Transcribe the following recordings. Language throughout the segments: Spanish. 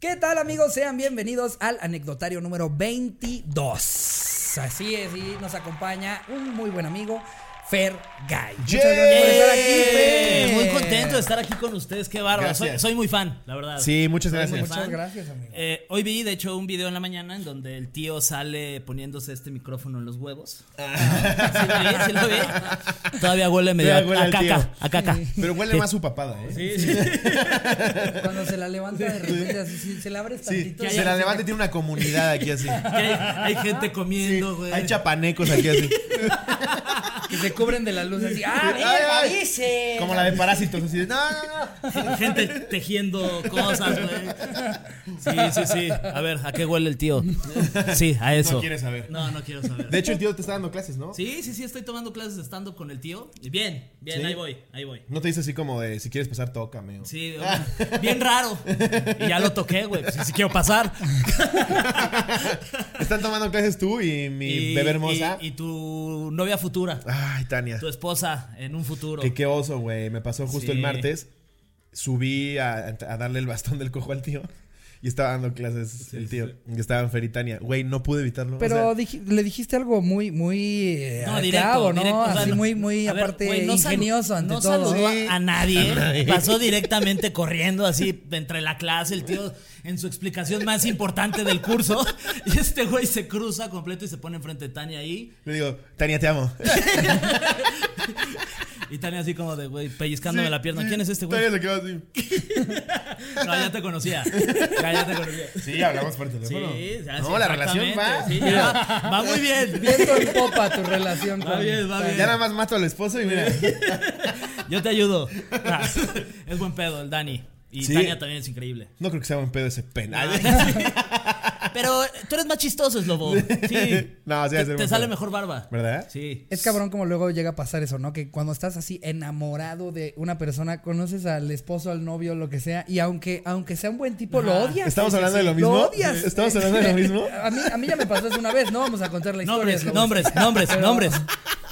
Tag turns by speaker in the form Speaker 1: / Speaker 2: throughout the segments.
Speaker 1: ¿Qué tal amigos? Sean bienvenidos al anecdotario número 22. Así es, y nos acompaña un muy buen amigo, Fer Guy. Muchas
Speaker 2: Yeah.
Speaker 1: gracias por estar aquí,
Speaker 3: Eh,
Speaker 1: Fer.
Speaker 3: Muy contento de estar aquí con ustedes, qué bárbaro. Soy,
Speaker 2: Gracias.
Speaker 3: soy muy fan, la verdad.
Speaker 2: Sí, muchas
Speaker 3: Soy muy
Speaker 2: gracias.
Speaker 1: Muchas
Speaker 3: fan.
Speaker 1: gracias, amigo.
Speaker 3: Eh, hoy vi, de hecho, un video en la mañana en donde el tío sale poniéndose este micrófono en los huevos. Sí lo vi, sí lo vi. Todavía huele medio
Speaker 2: Todavía huele
Speaker 3: a,
Speaker 2: al
Speaker 3: caca,
Speaker 2: tío.
Speaker 3: a caca.
Speaker 2: Pero huele más su papada, ¿eh? Sí,
Speaker 1: Cuando se la levanta de repente, así, sí, se la abres tantito.
Speaker 2: se la levanta y tiene una comunidad aquí así.
Speaker 3: Que Hay, hay gente comiendo, güey.
Speaker 2: Hay chapanecos aquí así.
Speaker 1: Que se cubren de la luz así. ¡Ah,
Speaker 2: Ay,
Speaker 1: venga,
Speaker 2: ay.
Speaker 1: dice!
Speaker 2: Como la de parásitos, así de, no, no, no.
Speaker 3: gente tejiendo cosas, güey. Sí, sí, sí. A ver, ¿a qué huele el tío? Sí, a eso.
Speaker 2: No quieres saber.
Speaker 3: No, no quiero saber.
Speaker 2: De hecho, el tío te está dando clases, ¿no?
Speaker 3: Sí, sí, sí, estoy tomando clases de stand-up con el tío. Y Bien, bien,
Speaker 2: Sí.
Speaker 3: ahí voy, ahí voy.
Speaker 2: No te dice así como de, si quieres pasar, tócame. o-
Speaker 3: Sí, bien raro. Y ya lo toqué, güey. pues, Si quiero pasar.
Speaker 2: Están tomando clases tú y mi
Speaker 3: Y-
Speaker 2: bebé hermosa.
Speaker 3: Y, y tu novia futura,
Speaker 2: Ay, Tania.
Speaker 3: tu esposa en un futuro.
Speaker 2: Que qué oso, güey. Me pasó justo el
Speaker 3: Sí.
Speaker 2: martes. Subí a, a darle el bastón del cojo al tío. Y estaba dando clases el tío. Y estaba en Feritania. Güey, no pude evitarlo. o
Speaker 1: Pero
Speaker 2: sea,
Speaker 1: dij- le dijiste algo muy, muy eh,
Speaker 3: No,
Speaker 1: al
Speaker 3: directo,
Speaker 1: clavo, ¿no?
Speaker 3: directo, o sea,
Speaker 1: Así
Speaker 3: no-
Speaker 1: muy, muy
Speaker 3: a ver,
Speaker 1: aparte
Speaker 3: güey, no salu-
Speaker 1: ingenioso ante
Speaker 3: no
Speaker 1: todo. ¿eh?
Speaker 3: saludó
Speaker 2: Sí.
Speaker 3: a, a nadie, pasó directamente corriendo así entre la clase, el tío en su explicación más importante del curso, y este güey se cruza completo y se pone enfrente de Tania ahí,
Speaker 2: le digo, Tania, te amo.
Speaker 3: y Tania así como de güey pellizcándome la pierna, ¿quién es este güey?
Speaker 2: Tania se quedó así.
Speaker 3: No, ya te conocía, ya, ya te conocía.
Speaker 2: Sí, hablamos por teléfono.
Speaker 3: Sí, ya, sí,
Speaker 2: no, la relación va.
Speaker 3: exactamente, sí, ya, va muy bien.
Speaker 1: Viento en popa tu relación
Speaker 3: Va
Speaker 1: con-
Speaker 3: bien, va bien.
Speaker 2: Ya nada más mato al esposo y mira.
Speaker 3: Yo te ayudo. Nah, es buen pedo el Dani. Y
Speaker 2: Sí.
Speaker 3: Tania también es increíble.
Speaker 2: No creo que sea buen pedo ese pena.
Speaker 3: Ah. Pero tú eres más chistoso, Slobo. Sí.
Speaker 2: No, sí,
Speaker 3: te,
Speaker 2: es buen
Speaker 3: te sale
Speaker 2: pedo.
Speaker 3: mejor barba.
Speaker 2: ¿Verdad?
Speaker 3: Sí.
Speaker 1: Es cabrón como luego llega a pasar eso, ¿no? Que cuando estás así enamorado de una persona, conoces al esposo, al novio, lo que sea, y aunque, aunque sea un buen tipo, lo odias.
Speaker 2: Ah, ¿Estamos
Speaker 1: Sí, sí,
Speaker 2: hablando
Speaker 1: sí.
Speaker 2: de lo mismo?
Speaker 1: Lo odias.
Speaker 2: ¿Estamos hablando de lo mismo?
Speaker 1: A mí, a mí ya me pasó eso una vez, no vamos a contar la historia.
Speaker 3: Nombres,
Speaker 1: Slobo.
Speaker 3: nombres, nombres,
Speaker 1: Pero-
Speaker 3: nombres.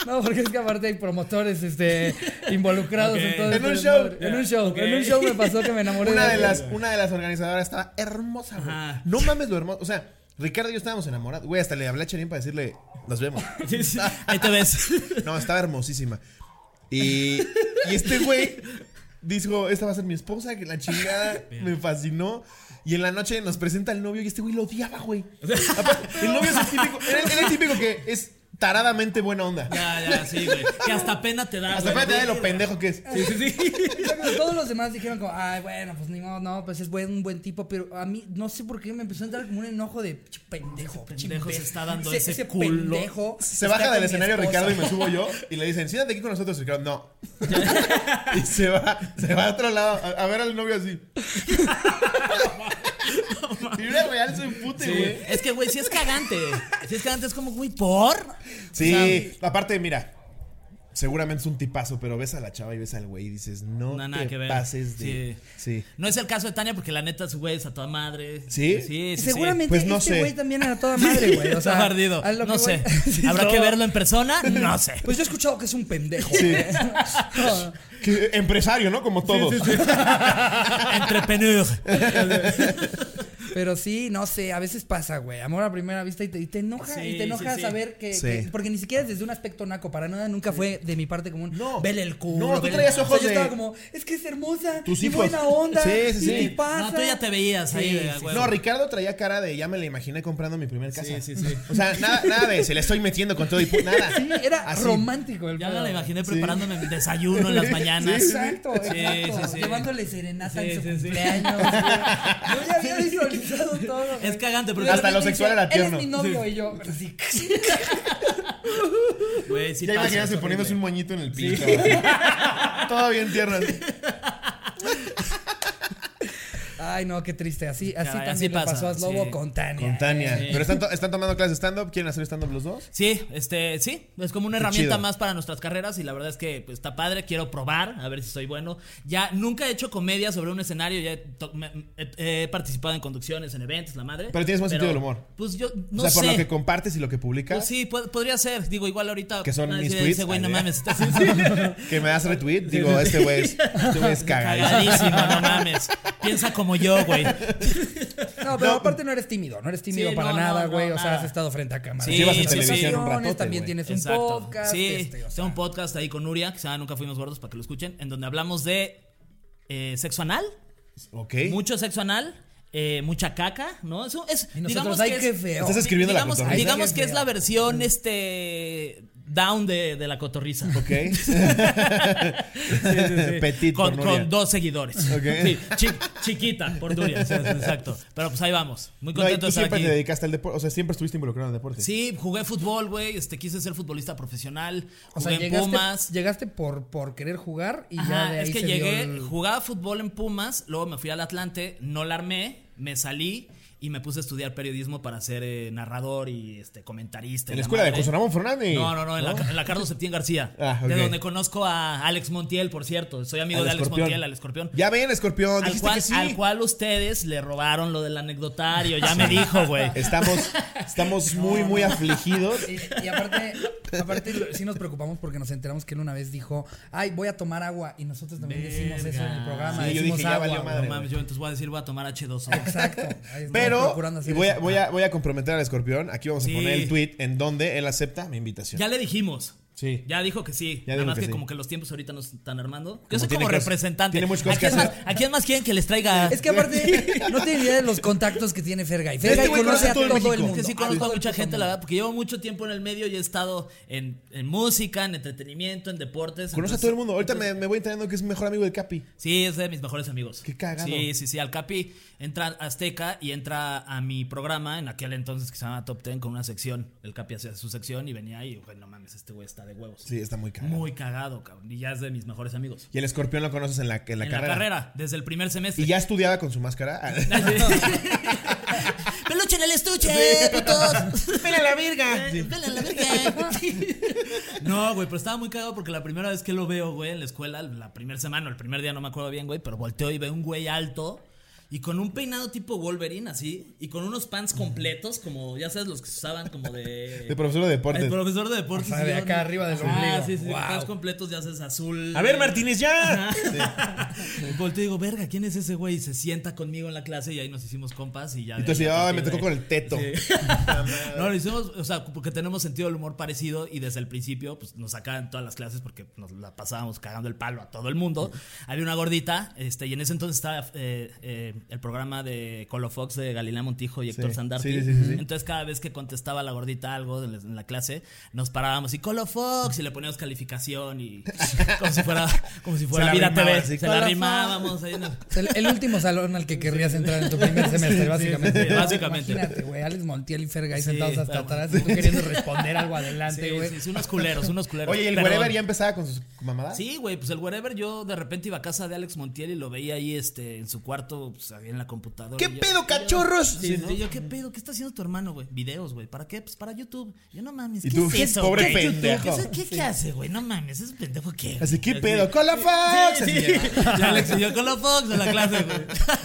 Speaker 1: No, porque es que aparte hay promotores este, involucrados
Speaker 3: Ok.
Speaker 1: en todo
Speaker 2: En
Speaker 1: este
Speaker 2: un show.
Speaker 1: desmadre. En un show. En un show me pasó que me enamoré
Speaker 2: Una
Speaker 1: de
Speaker 2: de las, una de las organizadoras estaba hermosa, güey.
Speaker 3: Ajá.
Speaker 2: No mames lo hermoso. O sea, Ricardo y yo estábamos enamorados. Güey, hasta le hablé a Cherín para decirle, nos vemos. Ah,
Speaker 3: Sí, sí. Ahí te ves.
Speaker 2: No, estaba hermosísima. Y, y este güey dijo, esta va a ser mi esposa, que la chingada me fascinó. Y en la noche nos presenta el novio y este güey lo odiaba, güey. Aparte, El novio es el típico, era, el- era el típico que es taradamente buena onda.
Speaker 3: Ya, ya, sí, güey. Que hasta pena te da.
Speaker 2: Hasta
Speaker 3: güey.
Speaker 2: aparte de lo pendejo que es.
Speaker 3: Sí, sí, sí.
Speaker 1: Exacto, Todos los demás dijeron como, ay, bueno, pues ni modo, no, pues es buen, un buen tipo, pero a mí no sé por qué me empezó a entrar como un enojo de "Pinche pendejo, pinche
Speaker 3: pendejo se
Speaker 1: imbécil".
Speaker 3: está dando ese culo.
Speaker 1: pendejo.
Speaker 2: Se
Speaker 1: está
Speaker 2: baja del
Speaker 1: con
Speaker 2: escenario
Speaker 1: mi esposa".
Speaker 2: Ricardo y me subo yo y le dicen, siéntate aquí con nosotros, Ricardo. No. y se va, se va a otro lado a, a ver al novio así. y una real soy pute,
Speaker 3: Sí.
Speaker 2: güey.
Speaker 3: Es que, güey, si es cagante. Si es cagante, es como, güey, ¿por?
Speaker 2: Sí, aparte, mira. Seguramente es un tipazo, pero ves a la chava y ves al güey y dices, no,
Speaker 3: No, nada
Speaker 2: te
Speaker 3: que ver.
Speaker 2: pases de. Sí.
Speaker 3: No es el caso de Tania porque la neta su güey es a toda madre.
Speaker 2: ¿Sí?
Speaker 3: Sí, sí.
Speaker 1: Seguramente
Speaker 2: Pues no
Speaker 1: este
Speaker 2: sé.
Speaker 1: güey también era toda madre, güey. O sea,
Speaker 3: Está ardido.
Speaker 1: a lo que
Speaker 3: No sé.
Speaker 1: voy- Sí,
Speaker 3: ¿Habrá
Speaker 1: no.
Speaker 3: que verlo en persona? No sé.
Speaker 1: Pues yo he escuchado que es un pendejo.
Speaker 2: Sí.
Speaker 1: No.
Speaker 2: Que- empresario, ¿no? Como todos.
Speaker 3: Entrepreneur.
Speaker 1: Pero sí, no sé, a veces pasa, güey. Amor a primera vista y te, y te enoja,
Speaker 3: Sí,
Speaker 1: y te enoja
Speaker 3: sí, sí.
Speaker 1: saber que,
Speaker 2: Sí.
Speaker 1: que- Porque ni siquiera es desde un aspecto naco, para nada, nunca fue de mi parte como un.
Speaker 2: No.
Speaker 1: Vele el culo.
Speaker 2: No, tú
Speaker 1: vele-
Speaker 2: traías
Speaker 1: o sea,
Speaker 2: ojos
Speaker 1: yo
Speaker 2: de-
Speaker 1: estaba como, es que es hermosa.
Speaker 2: Tus
Speaker 1: y
Speaker 2: hijos.
Speaker 1: buena onda.
Speaker 2: Sí, sí,
Speaker 1: y
Speaker 2: sí.
Speaker 1: ni pasa.
Speaker 3: No, tú ya te veías ahí.
Speaker 1: Sí,
Speaker 3: de,
Speaker 1: sí,
Speaker 3: güey.
Speaker 2: No, Ricardo traía cara de ya me la imaginé comprando mi primer casa.
Speaker 3: Sí, sí, sí.
Speaker 2: O sea, nada, nada de se le estoy metiendo con todo y pu- nada.
Speaker 1: Sí, era
Speaker 2: Así.
Speaker 1: romántico el
Speaker 3: Ya
Speaker 1: pedo.
Speaker 3: me la imaginé preparándome mi desayuno en las mañanas.
Speaker 1: Exacto,
Speaker 3: Sí,
Speaker 1: exacto.
Speaker 3: sí, sí.
Speaker 1: Llevándole serenata
Speaker 3: Sí,
Speaker 1: en su
Speaker 3: sí, sí.
Speaker 1: cumpleaños. güey. Yo ya había visualizado todo. güey.
Speaker 3: Es cagante, porque
Speaker 1: De
Speaker 2: hasta lo
Speaker 1: repente
Speaker 2: sexual
Speaker 1: dice,
Speaker 2: era tierno.
Speaker 1: Eres mi novio y yo. pues, así,
Speaker 3: Güey, sí
Speaker 2: ya
Speaker 3: pasa,
Speaker 2: imaginaste
Speaker 3: es
Speaker 2: poniéndose un moñito
Speaker 3: horrible.
Speaker 2: en el piso. Todo bien tierno. así.
Speaker 1: Ay, no, qué triste. Así, así
Speaker 3: Caray,
Speaker 1: también
Speaker 3: así
Speaker 1: le
Speaker 3: pasa,
Speaker 1: pasó a Slobo
Speaker 3: sí.
Speaker 1: con Tania. ¿eh?
Speaker 2: Con Tania.
Speaker 3: Sí.
Speaker 2: Pero están, to- están tomando clases de stand-up. ¿Quieren hacer stand-up los dos?
Speaker 3: Sí, este, sí, es como una
Speaker 2: Qué
Speaker 3: herramienta
Speaker 2: chido.
Speaker 3: más para nuestras carreras y la verdad es que pues, está padre, quiero probar, a ver si soy bueno. Ya nunca he hecho comedia sobre un escenario, ya he, to- me- he- he participado en conducciones, en eventos, la madre.
Speaker 2: Pero tienes buen sentido del humor.
Speaker 3: Pues yo no
Speaker 2: o sea,
Speaker 3: sé.
Speaker 2: por lo que compartes y lo que publicas.
Speaker 3: Pues sí, pod- podría ser. Digo, igual ahorita.
Speaker 2: Que son
Speaker 3: van a
Speaker 2: mis
Speaker 3: decir,
Speaker 2: tweets.
Speaker 3: Ese güey, no
Speaker 2: Ah,
Speaker 3: mames. Está
Speaker 2: Que me das retweet. Digo, este güey es, este güey es cagadísimo.
Speaker 3: cagadísimo, no mames. Piensa como yo, güey.
Speaker 1: No, pero aparte no eres tímido, no eres tímido
Speaker 3: Sí,
Speaker 1: para
Speaker 3: no, no,
Speaker 1: nada,
Speaker 3: no,
Speaker 1: güey. o sea,
Speaker 3: nada.
Speaker 1: has estado frente a cámara.
Speaker 3: Sí,
Speaker 1: Llevas
Speaker 3: sí, sí,
Speaker 1: presentaciones,
Speaker 3: sí,
Speaker 2: un ratote,
Speaker 1: También
Speaker 2: güey.
Speaker 1: tienes un
Speaker 3: Exacto.
Speaker 1: podcast.
Speaker 3: Sí,
Speaker 1: este, o sea,
Speaker 3: tengo un podcast ahí con Nuria que se llama Nunca Fuimos Gordos para que lo escuchen, en donde hablamos de eh, sexo anal,
Speaker 2: Ok.
Speaker 3: mucho sexo anal. eh, mucha caca, ¿no? Eso es,
Speaker 1: Y nosotros,
Speaker 3: digamos
Speaker 1: ay,
Speaker 3: que
Speaker 1: qué
Speaker 3: es,
Speaker 1: feo.
Speaker 2: Estás escribiendo la
Speaker 3: digamos,
Speaker 2: cotorriza.
Speaker 3: digamos
Speaker 1: Ay,
Speaker 3: que
Speaker 1: qué
Speaker 3: es
Speaker 1: feo.
Speaker 3: la versión este down de, de la cotorriza.
Speaker 2: Ok. Petit
Speaker 3: con,
Speaker 2: por Nuria.
Speaker 3: con dos seguidores.
Speaker 2: Ok.
Speaker 3: Sí, chi- chiquita por Nuria, sí, exacto. Pero pues ahí vamos. Muy
Speaker 2: No, y
Speaker 3: contento
Speaker 2: tú
Speaker 3: de estar
Speaker 2: siempre
Speaker 3: aquí.
Speaker 2: te dedicaste al deporte, o sea, siempre estuviste involucrado en el deporte.
Speaker 3: Sí, jugué fútbol, güey. Este, quise ser futbolista profesional.
Speaker 1: O
Speaker 3: Jugué
Speaker 1: sea,
Speaker 3: en
Speaker 1: llegaste,
Speaker 3: Pumas.
Speaker 1: llegaste por, por querer jugar y ya
Speaker 3: Ajá,
Speaker 1: de ahí
Speaker 3: es que
Speaker 1: se dio
Speaker 3: llegué,
Speaker 1: el-
Speaker 3: jugaba fútbol en Pumas, luego me fui al Atlante, no la armé, me salí y me puse a estudiar periodismo para ser eh, narrador y este comentarista. y
Speaker 2: En la escuela de
Speaker 3: madre.
Speaker 2: José Ramón Fernández.
Speaker 3: No, no, no, en, La, en la Carlos Septién García.
Speaker 2: Ah, ok.
Speaker 3: De donde conozco a Alex Montiel, por cierto. Soy amigo
Speaker 2: Al
Speaker 3: de Alex
Speaker 2: escorpión.
Speaker 3: Montiel, al escorpión.
Speaker 2: Ya ven, escorpión,
Speaker 3: Al
Speaker 2: dijiste
Speaker 3: cual,
Speaker 2: que sí.
Speaker 3: al cual ustedes le robaron lo del anecdotario, ya me dijo, güey.
Speaker 2: Estamos, estamos muy, muy afligidos.
Speaker 1: Y, y aparte, aparte lo- sí nos preocupamos porque nos enteramos que él una vez dijo, ay, voy a tomar agua. Y nosotros también decimos eso en el
Speaker 3: Verga.
Speaker 1: programa.
Speaker 2: Sí, yo
Speaker 1: decimos
Speaker 2: dije, ya
Speaker 1: agua,
Speaker 2: valió
Speaker 1: güey.
Speaker 3: No
Speaker 2: madre.
Speaker 3: mames, yo entonces voy a decir, voy a tomar H2O.
Speaker 1: Exacto. Ahí estamos
Speaker 2: Pero
Speaker 1: procurando hacer
Speaker 2: y voy, a,
Speaker 1: eso.
Speaker 2: voy, a, voy a comprometer al escorpión. Aquí vamos a
Speaker 3: Sí.
Speaker 2: poner el tweet en donde él acepta mi invitación.
Speaker 3: Ya le dijimos.
Speaker 2: Sí.
Speaker 3: Ya dijo que sí.
Speaker 2: Ya
Speaker 3: Nada
Speaker 2: dijo
Speaker 3: más
Speaker 2: que
Speaker 3: que,
Speaker 2: sí.
Speaker 3: como que los tiempos ahorita nos están armando. Yo soy
Speaker 2: tiene
Speaker 3: como
Speaker 2: cosas-
Speaker 3: representante.
Speaker 2: tiene muchas cosas
Speaker 3: ¿A quién
Speaker 2: que
Speaker 3: más-
Speaker 2: hacer.
Speaker 3: ¿A quién más quieren que les traiga?
Speaker 1: Es que aparte, no tiene idea de los contactos que tiene Fergay. Fergay
Speaker 2: Este güey
Speaker 1: conoce a todo el, mundo.
Speaker 2: México.
Speaker 3: que sí
Speaker 1: a
Speaker 3: conozco
Speaker 1: todo
Speaker 3: a
Speaker 1: el
Speaker 3: mucha
Speaker 1: puto
Speaker 3: gente,
Speaker 1: mundo.
Speaker 3: la verdad, porque llevo mucho tiempo en el medio y he estado en, en música, en entretenimiento, en deportes.
Speaker 2: Conoce a
Speaker 3: entonces-
Speaker 2: todo el mundo. Ahorita me, me voy enterando que es mejor amigo del Capi.
Speaker 3: Sí, es de mis mejores amigos.
Speaker 2: Qué cagado.
Speaker 3: Sí, sí, sí. Al Capi entra a Azteca y entra a mi programa en aquel entonces que se llama Top Ten con una sección. El Capi hacía su sección y venía y, güey, no mames, este güey está de huevos.
Speaker 2: Sí, está muy caro.
Speaker 3: Muy cagado, cabrón. Y ya es de mis mejores amigos.
Speaker 2: Y el escorpión lo conoces en la, en la
Speaker 3: en
Speaker 2: carrera.
Speaker 3: la carrera, desde el primer semestre.
Speaker 2: Y ya estudiaba con su máscara.
Speaker 3: ¡Peluche en el estuche, putos! ¡Pela la verga! ¡Pela la verga! no, güey, pero estaba muy cagado porque la primera vez que lo veo, güey, en la escuela, la primera semana, el primer día no me acuerdo bien, güey, pero volteo y veo un güey alto y con un peinado tipo Wolverine, así, y con unos pants completos, como, ya sabes, los que se usaban como de...
Speaker 2: de profesor de deportes.
Speaker 3: El profesor de deportes.
Speaker 1: O sea, de
Speaker 3: y yo-
Speaker 1: acá arriba del
Speaker 3: Ah,
Speaker 1: ombligo.
Speaker 3: sí, sí,
Speaker 1: Wow.
Speaker 3: pants completos, ya sabes, azul.
Speaker 2: Martínez, ya.
Speaker 3: Volteo y digo, verga, ¿quién es ese güey? Y se sienta conmigo en la clase y ahí nos hicimos compas y ya. de
Speaker 2: Entonces,
Speaker 3: ahí a
Speaker 2: ay, me
Speaker 3: partir
Speaker 2: tocó
Speaker 3: de-
Speaker 2: con el teto.
Speaker 3: Sí. No, lo hicimos, o sea, porque tenemos sentido del humor parecido y desde el principio, pues nos sacaban todas las clases porque nos la pasábamos cagando el palo a todo el mundo. Había una gordita, este, y en ese entonces estaba eh, eh, el programa de Colofox de Galilea Montijo y Héctor
Speaker 2: Sí,
Speaker 3: Sandarti.
Speaker 2: sí, sí, sí, sí.
Speaker 3: Entonces, cada vez que contestaba la gordita algo en la, en la clase, nos parábamos y Colofox y le poníamos calificación y como si fuera, como si fuera
Speaker 2: la
Speaker 3: Vida
Speaker 2: rimaba
Speaker 3: TV.
Speaker 2: así,
Speaker 3: Se la
Speaker 1: "Colofox".
Speaker 3: rimábamos ahí en el-
Speaker 1: Es El, el último salón al que querrías entrar en tu primer semestre, básicamente.
Speaker 3: sí, sí, básicamente.
Speaker 1: Imagínate, güey, Alex Montiel y Fergay
Speaker 3: Sí,
Speaker 1: sentados hasta
Speaker 3: pero bueno.
Speaker 1: atrás y tú queriendo responder algo
Speaker 3: Sí,
Speaker 1: adelante, güey.
Speaker 3: sí, sí, unos culeros, unos culeros.
Speaker 2: Oye, ¿y el
Speaker 3: Perdón.
Speaker 2: wherever ya empezaba con sus mamadas?
Speaker 3: Sí, güey, pues el wherever yo de repente iba a casa de Alex Montiel y lo veía ahí este en su cuarto, pues ahí en la computadora.
Speaker 2: ¿Qué
Speaker 3: Y yo-
Speaker 2: pedo,
Speaker 3: y yo-
Speaker 2: cachorros?
Speaker 3: Sí, sí, yo, ¿qué pedo? ¿Qué está haciendo tu hermano, güey? Videos, güey. ¿Para qué? Pues para YouTube. Yo no mames,
Speaker 2: Y
Speaker 3: ¿qué
Speaker 2: tú,
Speaker 3: es eso?
Speaker 2: pobre
Speaker 3: güey? YouTube,
Speaker 2: pendejo.
Speaker 3: ¿Qué, es- qué- qué hace, güey? No mames, es pendejo qué. güey?
Speaker 2: Así, ¿qué
Speaker 3: Así.
Speaker 2: pedo? ¡Cola Fox!
Speaker 3: Sí,
Speaker 2: Así,
Speaker 3: sí.
Speaker 2: ya.
Speaker 3: Y Alex y yo con los Fox en la clase, güey.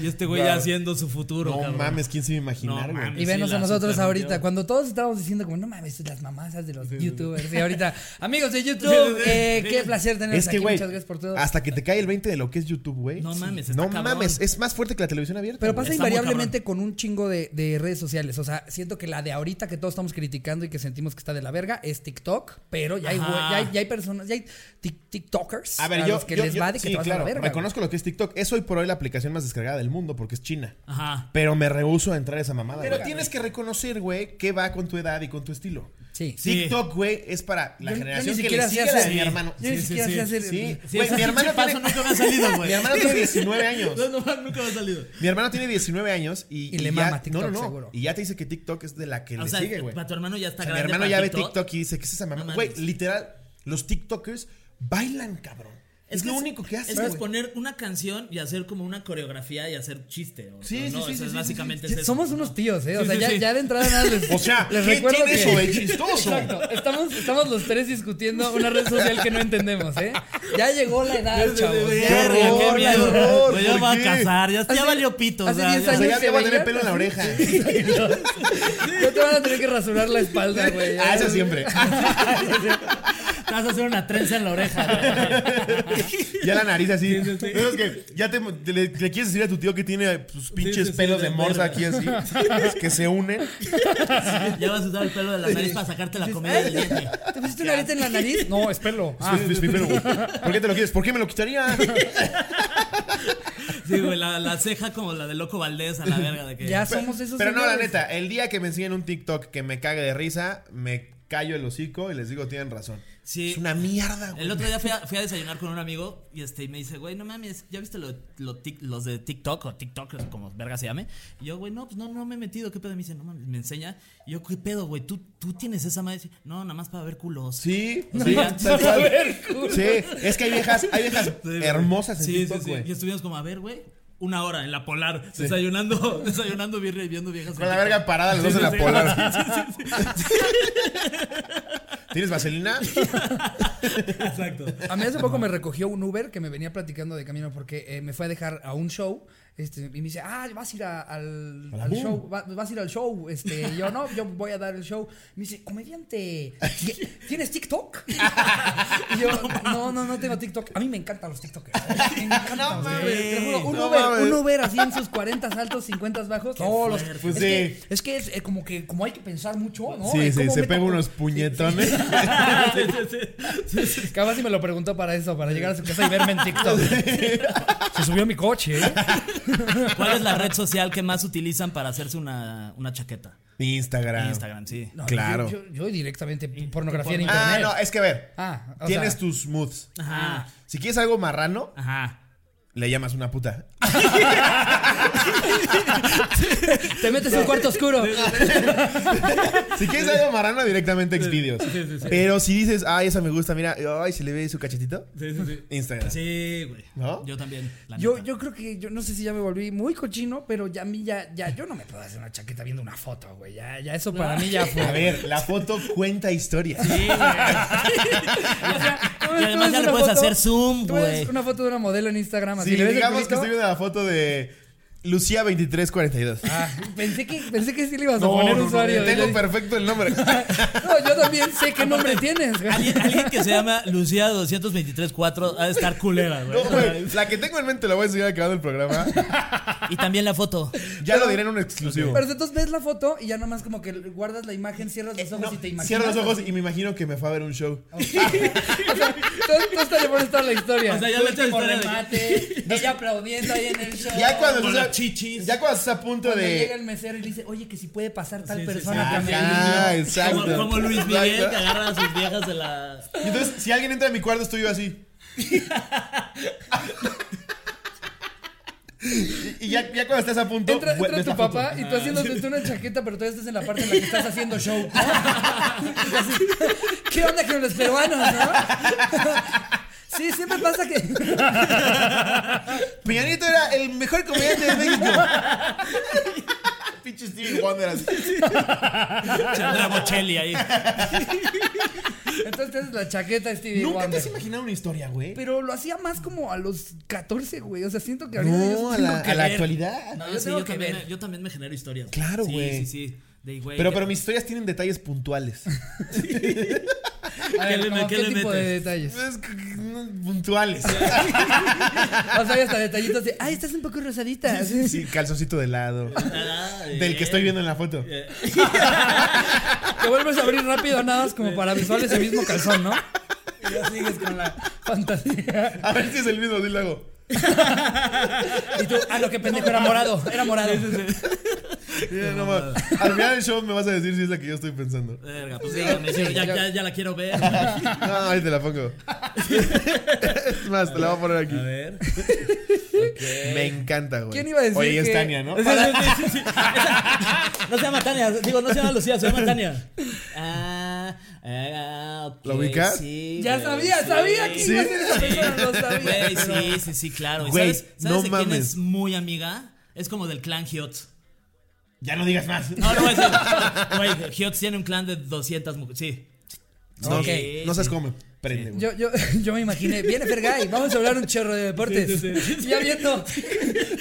Speaker 3: y este güey ya
Speaker 2: Claro.
Speaker 3: haciendo su futuro,
Speaker 2: No
Speaker 3: cabrón.
Speaker 2: mames, ¿quién se iba a imaginar,
Speaker 3: No
Speaker 2: güey?
Speaker 3: mames.
Speaker 1: Y venos
Speaker 3: Sí,
Speaker 1: a
Speaker 3: la
Speaker 1: nosotros
Speaker 3: supervendió.
Speaker 1: ahorita, cuando todos estábamos diciendo como, no mames, las mamazas de los youtubers. Y ahorita, amigos de
Speaker 3: Sí,
Speaker 1: YouTube,
Speaker 3: sí, sí.
Speaker 1: eh, qué placer tenerlos
Speaker 2: Es que,
Speaker 1: aquí.
Speaker 2: güey,
Speaker 1: Muchas gracias por todo.
Speaker 2: hasta que te cae el 20 de lo que es YouTube, güey.
Speaker 3: No
Speaker 2: sí.
Speaker 3: mames, está
Speaker 2: No
Speaker 3: cabrón.
Speaker 2: mames, es más fuerte que la televisión abierta.
Speaker 1: Pero
Speaker 2: güey.
Speaker 1: pasa
Speaker 3: Está muy
Speaker 1: invariablemente con un chingo de, de redes sociales. O sea, siento que la de ahorita que todos estamos criticando y que sentimos que está de la verga es TikTok, pero ya hay,
Speaker 3: Ajá.
Speaker 1: güey- ya hay, ya hay personas, ya hay tik- TikTokers
Speaker 2: A ver,
Speaker 1: a
Speaker 2: yo,
Speaker 1: los que
Speaker 2: yo-
Speaker 1: les
Speaker 2: yo-
Speaker 1: va de que
Speaker 2: sí,
Speaker 1: te vas a la
Speaker 2: claro,
Speaker 1: verga. güey.
Speaker 2: reconozco lo que es TikTok. Es hoy por hoy la aplicación más descargada del mundo porque es China.
Speaker 3: Ajá.
Speaker 2: Pero me rehuso a entrar a esa mamada. Pero tienes que reconocer, güey, que va con tu edad y con tu estilo.
Speaker 1: Sí.
Speaker 3: Sí.
Speaker 2: TikTok, güey, es para la
Speaker 1: Yo- yo
Speaker 2: generación
Speaker 1: ni
Speaker 2: que le
Speaker 1: siquiera sé
Speaker 2: sigue a la de
Speaker 1: hacer-
Speaker 2: mi hermano.
Speaker 1: Yo ni
Speaker 3: Sí, sí,
Speaker 1: siquiera
Speaker 3: sí.
Speaker 1: sé hacer.
Speaker 2: Sí,
Speaker 3: Sí,
Speaker 2: güey,
Speaker 3: ese
Speaker 2: mi hermano
Speaker 3: pinche paso
Speaker 2: tiene-
Speaker 3: nunca me ha salido, güey.
Speaker 2: Mi hermano tiene 19 años.
Speaker 3: No, no, nunca me ha salido.
Speaker 2: Mi hermano tiene 19 años y,
Speaker 1: Y le
Speaker 2: ya,
Speaker 1: mama TikTok,
Speaker 2: no, no, no.
Speaker 1: seguro.
Speaker 2: Y ya te dice que TikTok es de la que
Speaker 3: O
Speaker 2: le
Speaker 3: sea,
Speaker 2: sigue, güey.
Speaker 3: para tu hermano ya
Speaker 2: O
Speaker 3: está
Speaker 2: sea, mi
Speaker 3: grande.
Speaker 2: hermano
Speaker 3: para
Speaker 2: ya ve TikTok y dice, ¿qué es esa mamá?
Speaker 3: No
Speaker 2: Güey,
Speaker 3: mames.
Speaker 2: literal, los TikTokers bailan, cabrón. Es,
Speaker 3: que
Speaker 2: lo único que hacen.
Speaker 3: Es, que es
Speaker 2: güey.
Speaker 3: poner una canción y hacer como una coreografía y hacer chiste. ¿o?
Speaker 2: Sí,
Speaker 3: ¿o
Speaker 2: sí,
Speaker 3: no?
Speaker 2: sí,
Speaker 3: Eso
Speaker 2: sí,
Speaker 3: es
Speaker 2: sí,
Speaker 3: básicamente
Speaker 1: Sí,
Speaker 3: es eso,
Speaker 1: Somos
Speaker 3: ¿no?
Speaker 1: unos tíos, ¿eh? O
Speaker 3: Sí,
Speaker 1: sea,
Speaker 3: sí,
Speaker 1: ya,
Speaker 3: sí.
Speaker 1: ya de entrada nada les.
Speaker 2: O sea,
Speaker 1: les
Speaker 2: ¿qué
Speaker 1: recuerdo
Speaker 2: tiene
Speaker 1: que-
Speaker 2: eso de chistoso?
Speaker 1: Exacto. Estamos, estamos los tres discutiendo una red social que no entendemos, ¿eh? Ya llegó la edad, chavos.
Speaker 3: Verga,
Speaker 1: ya
Speaker 2: Qué
Speaker 1: llegó
Speaker 2: horror,
Speaker 3: ¡Qué
Speaker 1: la
Speaker 3: miedo!
Speaker 1: edad.
Speaker 2: horror,
Speaker 3: Güey, ya
Speaker 2: ¿por
Speaker 3: me voy a
Speaker 2: qué?
Speaker 3: casar. Ya, ya
Speaker 1: Hace-
Speaker 3: valió pito.
Speaker 1: hace
Speaker 3: o sea,
Speaker 1: 10
Speaker 3: ya-
Speaker 2: O sea, ya,
Speaker 1: años
Speaker 2: ya voy a
Speaker 1: se veían
Speaker 2: tener pelo en la
Speaker 1: así.
Speaker 2: oreja.
Speaker 1: Ya te van a tener que rasurar la espalda, güey.
Speaker 2: Ah, eso siempre.
Speaker 3: Te Te vas a hacer una trenza en la oreja, güey.
Speaker 2: Ya la nariz así.
Speaker 4: Sí, sí, sí.
Speaker 2: Pero es que ya te, te- le, le quieres decir a tu tío que tiene sus pinches
Speaker 4: sí, sí,
Speaker 2: pelos
Speaker 4: de
Speaker 2: de morsa aquí así. pues, que se unen.
Speaker 3: Ya vas a usar el pelo de la nariz para sacarte la comida del diente.
Speaker 1: ¿Te pusiste una aleta en la nariz? No, es pelo. Ah,
Speaker 2: Es- es mi pelo, pues, güey. ¿Por qué te lo quieres? ¿Por qué me lo quitaría?
Speaker 3: Sí, güey, la, la ceja como la de Loco Valdés a la verga de que.
Speaker 1: ya somos esos.
Speaker 2: Pero no, la
Speaker 1: señores.
Speaker 2: neta, el día que me enseñen un TikTok que me cague de risa, me callo el hocico y les digo, tienen razón.
Speaker 3: Sí.
Speaker 2: Es una mierda, güey.
Speaker 3: El otro día fui a, fui a desayunar con un amigo y este y me dice, güey, no mames, ¿ya viste lo- lo tic- los de TikTok o TikTok, o como verga se llame? Y yo, güey, no, pues no, no me he metido, ¿qué pedo? Y me dice, no mames, me enseña. Y yo, ¿qué pedo, güey? ¿Tú, tú tienes esa madre? Dice, No, nada más para ver culos.
Speaker 2: Sí,
Speaker 3: No,
Speaker 2: sí,
Speaker 3: ya.
Speaker 2: tal cual. Sí, es que hay viejas, hay viejas
Speaker 3: Sí, güey.
Speaker 2: hermosas en
Speaker 3: Sí,
Speaker 2: TikTok,
Speaker 3: sí, sí.
Speaker 2: güey.
Speaker 3: Y estuvimos como, a ver, güey, una hora en la polar, desayunando, desayunando birria y viendo viejas.
Speaker 2: Con
Speaker 3: en
Speaker 2: la
Speaker 3: TikTok.
Speaker 2: verga parada, los dos
Speaker 3: Sí,
Speaker 2: en la
Speaker 3: sí,
Speaker 2: polar.
Speaker 3: sí, sí, sí, sí.
Speaker 2: ¿Tienes vaselina?
Speaker 3: Exacto.
Speaker 1: A mí hace poco me recogió un Uber que me venía platicando de camino porque eh, me fue a dejar a un show. Este, y me dice, ah, vas a ir a- al, al show, va- vas a ir al show. Este, y yo no, yo voy a dar el show. Me dice, comediante, ¿tienes TikTok? Y yo, no, no, no tengo TikTok. A mí me encantan los TikTokers. Me encantan,
Speaker 2: No
Speaker 1: güey.
Speaker 2: mames.
Speaker 1: Te lo juro, un,
Speaker 2: No
Speaker 1: Uber,
Speaker 2: mames.
Speaker 1: un Uber así en sus 40 altos, 50 bajos. No, los-
Speaker 3: fuerte.
Speaker 2: Pues
Speaker 1: es,
Speaker 2: sí.
Speaker 1: que, es que es eh, como que como hay que pensar mucho, ¿no?
Speaker 2: sí,
Speaker 1: Eh,
Speaker 2: sí,
Speaker 1: ¿cómo
Speaker 2: se
Speaker 1: meto
Speaker 2: pega
Speaker 1: con-
Speaker 2: unos puñetones.
Speaker 3: Sí, sí, sí. Sí, sí.
Speaker 1: Capaz si me lo preguntó para eso, para llegar a su casa y verme en TikTok. Se subió a mi coche, ¿eh?
Speaker 3: ¿Cuál es la red social que más utilizan para hacerse una, una chaqueta?
Speaker 2: Instagram.
Speaker 3: Instagram, sí.
Speaker 1: No,
Speaker 2: Claro.
Speaker 1: Yo, yo- yo directamente pornografía en
Speaker 2: Ah,
Speaker 1: internet.
Speaker 2: no, es que a ver.
Speaker 1: Ah, o
Speaker 2: Tienes
Speaker 1: sea-
Speaker 2: tus moods. Ah,
Speaker 3: Ajá.
Speaker 2: Si quieres algo marrano,
Speaker 3: Ajá.
Speaker 2: le llamas una puta.
Speaker 1: Te metes en cuarto oscuro.
Speaker 2: Si quieres algo marrano, directamente Xvideos.
Speaker 3: sí, sí, sí.
Speaker 2: Pero si dices, ay, esa me gusta, mira, ay, se le ve su cachetito.
Speaker 3: Sí, sí, sí.
Speaker 2: Instagram.
Speaker 3: Sí, güey.
Speaker 2: ¿No?
Speaker 3: Yo también. la
Speaker 1: Yo,
Speaker 3: neta.
Speaker 1: yo creo que, yo no sé si ya me volví muy cochino, pero ya a mí ya, ya, yo no me puedo hacer una chaqueta viendo una foto, güey. Ya, ya eso para mí ya
Speaker 2: A
Speaker 1: fue.
Speaker 2: ver, la foto cuenta historia.
Speaker 3: Sí, güey.
Speaker 1: O sea, tú
Speaker 3: Y
Speaker 1: ves-
Speaker 3: además
Speaker 1: tú ves
Speaker 3: ya le
Speaker 1: una
Speaker 3: puedes
Speaker 1: foto-
Speaker 3: hacer zoom,
Speaker 1: tú ves
Speaker 3: güey.
Speaker 1: una foto de una modelo en Instagram. así,
Speaker 2: Sí,
Speaker 1: le ves el
Speaker 2: digamos que
Speaker 1: culito.
Speaker 2: estoy viendo la foto de Lucía 2342.
Speaker 1: Ah, pensé que, pensé que sí le ibas a poner usuario.
Speaker 2: tengo
Speaker 1: yo,
Speaker 2: perfecto el nombre.
Speaker 1: no, yo también sé qué nombre tienes, güey.
Speaker 3: Alguien, alguien que se llama Lucía 223.4 ha de estar culera,
Speaker 2: No,
Speaker 3: güey.
Speaker 2: güey, la que tengo en mente la voy a enseñar acabando el programa.
Speaker 3: y también la foto.
Speaker 2: Ya lo diré en un exclusivo.
Speaker 1: Pero entonces ves la foto y ya nomás como que guardas la imagen, cierras los ojos
Speaker 2: Eh, No,
Speaker 1: y te imaginas.
Speaker 2: cierro los ojos y me imagino que me fue a ver un show.
Speaker 1: Entonces, tú estás llevando toda la historia.
Speaker 3: O sea, ya le he hecho la
Speaker 1: Por
Speaker 3: historia
Speaker 1: el
Speaker 3: de-
Speaker 1: mate, ella aplaudiendo ahí en el show.
Speaker 2: Ya cuando
Speaker 3: Con
Speaker 2: estás
Speaker 3: las chichis.
Speaker 2: Ya cuando estás a punto
Speaker 1: Cuando llega
Speaker 2: de. Ah,
Speaker 1: el mesero y le dice, oye, que si puede pasar tal
Speaker 3: Sí, sí,
Speaker 1: persona
Speaker 3: sí.
Speaker 1: también.
Speaker 2: Ajá, exacto.
Speaker 3: Como, como Luis Miguel que
Speaker 2: Exacto.
Speaker 3: agarra a sus viejas de la.
Speaker 2: Y entonces, si alguien entra a mi cuarto, estoy yo así. y, y ya, ya cuando estás a punto.
Speaker 1: Entra,
Speaker 2: vu-
Speaker 1: entra
Speaker 2: ves
Speaker 1: tu
Speaker 2: la foto.
Speaker 1: papá y tú
Speaker 3: Ah,
Speaker 1: haciéndote una chaqueta, pero todavía estás en la parte en la que estás haciendo show. ¿no? Y así, ¿Qué onda con los peruanos, no? Sí, siempre pasa que.
Speaker 2: Peña Nieto era el mejor comediante de México. Pinche Stevie Wonder así.
Speaker 3: Chandra Bocelli ahí.
Speaker 1: Entonces te haces la chaqueta, Stevie
Speaker 2: Nunca te
Speaker 1: Wonder.
Speaker 2: has imaginado una historia, güey.
Speaker 1: Pero lo hacía más como a los 14, güey. O sea, siento que ahorita yo
Speaker 2: No, a
Speaker 1: tengo
Speaker 2: la,
Speaker 1: que
Speaker 2: a la
Speaker 1: ver.
Speaker 2: actualidad.
Speaker 3: No,
Speaker 1: yo
Speaker 3: sí,
Speaker 1: tengo
Speaker 3: yo,
Speaker 1: que
Speaker 3: también,
Speaker 1: ver.
Speaker 3: me- yo también me genero historias.
Speaker 2: Claro, güey.
Speaker 3: Sí, sí, sí. De, güey,
Speaker 2: Pero,
Speaker 3: que-
Speaker 2: pero mis historias tienen detalles puntuales.
Speaker 1: A
Speaker 3: ¿Qué le-
Speaker 1: ¿cómo
Speaker 3: qué
Speaker 1: ¿Qué,
Speaker 3: le
Speaker 1: tipo de
Speaker 3: metes?
Speaker 1: detalles?
Speaker 2: Es que- no, puntuales.
Speaker 1: O sea, hay hasta detallitos de, ay, estás un poco rosadita.
Speaker 2: Sí, calzoncito de lado.
Speaker 3: Ah,
Speaker 2: Del
Speaker 3: bien.
Speaker 2: que estoy viendo en la foto.
Speaker 3: Eh,
Speaker 1: Que vuelves a abrir rápido, nada más como para visual ese mismo calzón, ¿no? Y ya sigues con la fantasía.
Speaker 2: A ver si es el mismo, sí lo hago.
Speaker 1: Y tú, ah, no, qué pendejo, era morado, era morado.
Speaker 2: Mira, no mames. Al final del show me vas a decir si es la que yo estoy pensando.
Speaker 3: Verga, pues dígame,
Speaker 1: Sí,
Speaker 3: yo ya,
Speaker 1: yo-
Speaker 3: ya, ya la quiero ver.
Speaker 2: No, ahí te la pongo. Es más, te la voy a poner aquí.
Speaker 3: ver.
Speaker 2: Me encanta, güey.
Speaker 1: ¿Quién iba a decir
Speaker 2: Oye, es
Speaker 1: que-
Speaker 2: Tania, ¿no?
Speaker 3: No se llama Tania, digo, no se llama Lucía, se llama Tania. Ah, ah, ok,
Speaker 2: ¿La ubicas?
Speaker 3: sí,
Speaker 1: Ya
Speaker 3: güey,
Speaker 1: sabía,
Speaker 3: sí.
Speaker 1: sabía que iba a ser esa
Speaker 3: Sí.
Speaker 1: persona, lo sabía.
Speaker 3: Güey, sí, sí, sí, claro. ¿Y
Speaker 2: Güey,
Speaker 3: ¿Sabes, sabes
Speaker 2: no
Speaker 3: de quién
Speaker 2: mames.
Speaker 3: es muy amiga? Es como del clan Giotts.
Speaker 2: Ya no digas más.
Speaker 3: No, no voy a decir. Güey, Giotts tiene un clan de 200 mujeres. Sí.
Speaker 2: No,
Speaker 1: Ok.
Speaker 2: no sabes cómo me prende, güey.
Speaker 1: Yo, yo, yo me imaginé, viene Fergay, vamos a hablar un chorro de deportes.
Speaker 3: Sí, sí, sí.
Speaker 1: Ya viendo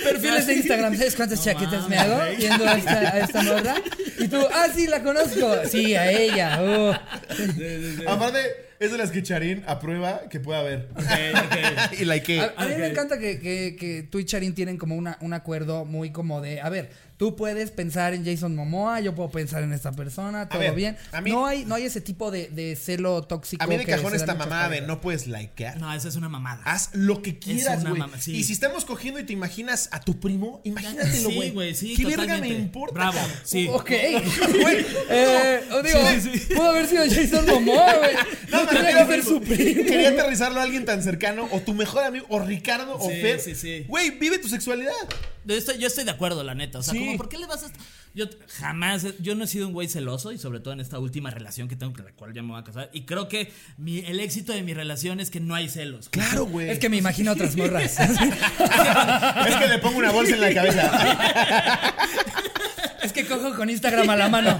Speaker 1: perfiles de Instagram, ¿sabes cuántas chaquetas me hago? Viendo a esta, a esta morra. Y tú, ah, sí, la conozco. Sí, a ella. oh.
Speaker 2: Aparte, es de las que Charín aprueba que pueda haber.
Speaker 3: Ok, ok.
Speaker 2: Y la que.
Speaker 1: A, a mí
Speaker 3: Ok.
Speaker 1: me encanta que, que, que tú y Charin tienen como una, un acuerdo muy como de, a ver, tú puedes pensar en Jason Momoa, yo puedo pensar en esta persona, todo
Speaker 2: ver,
Speaker 1: bien.
Speaker 2: a mí-
Speaker 1: no, hay, no hay ese tipo de, de celo tóxico.
Speaker 2: A mí de
Speaker 1: que
Speaker 2: cajón
Speaker 1: se da
Speaker 2: esta
Speaker 1: en muchas
Speaker 2: mamada de
Speaker 1: parejas.
Speaker 2: no puedes likear.
Speaker 3: No, esa es una mamada.
Speaker 2: Haz lo que quieras,
Speaker 3: una
Speaker 2: güey.
Speaker 3: mama- sí.
Speaker 2: Y si estamos cogiendo y te imaginas a tu primo, imagínatelo, güey.
Speaker 3: Sí, güey, sí.
Speaker 2: ¿Qué
Speaker 3: totalmente.
Speaker 2: verga me importa?
Speaker 3: Bravo, sí.
Speaker 1: Ok. eh, digo,
Speaker 3: sí, sí.
Speaker 1: pudo haber sido Jason Momoa, güey. No,
Speaker 2: me
Speaker 1: tenía que
Speaker 2: refiero-
Speaker 1: ser su primo.
Speaker 2: Quería aterrizarlo a alguien tan cercano, o tu mejor amigo, o Ricardo, o
Speaker 3: Sí,
Speaker 2: Fer.
Speaker 3: sí, sí.
Speaker 2: Güey, vive tu sexualidad.
Speaker 3: Yo estoy, yo estoy de acuerdo, la neta. O sea,
Speaker 2: Sí.
Speaker 3: como, ¿por qué le vas a.? Yo jamás. Yo no he sido un güey celoso y sobre todo en esta última relación que tengo, con la cual ya me voy a casar. Y creo que mi, el éxito de mi relación es que no hay celos.
Speaker 2: Claro, güey.
Speaker 1: Es que me imagino otras morras.
Speaker 2: Es que le pongo una bolsa en la cabeza.
Speaker 1: es que cojo con Instagram a la mano.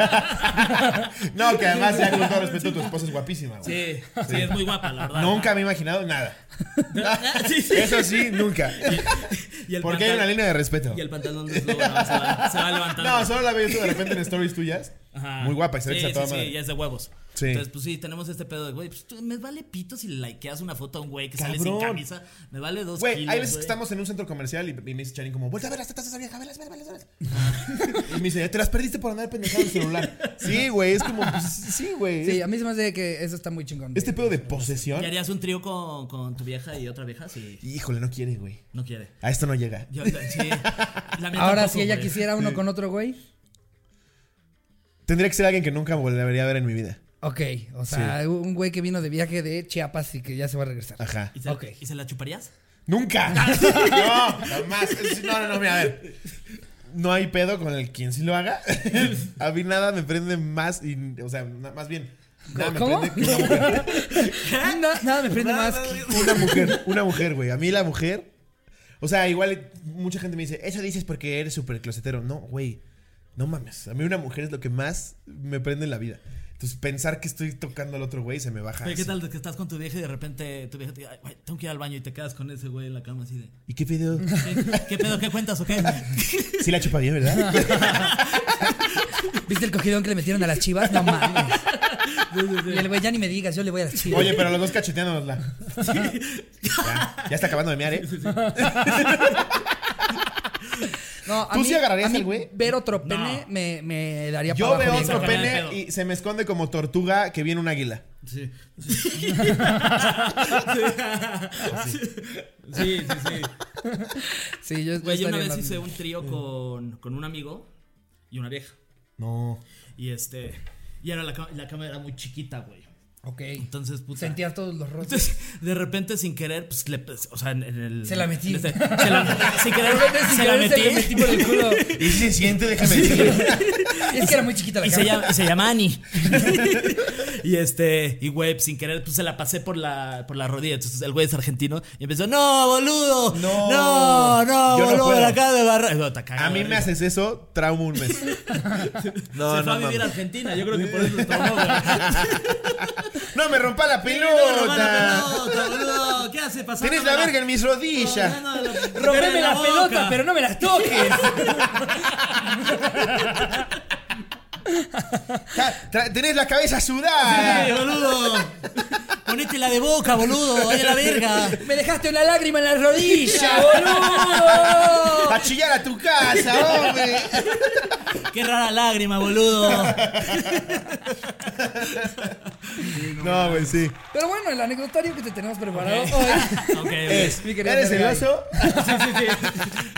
Speaker 2: No, que además, ya con todo respeto, tu esposa es guapísima, güey.
Speaker 3: Sí, sí, es muy guapa, la verdad.
Speaker 2: Nunca me he imaginado nada.
Speaker 3: Ah, sí, sí.
Speaker 2: Eso sí, nunca.
Speaker 3: Y el
Speaker 2: Porque hay
Speaker 3: pantal-
Speaker 2: una línea de respeto.
Speaker 3: Y el pantalón desnudo, no, se, va, se va levantando.
Speaker 2: No, solo la veo yo de repente en stories tuyas.
Speaker 3: Ajá.
Speaker 2: Muy guapa y se ve que
Speaker 3: Sí,
Speaker 2: está toda
Speaker 3: sí, sí,
Speaker 2: madre.
Speaker 3: ya es de huevos.
Speaker 2: Sí.
Speaker 3: Entonces, pues sí, tenemos este pedo de, güey, pues tú- me vale pito si le likeas una foto a un güey que sale sin
Speaker 2: Cabrón.
Speaker 3: camisa. Me vale dos
Speaker 2: Güey,
Speaker 3: kilos,
Speaker 2: hay veces que
Speaker 3: güey.
Speaker 2: estamos en un centro comercial y, y me dice Charín como, vuelta a ver las tetas de esa vieja, velas, velas, velas, velas. Y me dice, te las perdiste por andar pendejado el celular. Sí, güey, es como, pues, sí, güey.
Speaker 1: Sí, a mí se me hace que eso está muy chingón.
Speaker 2: Este pedo de posesión.
Speaker 3: ¿Y harías un trío con, con tu vieja y otra vieja? Sí,
Speaker 2: Híjole, no quiere, güey.
Speaker 3: no quiere.
Speaker 2: A esto no llega.
Speaker 3: Yo, yo- sí. La mía
Speaker 1: Ahora,
Speaker 3: tampoco,
Speaker 1: si ella
Speaker 3: güey.
Speaker 1: quisiera uno con otro güey.
Speaker 2: Tendría que ser alguien que nunca volvería a ver en mi vida.
Speaker 1: Ok, o sea, un güey que vino de viaje de Chiapas y que ya se va a regresar.
Speaker 2: Ajá.
Speaker 3: ¿Y se,
Speaker 1: Ok.
Speaker 3: ¿Y se la chuparías?
Speaker 2: ¡Nunca! No, jamás. No, no, no, mira, a ver. No hay pedo con el quien sí lo haga. A mí nada me prende más y, o sea, na- más bien. Nada me
Speaker 1: ¿Cómo?
Speaker 2: prende que una mujer.
Speaker 1: Na- nada me prende más. que-
Speaker 2: Una mujer, una mujer, güey. A mí la mujer. O sea, igual mucha gente me dice, eso dices porque eres súper closetero. No, güey. No mames. A mí una mujer es lo que más me prende en la vida. Entonces, pensar que estoy tocando al otro güey se me baja.
Speaker 3: Oye, ¿qué
Speaker 2: así.
Speaker 3: tal de que estás con tu vieja y de repente tu vieja te dice, "Ay, güey, tengo que ir al baño y te quedas con ese güey en la cama así de,
Speaker 2: ¿Y qué pedo?
Speaker 3: ¿qué, qué pedo? ¿Qué cuentas o qué?
Speaker 2: Sí la chupa bien, ¿verdad?
Speaker 1: ¿Viste el cogidón que le metieron a las chivas? No mames. Y el güey, ya ni me digas, yo le voy a las chivas.
Speaker 2: Oye, pero los dos cacheteándonosla. Ya, ya está acabando de mear, ¿eh?
Speaker 1: no, a
Speaker 2: ¿tú sí agarrarías
Speaker 1: a mí
Speaker 2: al güey?
Speaker 1: Ver otro
Speaker 3: No.
Speaker 1: pene me, me daría
Speaker 2: Yo
Speaker 1: para
Speaker 2: veo
Speaker 1: abajo.
Speaker 2: otro
Speaker 3: sacan el
Speaker 2: pene
Speaker 3: pedo.
Speaker 2: y se me esconde como tortuga que viene un águila.
Speaker 3: Sí. Sí. Sí, sí, sí.
Speaker 1: Sí, yo, yo
Speaker 3: Güey, yo
Speaker 1: estaría
Speaker 3: una vez
Speaker 1: en la-
Speaker 3: hice un trío con, con un amigo y una vieja.
Speaker 2: No.
Speaker 3: Y este, y era la, ca- la cama era muy chiquita, güey.
Speaker 1: Ok.
Speaker 3: Entonces, puta.
Speaker 1: Sentías todos los roces.
Speaker 3: Entonces, de repente, sin querer, pues, le, pues, o sea, en, en el...
Speaker 1: Se la metí.
Speaker 3: en este- se la, sin querer,
Speaker 1: Sin
Speaker 3: se la
Speaker 1: querer, Se
Speaker 3: metí.
Speaker 1: la metí por el culo.
Speaker 2: ¿Y si se siente? Déjame decirlo.
Speaker 1: Es que era muy chiquita la
Speaker 3: Y se,
Speaker 1: cara.
Speaker 3: llama, y se llama Ani. y este, y güey, sin querer, pues se la pasé por la, por la rodilla. Entonces el güey es argentino y empezó, no, boludo.
Speaker 2: No.
Speaker 3: No, no,
Speaker 2: Yo no
Speaker 3: boludo,
Speaker 2: puedo.
Speaker 3: la acabo de barra. No, te cagas
Speaker 2: A mí
Speaker 3: de
Speaker 2: me
Speaker 3: risa.
Speaker 2: haces eso, trauma un mes. No,
Speaker 3: se fue
Speaker 2: no,
Speaker 3: a vivir a
Speaker 2: mames.
Speaker 3: Argentina, yo creo que por eso se traumó, güey.
Speaker 2: No me rompa la
Speaker 3: No, no,
Speaker 2: pelota.
Speaker 3: no, no, boludo. ¿Qué hace? Pasando
Speaker 2: Tienes la verga en mis rodillas.
Speaker 1: Rompeme las pelotas, pero no me las toques.
Speaker 2: Ja, tra- Tenés la cabeza sudada.
Speaker 3: boludo. Ponete la de boca, boludo. Vaya la verga.
Speaker 1: Me dejaste una lágrima en la rodilla, boludo.
Speaker 2: A chillar a tu casa, hombre.
Speaker 3: Qué rara lágrima, boludo.
Speaker 2: No, güey, sí.
Speaker 1: Pero bueno, el anecdotario que te tenemos preparado hoy.
Speaker 3: Ok, ok.
Speaker 2: Es,
Speaker 1: Mi querido
Speaker 2: Eh, ¿Eres
Speaker 1: Fergay.
Speaker 2: celoso?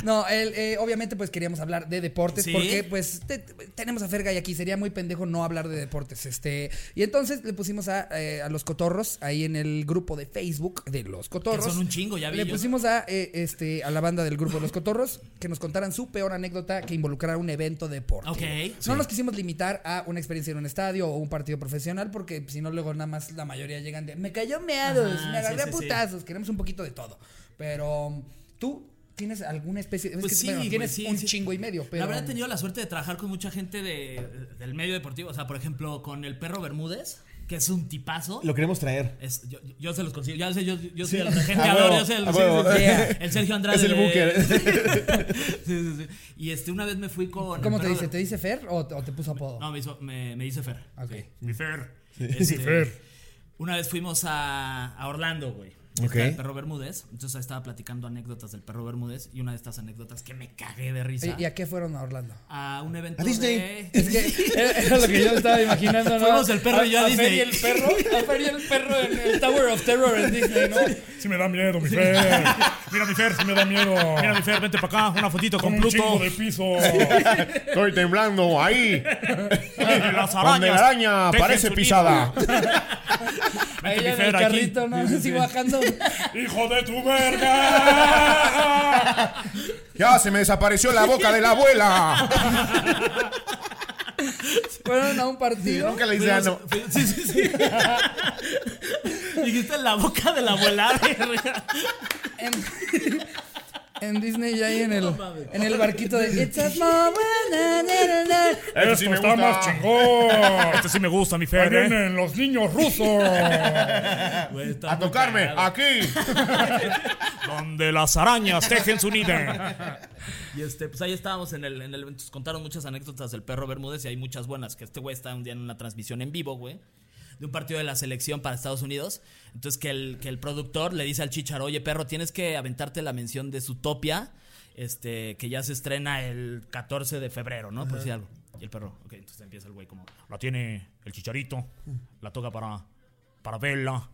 Speaker 1: No, el, eh, obviamente pues queríamos hablar de deportes
Speaker 3: Sí.
Speaker 1: porque pues te- tenemos a Fergay aquí, sería muy pendejo no hablar de deportes. Este, y entonces le pusimos a, eh, a los cotorros ahí en el grupo de Facebook de los cotorros.
Speaker 3: Que son un chingo, ya vi
Speaker 1: Le
Speaker 3: yo.
Speaker 1: pusimos a eh, este a la banda del grupo de los cotorros que nos contaran su peor anécdota que involucrara un evento deportivo.
Speaker 3: Ok.
Speaker 1: No nos quisimos limitar a una experiencia en un estadio o un partido profesional porque si no luego nada más la mayoría llegan de me cayó meados,
Speaker 3: Ajá,
Speaker 1: me agarré
Speaker 3: sí,
Speaker 1: a
Speaker 3: sí, sí.
Speaker 1: putazos, queremos un poquito de todo. Pero um, tú tienes alguna especie es
Speaker 3: Pues
Speaker 1: que,
Speaker 3: sí,
Speaker 1: bueno,
Speaker 3: güey,
Speaker 1: tienes
Speaker 3: sí,
Speaker 1: un
Speaker 3: sí.
Speaker 1: chingo y medio, pero
Speaker 3: La verdad he tenido la suerte de trabajar con mucha gente de- del medio deportivo. O sea, por ejemplo, con el perro Bermúdez, que es un tipazo.
Speaker 2: Lo queremos traer.
Speaker 3: Es- yo, yo se los consigo. Ya sé, yo, yo
Speaker 2: Sí.
Speaker 3: soy el
Speaker 2: A
Speaker 3: regenteador,
Speaker 2: huevo,
Speaker 3: yo soy el,
Speaker 2: a huevo.
Speaker 3: sí, sí, sí.
Speaker 1: Yeah.
Speaker 3: El Sergio Andrade.
Speaker 2: Es el
Speaker 3: de-
Speaker 2: búnker.
Speaker 3: sí, sí, sí. Y este, una vez me fui con. el
Speaker 1: um, ¿Cómo te
Speaker 3: perro
Speaker 1: dice?
Speaker 3: Ber-
Speaker 1: ¿Te dice Fer o, o te puso apodo?
Speaker 3: No, me, hizo- me, me dice Fer.
Speaker 1: Ok.
Speaker 3: Mi Fer.
Speaker 2: Sí, Fer.
Speaker 3: Una vez fuimos a, a Orlando, güey.
Speaker 2: Ok.
Speaker 3: Está El perro Bermúdez. Entonces ahí estaba platicando anécdotas del perro Bermúdez y una de estas anécdotas que me cagué de risa.
Speaker 1: ¿Y a qué fueron a Orlando?
Speaker 3: A un evento
Speaker 2: A Disney.
Speaker 3: de-
Speaker 1: Es que era- era lo que yo estaba imaginando, ¿no?
Speaker 3: Fuimos el perro y yo a
Speaker 1: Fer
Speaker 3: Disney.
Speaker 1: y el perro, a Fer y el perro en el Tower of Terror en Disney, ¿no?
Speaker 4: Sí me da miedo, mi Fer. Mira, mi Fer, sí me da miedo.
Speaker 5: Mira, mi Fer, vente para acá, una fotito
Speaker 4: Con
Speaker 5: con
Speaker 4: un chingo
Speaker 5: Pluto.
Speaker 4: de piso.
Speaker 2: Estoy temblando ahí.
Speaker 5: De las
Speaker 2: Donde
Speaker 5: arañas.
Speaker 2: la araña
Speaker 5: Dejen
Speaker 2: parece
Speaker 5: su
Speaker 2: pisada.
Speaker 1: Ahí
Speaker 5: mi
Speaker 1: en el
Speaker 5: Fer, aquí.
Speaker 1: carrito, ¿no? Así bajando.
Speaker 4: ¡Hijo de tu verga!
Speaker 2: Ya se me desapareció la boca de la abuela.
Speaker 1: Fueron a un partido.
Speaker 2: Nunca le hice ano.
Speaker 3: Fuimos- Pues, Sí, sí, sí. Dijiste la boca de la abuela. verga.
Speaker 1: En, en Disney ya ahí en el, en el barquito de It's a moment, na, na, na, na.
Speaker 4: Esto
Speaker 2: Este sí me
Speaker 4: está
Speaker 2: gusta.
Speaker 4: más chingón.
Speaker 5: Este sí me gusta, mi
Speaker 4: Ahí
Speaker 5: Fer. ¿eh?
Speaker 4: vienen los niños rusos.
Speaker 3: Güey, estaba
Speaker 2: A
Speaker 3: muy
Speaker 2: tocarme,
Speaker 3: cagado.
Speaker 2: aquí.
Speaker 5: Donde las arañas tejen su nido.
Speaker 3: Y este, pues ahí estábamos en el, en el evento. Nos contaron muchas anécdotas del perro Bermúdez y hay muchas buenas. Que este güey está un día en una transmisión en vivo, güey. De un partido de la selección para Estados Unidos. Entonces que el, que el productor le dice al chicharo, oye perro, tienes que aventarte la mención de Zootopia, este, que ya se estrena el 14 de febrero, ¿no? Por si algo. Y el perro, ok, entonces empieza el güey como,
Speaker 5: La tiene el chicharito. La toca para. Para verla.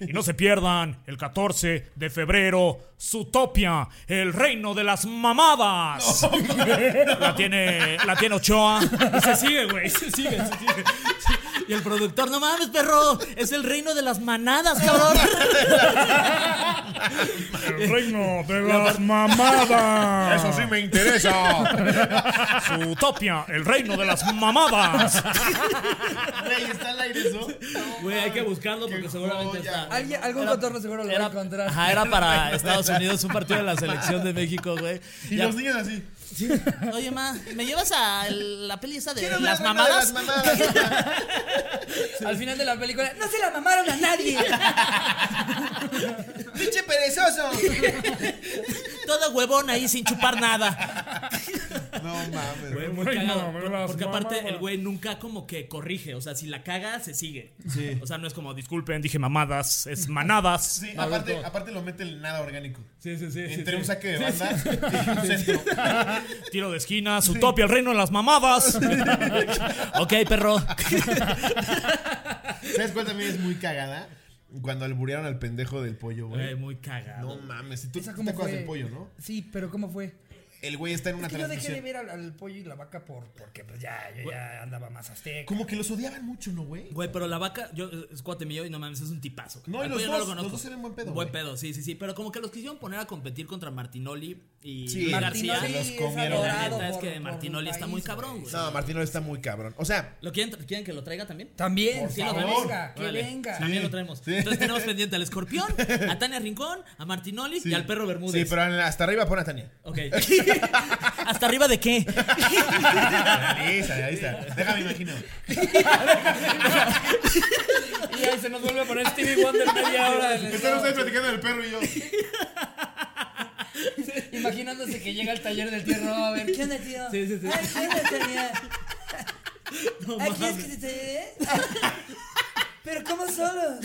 Speaker 5: Y no se pierdan el 14 de febrero, Zootopia, el reino de las mamadas. la, tiene, la tiene Ochoa.
Speaker 3: Y se sigue, güey, se sigue, se sigue. Y el productor, no mames, perro, es el reino de las manadas, cabrón.
Speaker 4: El reino de las mamadas.
Speaker 2: Eso sí me interesa.
Speaker 5: Zootopia, el reino de las mamadas.
Speaker 2: Güey, está al aire eso.
Speaker 3: Güey, hay que buscarlo porque seguramente
Speaker 2: joya.
Speaker 3: está.
Speaker 1: Alguien- algún cotorro seguro lo va a encontrar.
Speaker 3: Ajá, era para Estados Unidos, un partido de la selección de México, güey.
Speaker 2: Y
Speaker 3: Ya.
Speaker 2: los niños así.
Speaker 3: Oye, ma, ¿me llevas a la peli esa de
Speaker 2: Quiero ver
Speaker 3: las
Speaker 2: la nena de
Speaker 3: mamadas?
Speaker 2: las mamadas.
Speaker 1: Al final de la película, no se la mamaron a nadie.
Speaker 2: Pinche perezoso.
Speaker 3: Toda huevona ahí sin chupar nada.
Speaker 2: No mames.
Speaker 3: Güey, muy
Speaker 4: Ay,
Speaker 3: cagado.
Speaker 4: no,
Speaker 3: por-
Speaker 4: las
Speaker 3: Porque aparte
Speaker 4: mamadas.
Speaker 3: el güey nunca como que corrige. O sea, si la caga, se sigue.
Speaker 2: Sí.
Speaker 3: O sea, no es como disculpa.
Speaker 5: Disculpen, dije mamadas, es manadas.
Speaker 2: Sí, aparte, aparte lo mete el nada orgánico.
Speaker 3: Sí, sí, sí.
Speaker 2: Entre un saque de banda y un centro.
Speaker 5: Tiro de esquina, Zootopia, el reino de las mamadas.
Speaker 3: Ok, perro.
Speaker 2: ¿Sabes cuál también es muy cagada? Cuando alburearon al pendejo del pollo,
Speaker 3: Güey,
Speaker 2: güey.
Speaker 3: Eh, muy cagado.
Speaker 2: No mames. Si tú te
Speaker 1: ¿Esa cómo
Speaker 2: acuerdas
Speaker 1: fue?
Speaker 2: del pollo, ¿no?
Speaker 1: Sí, pero ¿cómo fue?
Speaker 2: El güey está en una
Speaker 1: Es que yo dejé de
Speaker 2: transmisión.
Speaker 1: ver al, al pollo y la vaca por, porque pues ya, yo ya andaba más azteca.
Speaker 2: Como que los odiaban mucho, ¿no, güey?
Speaker 3: Güey, pero la vaca, yo, es cuate mío y no mames, es un tipazo. güey.
Speaker 2: No, y
Speaker 3: Al
Speaker 2: los
Speaker 3: pollo
Speaker 2: dos, los dos eran buen pedo,
Speaker 3: Buen
Speaker 2: güey.
Speaker 3: pedo, sí, sí, sí. Pero como que los quisieron poner a competir contra Martinoli y
Speaker 2: Sí.
Speaker 3: Luis
Speaker 2: Martinoli
Speaker 3: García.
Speaker 2: los
Speaker 1: es
Speaker 2: comieron.
Speaker 3: La
Speaker 1: adorado
Speaker 3: neta es
Speaker 1: por-
Speaker 3: que
Speaker 1: por
Speaker 3: Martinoli
Speaker 1: el
Speaker 3: está
Speaker 1: país,
Speaker 3: muy cabrón, güey.
Speaker 2: No, Martino está muy cabrón. O sea,
Speaker 3: ¿Lo quieren, quieren que lo traiga también?
Speaker 1: También, sí,
Speaker 3: favor.
Speaker 1: que venga, que
Speaker 3: Órale,
Speaker 1: venga.
Speaker 3: También lo traemos. Entonces tenemos pendiente al escorpión, a Tania Rincón, a Martinoli y al perro Bermúdez.
Speaker 2: sí, pero hasta arriba pon a Tania.
Speaker 3: Ok. ¿Hasta arriba de qué?
Speaker 2: Ahí está, ahí está. Déjame imagino.
Speaker 1: Y ahí se nos vuelve a poner Stevie Wonder media hora. del
Speaker 2: Están ustedes platicando del perro y yo.
Speaker 1: Imaginándose que llega al taller del tío Rob a ver, ¿qué onda, tío?
Speaker 3: Sí, sí, sí.
Speaker 1: Ay, ¿qué onda, Tania?
Speaker 3: No
Speaker 1: Ay, ¿quieres
Speaker 3: mames.
Speaker 1: que se te dé? Pero ¿cómo solos?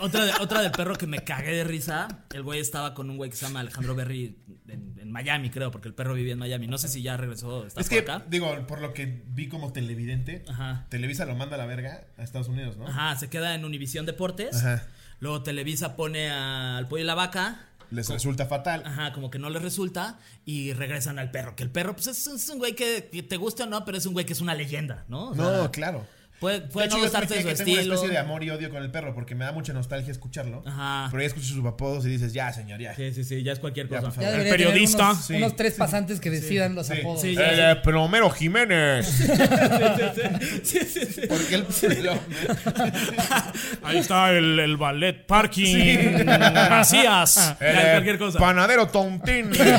Speaker 3: Otra, de- otra del perro que me cagué de risa. El güey estaba con un güey que se llama Alejandro Berry en, en Miami, creo, porque el perro vivía en Miami. No sé si ya regresó. Está
Speaker 2: Es
Speaker 3: por
Speaker 2: que,
Speaker 3: acá.
Speaker 2: digo, por lo que vi como televidente,
Speaker 3: Ajá.
Speaker 2: Televisa lo manda a la verga a Estados Unidos, ¿no?
Speaker 3: Ajá, se queda en Univisión Deportes.
Speaker 2: Ajá.
Speaker 3: Luego Televisa pone a- al pollo y la vaca.
Speaker 2: Les resulta fatal.
Speaker 3: Ajá, como que no les resulta y regresan al perro. Que el perro, pues es, es un güey que, que te gusta o no, pero es un güey que es una leyenda, ¿no? O sea,
Speaker 2: No, claro.
Speaker 3: Puede, puede
Speaker 2: De hecho,
Speaker 3: no
Speaker 2: yo
Speaker 3: gustarte
Speaker 2: expliqué
Speaker 3: su
Speaker 2: que tengo una
Speaker 3: estilo.
Speaker 2: especie de amor y odio con el perro porque me da mucha nostalgia escucharlo.
Speaker 3: Ajá.
Speaker 2: Pero ya escuchas sus apodos y dices, ya, señor, ya.
Speaker 3: Sí, sí, sí, ya es cualquier
Speaker 2: Ya,
Speaker 3: cosa.
Speaker 2: por favor.
Speaker 5: El periodista.
Speaker 1: unos,
Speaker 2: Sí.
Speaker 1: unos tres pasantes que decidan los apodos.
Speaker 3: Sí, ya-
Speaker 2: El eh, plomero Jiménez.
Speaker 3: Sí, sí, sí.
Speaker 2: Porque el plomero.
Speaker 5: Ahí está el, el ballet parking. Macías.
Speaker 3: Ya,
Speaker 2: Eh,
Speaker 3: cualquier cosa.
Speaker 2: Panadero Tontín.
Speaker 1: Ya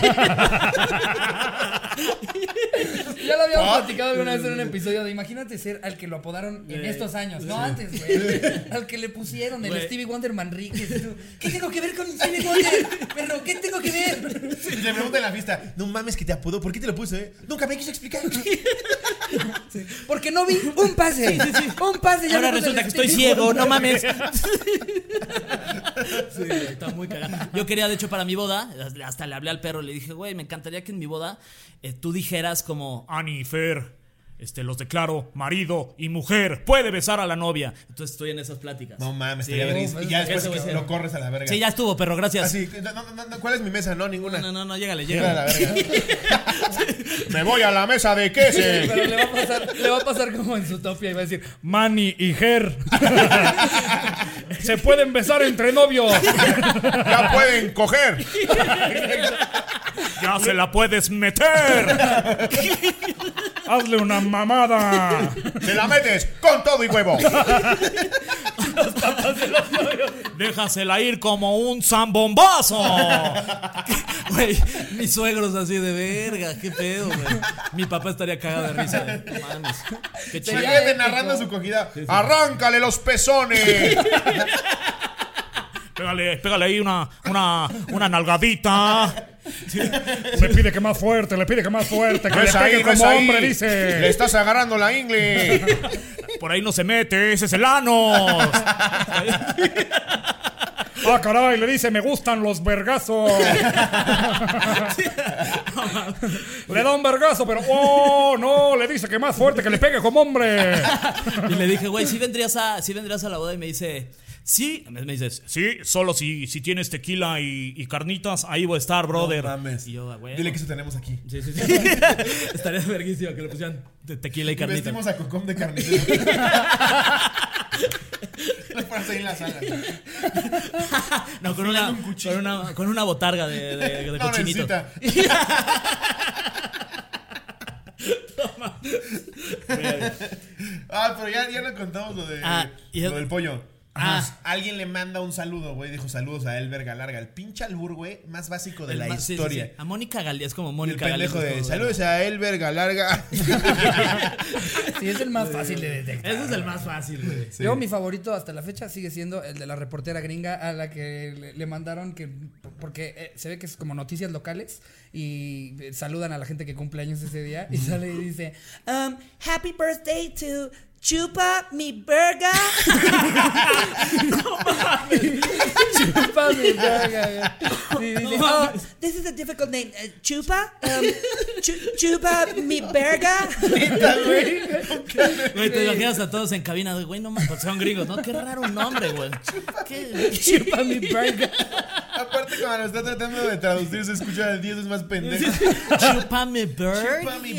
Speaker 1: lo habíamos
Speaker 2: Ah.
Speaker 1: platicado alguna vez en un episodio de imagínate ser al que lo apodaron en estos años, no antes, güey. Al que le pusieron el
Speaker 3: Eh. Güey.
Speaker 1: Stevie Wonder Manríquez. y tú, ¿Qué tengo que ver con Stevie Wonder? Perro, ¿qué tengo que ver?
Speaker 2: eh? Y le pregunta en la fiesta, no mames que te apodo, ¿por qué te lo puse? Nunca me quiso explicar.
Speaker 1: Porque no vi un pase. Un pase. ya
Speaker 3: Ahora
Speaker 1: me
Speaker 3: resulta que
Speaker 1: contesté.
Speaker 3: estoy ciego, no mames. Sí, güey, está muy cagado. Yo quería, de hecho, para mi boda, hasta le hablé al perro, le dije, güey, me encantaría que en mi boda eh, tú dijeras como,
Speaker 5: Ani y Fer, este, los declaro marido y mujer. Puede besar a la novia.
Speaker 3: Entonces estoy en esas pláticas.
Speaker 2: No mames,
Speaker 3: Sí.
Speaker 2: estaría vergüenza. Y ya
Speaker 3: Eso,
Speaker 2: después
Speaker 3: güey,
Speaker 2: lo corres a la verga.
Speaker 3: Sí, ya estuvo, perro, gracias.
Speaker 2: Así, no, no, no, no, ¿cuál es mi mesa? No, ninguna.
Speaker 3: No, no, no, llégale,
Speaker 2: Llega a
Speaker 3: llégale.
Speaker 2: la verga. Me voy a la mesa de queso.
Speaker 1: Pero le va, a pasar, le va a pasar como en su topia y va a decir,
Speaker 5: Manny y Ger. Se pueden besar entre novios.
Speaker 2: Ya pueden coger.
Speaker 5: Ya se la puedes meter.
Speaker 4: Hazle una mamada.
Speaker 2: Se la metes con todo y huevo.
Speaker 5: Déjasela ir como un zambombazo.
Speaker 3: Güey, mis suegros así de verga, qué pedo, güey. Mi papá estaría cagado de risa. güey. No mames. Qué chido.
Speaker 2: Imagínate narrando su cogida. Arráncale los pezones.
Speaker 5: Pégale, pégale ahí una, una, una nalgadita.
Speaker 4: Le pide que más fuerte, le pide que más fuerte. Que
Speaker 2: No
Speaker 4: le
Speaker 2: es ahí,
Speaker 4: pegue
Speaker 2: no es
Speaker 4: como
Speaker 2: ahí.
Speaker 4: hombre,
Speaker 2: Le
Speaker 4: dice.
Speaker 2: estás agarrando la ingle.
Speaker 5: Por ahí no se mete, ese es el ano.
Speaker 4: Ah, caray, le dice, me gustan los vergazos. le da un vergazo, pero oh, no, le dice que más fuerte, que le pegue como hombre.
Speaker 3: Y le dije, güey, ¿sí vendrías, a, sí vendrías a la boda y me dice, sí. Me me dices,
Speaker 5: Sí, solo si, si tienes tequila y, y carnitas, ahí voy a estar, brother.
Speaker 2: mames.
Speaker 3: Y yo, "Ah, güey.
Speaker 2: Dile que eso tenemos aquí.
Speaker 3: Sí, sí, sí. Estaría verguísima que le pusieran te- tequila y
Speaker 2: Y
Speaker 3: carnita.
Speaker 2: Vestimos a Cocom de carnicero. Lo pones ahí en la sala.
Speaker 3: No, con una, con una, con una botarga de, de, de
Speaker 2: No
Speaker 3: cochinito.
Speaker 2: necesita. Ah, pero ya, ya no contamos lo, de,
Speaker 3: Ah, y el-
Speaker 2: lo del pollo.
Speaker 3: Ah.
Speaker 2: Ajá. Alguien le manda un saludo, güey. Dijo saludos a El Verga Larga, el pinche albur, güey, más básico de
Speaker 3: El
Speaker 2: la
Speaker 3: ma- sí, sí,
Speaker 2: historia.
Speaker 3: sí. A Mónica Galía es como
Speaker 2: El
Speaker 3: Mónica Galía.
Speaker 2: pendejo
Speaker 3: es
Speaker 2: de
Speaker 3: como-
Speaker 2: saludos a El Verga Larga.
Speaker 1: "Ah, sí, es el más fácil de
Speaker 2: Ah,
Speaker 1: detectar.
Speaker 3: Ese es el más fácil, güey.
Speaker 1: Yo, mi favorito hasta la fecha sigue siendo el de la reportera gringa a la que le, le mandaron que. Porque eh, se ve que es como noticias locales y eh, saludan a la gente que cumple años ese día y sale y dice:
Speaker 6: Um, happy birthday to Chupa Mi Burger.
Speaker 1: Chupa mi verga, güey". Sí, dice,
Speaker 6: Oh,
Speaker 1: "Oh,
Speaker 6: this is a difficult name.
Speaker 1: eh,
Speaker 6: Uh, Chupa? Um, Chu- Chupa Mi Burger.
Speaker 3: Güey, te imaginas a todos en cabina, de, güey, no mames, pues son gringos, ¿no? Qué raro un nombre, güey. Qué-
Speaker 1: chupa mi verga.
Speaker 2: Aparte, cuando lo está tratando de traducir, se escucha 10 veces más pendejo.
Speaker 3: Chúpame bird.
Speaker 2: Chupa mi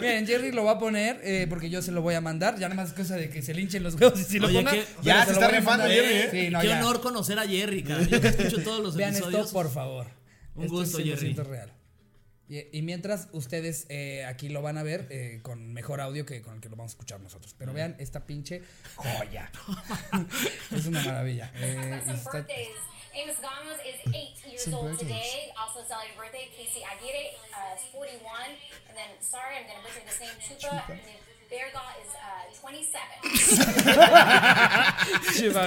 Speaker 1: Miren, Jerry lo va a poner eh, porque yo se lo voy a mandar. Ya nada más es cosa de que se linchen los huevos y si lo
Speaker 3: Oye,
Speaker 1: ponga.
Speaker 3: qué-
Speaker 1: pero
Speaker 2: Ya, se
Speaker 1: lo
Speaker 2: está
Speaker 1: voy a
Speaker 2: rifando
Speaker 1: mandar.
Speaker 2: Jerry, ¿eh?
Speaker 1: Sí, no,
Speaker 3: Qué
Speaker 1: ya.
Speaker 3: honor conocer a Jerry, cabrón. Yo que escucho todos los
Speaker 1: Vean
Speaker 3: episodios.
Speaker 1: esto, por favor.
Speaker 3: Un
Speaker 1: Esto
Speaker 3: gusto,
Speaker 1: es 100%
Speaker 3: Jerry.
Speaker 1: real. Y, y mientras ustedes eh, aquí lo van a ver eh, con mejor audio que con el que lo vamos a escuchar nosotros.
Speaker 2: Mm.
Speaker 1: Pero vean esta pinche joya. es una maravilla. Eh, y
Speaker 7: some
Speaker 1: está-
Speaker 7: birthdays. Amos Gamos is eight years
Speaker 1: Some
Speaker 7: old
Speaker 1: birthdays.
Speaker 7: today. Also celebrated birthday. Casey Aguirre uh, is 41. And then, sorry, I'm going to butcher this name. Chupa. And then Berga is uh, 27.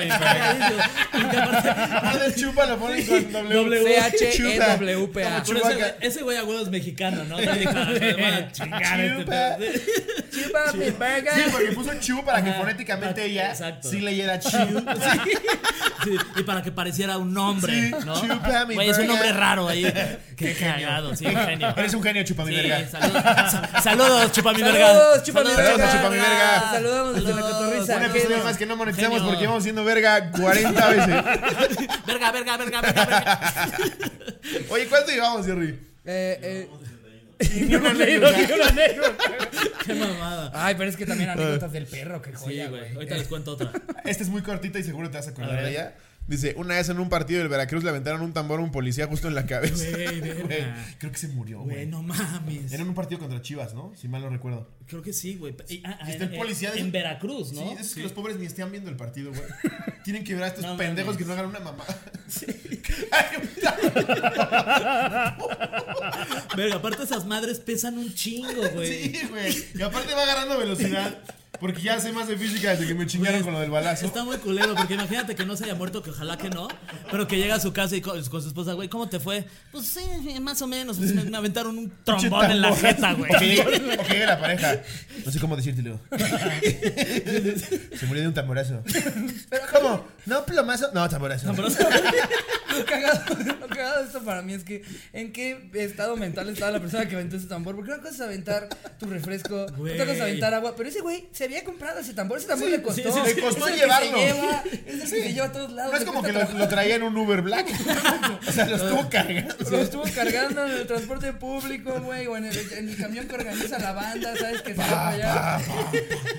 Speaker 3: Porque aparte-
Speaker 2: Aparte, el chupa lo ponen con W.
Speaker 3: W. E
Speaker 1: C-H-E-W-P-A.
Speaker 3: Por eso,
Speaker 2: Chubaca.
Speaker 3: ese güey a huevo es mexicano, ¿no? Entonces dijo, "Ah, me van a chingar este
Speaker 2: Chupa.
Speaker 3: pedo".
Speaker 1: Chupa mi verga.
Speaker 2: Sí, porque puso chu para que
Speaker 3: Ajá. Ah,
Speaker 2: fonéticamente ella
Speaker 3: Exacto.
Speaker 2: sí leyera chu.
Speaker 3: Sí, y para que pareciera un nombre,
Speaker 2: Sí,
Speaker 3: ¿no?
Speaker 2: chupa mi
Speaker 3: Güey, es un
Speaker 2: verga.
Speaker 3: nombre raro ahí. Qué cagado, sí, un genio.
Speaker 2: Eres un genio, chupa mi
Speaker 3: Sí,
Speaker 2: verga.
Speaker 3: saludos, sa- saludos, chupa mi verga.
Speaker 1: Saludos, chupa mi
Speaker 2: Saludos
Speaker 1: verga.
Speaker 2: a Chupa mi verga.
Speaker 1: Saludamos desde la cotorrisa.
Speaker 2: Un episodio más que no monetizamos
Speaker 3: Genio.
Speaker 2: porque vamos siendo verga 40 veces.
Speaker 3: Verga, verga, verga, verga, verga.
Speaker 2: Oye, ¿cuánto llevamos, Jerry?
Speaker 1: Eh, eh,
Speaker 2: Ni una anécdota.
Speaker 3: Qué mamada.
Speaker 1: Ay, pero es que también anécdotas del perro, que
Speaker 3: Sí,
Speaker 1: joya,
Speaker 3: güey.
Speaker 1: güey.
Speaker 3: Ahorita
Speaker 2: eh,
Speaker 3: les cuento otra.
Speaker 2: Esta es muy cortita y seguro te vas a acordar
Speaker 3: A
Speaker 2: de
Speaker 3: ver.
Speaker 2: ella. Dice, una vez en un partido del Veracruz le aventaron un tambor a un policía justo en la cabeza.
Speaker 3: Güey, verga.
Speaker 2: Güey, creo que se murió,
Speaker 3: Güey,
Speaker 2: güey.
Speaker 3: no mames.
Speaker 2: Era en un partido contra Chivas, ¿no? Si mal no recuerdo.
Speaker 3: Creo que sí, güey. Y- ah, ah,
Speaker 2: está el
Speaker 3: en-
Speaker 2: policía de-
Speaker 3: En Veracruz, ¿no?
Speaker 2: Sí, es que los pobres ni están viendo el partido, güey. Tienen que ver a estos
Speaker 3: No
Speaker 2: pendejos
Speaker 3: mames.
Speaker 2: que no hagan una mamá.
Speaker 3: Verga, aparte esas madres pesan un chingo, güey.
Speaker 2: sí, güey. Y aparte va agarrando velocidad. Porque ya sé más de física desde que me chingaron con lo del balazo.
Speaker 3: Está muy culero, porque imagínate que no se haya muerto, que ojalá que no, pero que llega a su casa y co- con, su esposa, güey, ¿cómo te fue? Pues sí, más o menos, pues, me, me aventaron un trombón en la jeta, güey.
Speaker 2: O que llegue- o que llegue la pareja. No sé cómo decírtelo. Se murió de un tamborazo. ¿Cómo? ¿No plomazo? No, tamborazo.
Speaker 1: Lo cagado, lo cagado de esto para mí es que en qué estado mental estaba la persona que aventó ese tambor. Porque una cosa es aventar tu refresco, otra cosa es
Speaker 3: Güey.
Speaker 1: aventar agua. Pero ese güey se había comprado ese tambor, ese tambor le costó.
Speaker 3: sí, sí,
Speaker 2: le costó
Speaker 1: Es el que
Speaker 2: llevarlo.
Speaker 1: se lleva, es el que se lleva a todos lados.
Speaker 2: No es
Speaker 1: le
Speaker 2: como que
Speaker 1: cuesta
Speaker 2: lo,
Speaker 1: trabajo.
Speaker 2: lo traía en un Uber Black. O sea, lo estuvo
Speaker 1: Lo
Speaker 2: cargando.
Speaker 1: estuvo cargando en el transporte público, güey, o en el, en el camión que organiza la banda, ¿sabes? Que se va para allá.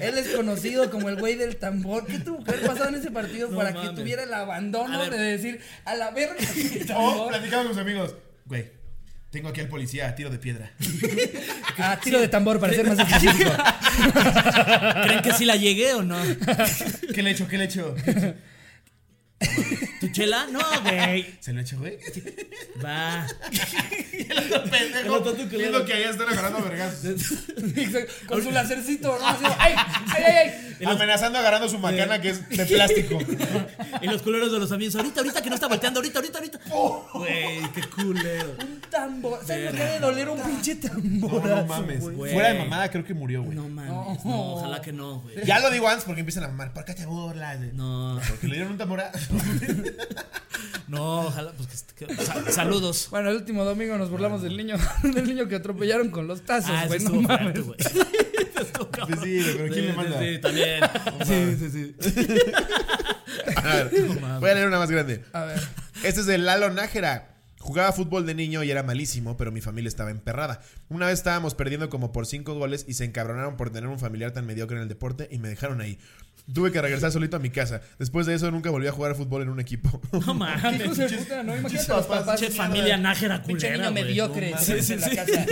Speaker 1: Él es conocido como el güey del tambor. ¿Qué tuvo que haber pasado en ese partido
Speaker 3: No
Speaker 1: para que
Speaker 3: mames.
Speaker 1: tuviera el
Speaker 3: A
Speaker 1: abandono
Speaker 3: ver.
Speaker 1: de decir a la verga el
Speaker 2: O
Speaker 1: tambor?
Speaker 2: platicaba con sus amigos. Güey, tengo aquí al policía a tiro de piedra.
Speaker 1: Ah, tiro de tambor, para ser más específico.
Speaker 3: ¿Creen que sí la llegué o no?
Speaker 2: ¿Qué le echo? ¿Qué le echo?
Speaker 3: ¿Tu chela? No, güey.
Speaker 2: ¿Se lo echo, güey?
Speaker 3: Va.
Speaker 2: Pendejo.
Speaker 3: otro tú que le-
Speaker 2: Viendo que allá están agarrando a vergazos.
Speaker 1: Exacto, Con su lacercito, ¿no? Así, ¡Ay! ¡Ay, ay, ay!
Speaker 2: Amenazando agarrando su macana que es de plástico.
Speaker 3: Y los culeros de los amigos, ahorita, ahorita que no está volteando, ahorita, ahorita, ahorita.
Speaker 1: Oh.
Speaker 3: Güey, qué culero.
Speaker 1: Un tambor. ¿Sabes lo que ha de doler un pinche
Speaker 2: No,
Speaker 1: tambor?
Speaker 2: no mames.
Speaker 3: güey.
Speaker 2: Fuera de mamada, creo que murió, güey.
Speaker 3: No mames,
Speaker 1: Oh.
Speaker 3: no, ojalá que no, güey.
Speaker 2: Ya lo digo antes porque empiezan a mamar. ¿Por qué te burlas? güey?
Speaker 3: No,
Speaker 2: Porque le dieron un tamborazo.
Speaker 3: no, ojalá, pues que, que- sa- saludos.
Speaker 1: Bueno, el último domingo nos burlamos del niño, del niño que atropellaron con los tazos,
Speaker 3: Ah, eso
Speaker 1: güey. No
Speaker 3: estuvo
Speaker 1: mames.
Speaker 3: fuerte, güey. Eso estuvo cabrón.
Speaker 2: sí, güey, pero ¿quién le
Speaker 3: Sí,
Speaker 2: manda?
Speaker 3: Sí, sí, también. Sí, sí, sí.
Speaker 2: A ver, voy a leer una más grande.
Speaker 1: A ver.
Speaker 2: Este es de Lalo Nájera. Jugaba fútbol de niño y era malísimo, pero mi familia estaba emperrada. Una vez estábamos perdiendo como por cinco goles y se encabronaron por tener un familiar tan mediocre en el deporte y me dejaron ahí. Tuve que regresar solito a mi casa. Después de eso nunca volví a jugar fútbol en un equipo.
Speaker 3: No mames.
Speaker 1: Hijos de puta, ¿no? Imagínate a los papás.
Speaker 3: Pinche
Speaker 1: mierda.
Speaker 3: familia nájera
Speaker 1: Pinche
Speaker 3: culera,
Speaker 1: niño
Speaker 3: güey.
Speaker 1: mediocre
Speaker 3: No
Speaker 1: sí,
Speaker 3: mames.
Speaker 1: en la casa.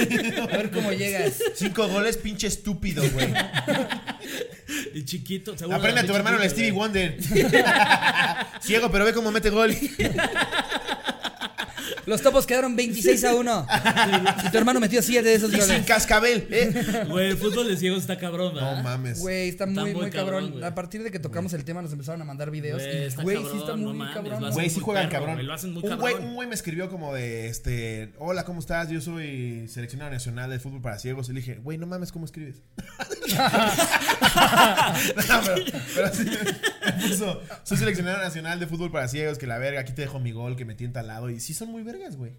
Speaker 1: A ver cómo llegas.
Speaker 2: Cinco goles, pinche estúpido, güey.
Speaker 3: Y chiquito. seguro
Speaker 2: Aprende a
Speaker 3: de
Speaker 2: tu hermano el
Speaker 3: chiquito,
Speaker 2: Stevie
Speaker 3: güey.
Speaker 2: Wonder. Ciego, pero ve cómo mete gol.
Speaker 1: Los topos quedaron 26 a 1. Y tu hermano metió 7 de esos
Speaker 2: Y sin
Speaker 1: goles.
Speaker 2: cascabel, ¿eh?
Speaker 3: Güey, el fútbol de ciegos está cabrón, ¿verdad?
Speaker 2: No mames.
Speaker 1: Güey, está muy, muy, cabrón.
Speaker 3: muy cabrón, güey.
Speaker 1: A partir de que tocamos el tema nos empezaron a mandar videos.
Speaker 3: Güey,
Speaker 1: y,
Speaker 3: está
Speaker 1: güey, sí
Speaker 3: cabrón,
Speaker 1: está
Speaker 3: no
Speaker 1: muy
Speaker 3: mames,
Speaker 1: cabrón.
Speaker 3: lo
Speaker 1: güey.
Speaker 2: Güey, sí
Speaker 3: muy
Speaker 2: juegan
Speaker 3: perro,
Speaker 2: cabrón.
Speaker 3: güey, lo hacen muy
Speaker 2: un,
Speaker 3: cabrón.
Speaker 2: Güey, un güey me escribió como de este. Hola, ¿cómo estás? Yo soy seleccionado nacional de fútbol para ciegos. Y le dije, güey, no mames, ¿cómo escribes? no, pero, pero sí, me puso, soy seleccionado nacional de fútbol para ciegos, que la verga, aquí te dejo mi gol, que me tienta al lado. Y sí son muy vergas, güey.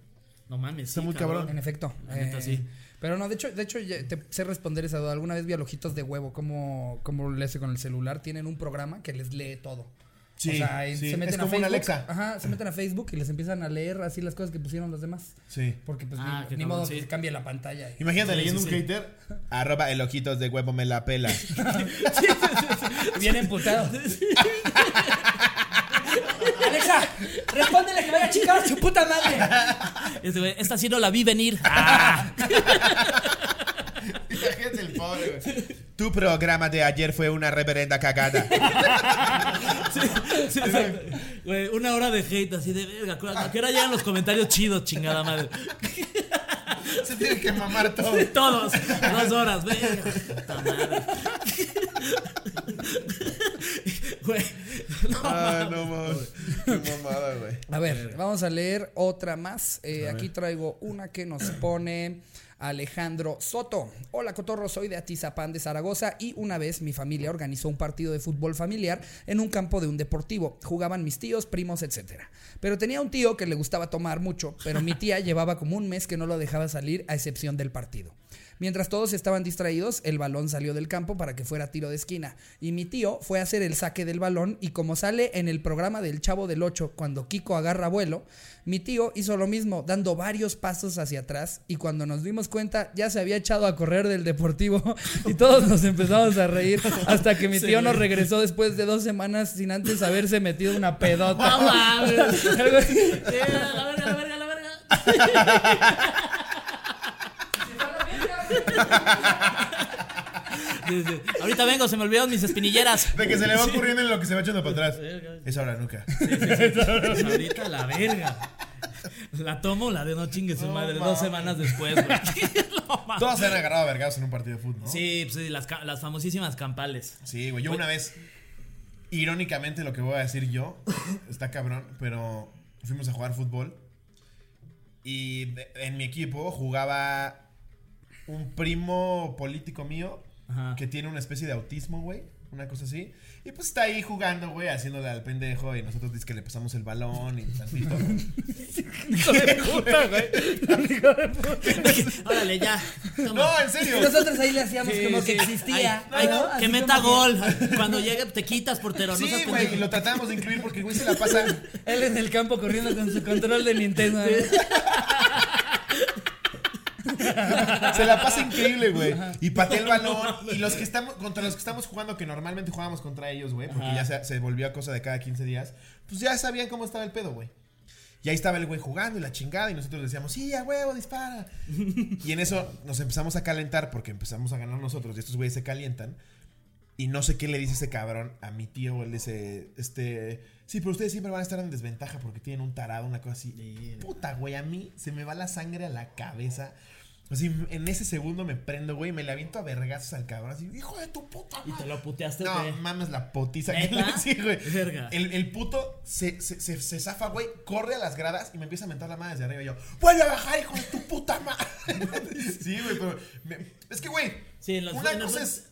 Speaker 3: No mames.
Speaker 2: Está
Speaker 3: sí,
Speaker 2: muy cabrón.
Speaker 1: En efecto.
Speaker 3: La neta,
Speaker 1: eh,
Speaker 3: sí.
Speaker 1: Pero no, de hecho, de hecho ya te sé responder esa duda. Alguna vez vi a Lojitos de Huevo cómo, cómo le hace con el celular. Tienen un programa que les lee todo.
Speaker 2: Sí,
Speaker 1: y
Speaker 2: sí. Es como
Speaker 1: a
Speaker 2: una
Speaker 1: Facebook.
Speaker 2: Alexa.
Speaker 1: Ajá, se meten a Facebook y les empiezan a leer así las cosas que pusieron los demás.
Speaker 2: Sí.
Speaker 1: Porque pues
Speaker 3: Ah,
Speaker 1: ni,
Speaker 3: qué
Speaker 1: ni
Speaker 3: cabrón,
Speaker 1: modo
Speaker 3: sí.
Speaker 1: que cambie la pantalla. y-
Speaker 2: Imagínate
Speaker 3: Sí,
Speaker 2: leyendo
Speaker 3: sí,
Speaker 2: un
Speaker 3: sí.
Speaker 2: hater. Arroba el ojitos de huevo me la pela.
Speaker 1: Bien emputado. Alexa, respóndele que vaya a chingar a su puta madre.
Speaker 3: Este güey, esta sí no la vi venir. Ah,
Speaker 2: Imagínate el pobre, güey. Tu programa de ayer fue una reverenda cagada.
Speaker 3: sí, sí, o sea, güey, una hora de hate así de verga. ¿cu- ¿A qué hora llegan los comentarios chidos, chingada madre?
Speaker 2: Se tiene que mamar todo.
Speaker 3: Todos, dos horas, verga. Puta madre. Güey, no
Speaker 2: Ay, Ah, no mames. Qué mamada, güey.
Speaker 1: A ver, vamos a leer otra más. Eh, aquí traigo una que nos pone Alejandro Soto. Hola, Cotorro, soy de Atizapán de Zaragoza y una vez mi familia organizó un partido de fútbol familiar en un campo de un deportivo. Jugaban mis tíos, primos, etcétera. Pero tenía un tío que le gustaba tomar mucho, pero mi tía llevaba como un mes que no lo dejaba salir a excepción del partido. Mientras todos estaban distraídos, el balón salió del campo para que fuera tiro de esquina. Y mi tío fue a hacer el saque del balón y como sale en el programa del Chavo del 8 cuando Kiko agarra vuelo, mi tío hizo lo mismo, dando varios pasos hacia atrás y cuando nos dimos cuenta ya se había echado a correr del deportivo y todos nos empezamos a reír hasta que mi tío nos regresó después de dos semanas sin antes haberse metido una pedota.
Speaker 3: No mames.
Speaker 1: Algo así.
Speaker 3: Sí, la verga, la verga, la verga. Sí, sí. Ahorita vengo, se me olvidaron mis espinilleras.
Speaker 2: De que se le va ocurriendo en lo que se va echando para atrás. Es ahora nunca.
Speaker 3: Pues ahorita la verga. La tomo, la de no chingue su madre. Dos semanas después, güey. No mames.
Speaker 2: Todas se han agarrado a vergados en un partido de fútbol, ¿no?
Speaker 3: Sí, pues, sí, las, ca- las famosísimas campales.
Speaker 2: Sí, güey. Yo una vez, irónicamente lo que voy a decir yo, está cabrón, pero fuimos a jugar fútbol. Y de- en mi equipo jugaba un primo político mío
Speaker 3: Ajá.
Speaker 2: que tiene una especie de autismo, güey. Una cosa así. Y pues está ahí jugando, güey, haciéndole al pendejo. Y nosotros dice que le pasamos el balón y tantito.
Speaker 3: Órale, ya. Toma.
Speaker 2: no, en serio.
Speaker 1: Y nosotros ahí le hacíamos
Speaker 3: Sí,
Speaker 1: como que
Speaker 3: sí.
Speaker 1: existía.
Speaker 3: Ay, ay,
Speaker 1: ¿no?
Speaker 3: que
Speaker 1: Así
Speaker 3: meta
Speaker 1: como
Speaker 3: gol. Cuando llegue, te quitas, portero. no
Speaker 2: Sí,
Speaker 3: seas
Speaker 2: güey. Y
Speaker 3: pendejo.
Speaker 2: lo tratamos de incluir porque, el güey, se la pasa.
Speaker 1: que Él en el campo corriendo con su control de Nintendo. ¿eh?
Speaker 2: Se la pasa increíble, güey. Y patea el balón. Y los que estamos, contra los que estamos jugando, que normalmente jugábamos contra ellos, güey, porque ya se, se volvió a cosa de cada 15 días, pues ya sabían cómo estaba el pedo, güey. Y ahí estaba el güey jugando y la chingada, y nosotros decíamos, sí, a huevo, dispara. y en eso nos empezamos a calentar porque empezamos a ganar nosotros, y estos güeyes se calientan. Y no sé qué le dice ese cabrón a mi tío, o él dice, este, sí, pero ustedes siempre van a estar en desventaja porque tienen un tarado, una cosa así. Puta, güey, a mí se me va la sangre a la cabeza. Así, en ese segundo me prendo, güey, y me le aviento a vergazos al cabrón, así, hijo de tu puta
Speaker 3: Y te
Speaker 2: madre".
Speaker 3: lo puteaste,
Speaker 2: No,
Speaker 3: güey.
Speaker 2: mames la potiza que le
Speaker 3: Este, ¿Neta?
Speaker 2: sí, güey.
Speaker 3: Verga.
Speaker 2: El, el puto se, se, se, se zafa, güey, corre a las gradas y me empieza a mentar la madre desde arriba. Y yo, vuelve a bajar, hijo de tu puta madre. sí, güey, pero. me- es que, güey,
Speaker 3: Sí, en los-
Speaker 2: una
Speaker 3: en los-
Speaker 2: cosa es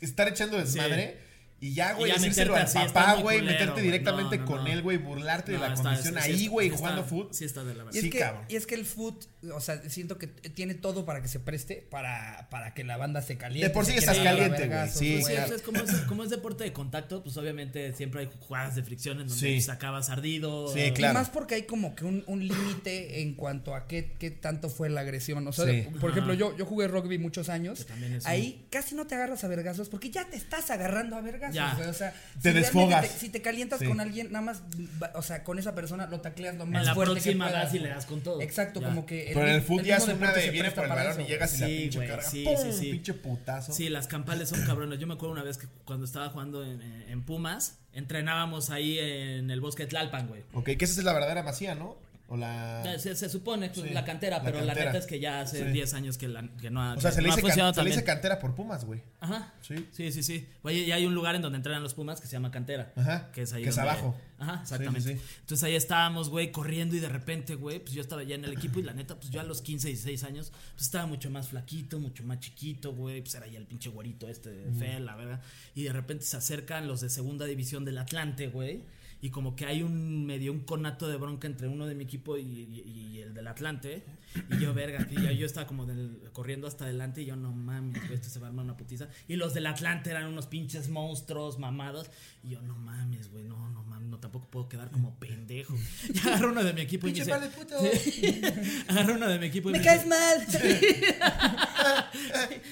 Speaker 2: estar echando desmadre. Y ya, güey,
Speaker 3: Y ya
Speaker 2: decírselo al
Speaker 3: meterte así, está
Speaker 2: papá,
Speaker 3: muy
Speaker 2: güey,
Speaker 3: culero,
Speaker 2: meterte
Speaker 3: güey.
Speaker 2: directamente
Speaker 3: No, no,
Speaker 2: con
Speaker 3: no.
Speaker 2: él, güey, burlarte
Speaker 3: No,
Speaker 2: de la
Speaker 3: está-
Speaker 2: condición
Speaker 3: sí,
Speaker 2: ahí,
Speaker 3: sí,
Speaker 2: güey,
Speaker 3: está-
Speaker 2: jugando fútbol.
Speaker 3: Sí, está de la
Speaker 1: Y
Speaker 3: verga.
Speaker 1: es,
Speaker 2: Sí,
Speaker 1: que,
Speaker 2: cabrón.
Speaker 1: y es que el foot, o sea, siento que t- tiene todo para que se preste para, para que la banda se caliente.
Speaker 2: De por sí
Speaker 1: se
Speaker 2: estás
Speaker 1: quiera agarrar
Speaker 2: caliente, güey,
Speaker 1: vergazos,
Speaker 2: sí,
Speaker 1: güey.
Speaker 3: Pues Sí,
Speaker 2: claro.
Speaker 3: o sea, es como, es, como es deporte de contacto, pues obviamente siempre hay jugadas de fricción en donde
Speaker 2: Sí.
Speaker 3: pues, acabas ardido.
Speaker 2: Sí,
Speaker 1: Y
Speaker 2: claro.
Speaker 1: más porque hay como que un, un límite en cuanto a qué, qué tanto fue la agresión. O sea,
Speaker 2: Sí.
Speaker 1: por ejemplo, yo, yo jugué rugby muchos años.
Speaker 3: también es
Speaker 1: Ahí casi no te agarras a vergazos porque ya te estás agarrando a vergazos.
Speaker 3: Ya.
Speaker 1: güey, O sea,
Speaker 2: Te
Speaker 1: realmente
Speaker 2: desfogas.
Speaker 1: te- si te calientas
Speaker 2: Sí.
Speaker 1: con alguien, nada más, va- o sea, con esa persona lo tacleas lo más
Speaker 3: la
Speaker 1: fuerte
Speaker 3: próxima
Speaker 1: que puedas,
Speaker 3: vas y
Speaker 1: güey.
Speaker 3: le das con todo.
Speaker 1: Exacto,
Speaker 3: Ya.
Speaker 1: como que.
Speaker 2: Pero en el fútbol ya es
Speaker 1: mismo
Speaker 2: una
Speaker 1: deporte
Speaker 2: de
Speaker 1: se
Speaker 2: viene
Speaker 1: presta
Speaker 2: por el
Speaker 1: para
Speaker 2: balón
Speaker 1: eso,
Speaker 2: y
Speaker 1: güey.
Speaker 2: llegas y la
Speaker 3: Sí,
Speaker 2: pinche
Speaker 3: güey,
Speaker 2: carga.
Speaker 3: sí,
Speaker 2: ¡pum!
Speaker 3: sí, sí.
Speaker 2: Pinche putazo.
Speaker 3: Sí, las campales son cabrones. Yo me acuerdo una vez que cuando estaba jugando en, en Pumas, entrenábamos ahí en el bosque de Tlalpan, güey.
Speaker 2: Ok, que esa es la verdadera masía, ¿no? O la.
Speaker 3: Se, se supone pues,
Speaker 2: Ah. Sí,
Speaker 3: la cantera,
Speaker 2: la
Speaker 3: pero la
Speaker 2: cantera.
Speaker 3: neta es que ya hace
Speaker 2: Sí.
Speaker 3: 10 años que, la- que no ha,
Speaker 2: O sea,
Speaker 3: que
Speaker 2: se le,
Speaker 3: no ha
Speaker 2: dice can-
Speaker 3: funcionado
Speaker 2: se le
Speaker 3: también.
Speaker 2: dice cantera por Pumas, güey.
Speaker 3: Ajá.
Speaker 2: Sí.
Speaker 3: Sí, sí, sí. Oye, y hay un lugar en donde entrenan los Pumas que se llama Cantera.
Speaker 2: Ajá,
Speaker 3: Que es ahí.
Speaker 2: que es
Speaker 3: donde-
Speaker 2: abajo.
Speaker 3: Ajá, exactamente.
Speaker 2: Sí, sí, sí.
Speaker 3: Entonces ahí estábamos, güey, corriendo y de repente, güey, pues yo estaba ya en el equipo y la neta, pues yo a los 15, 16 años, pues estaba mucho más flaquito, mucho más chiquito, güey, pues era ya el pinche güerito este, de Fel, la verdad. Y de repente se acercan los de segunda división del Atlante, güey. Y como que hay un medio un conato de bronca entre uno de mi equipo y, y- y el del Atlante. Y yo, verga, y yo, yo estaba como del- corriendo hasta adelante y yo, no mames, güey, esto se va a armar una putiza. Y los del Atlante eran unos pinches monstruos mamados. Y yo, no mames, güey, no, no mames, no tampoco puedo quedar como pendejo. Y agarro uno de mi equipo
Speaker 2: Pinche
Speaker 3: y me
Speaker 2: vale
Speaker 3: dice.
Speaker 2: puto.
Speaker 3: agarro uno de mi equipo y me,
Speaker 6: Me
Speaker 3: dice,
Speaker 6: caes mal.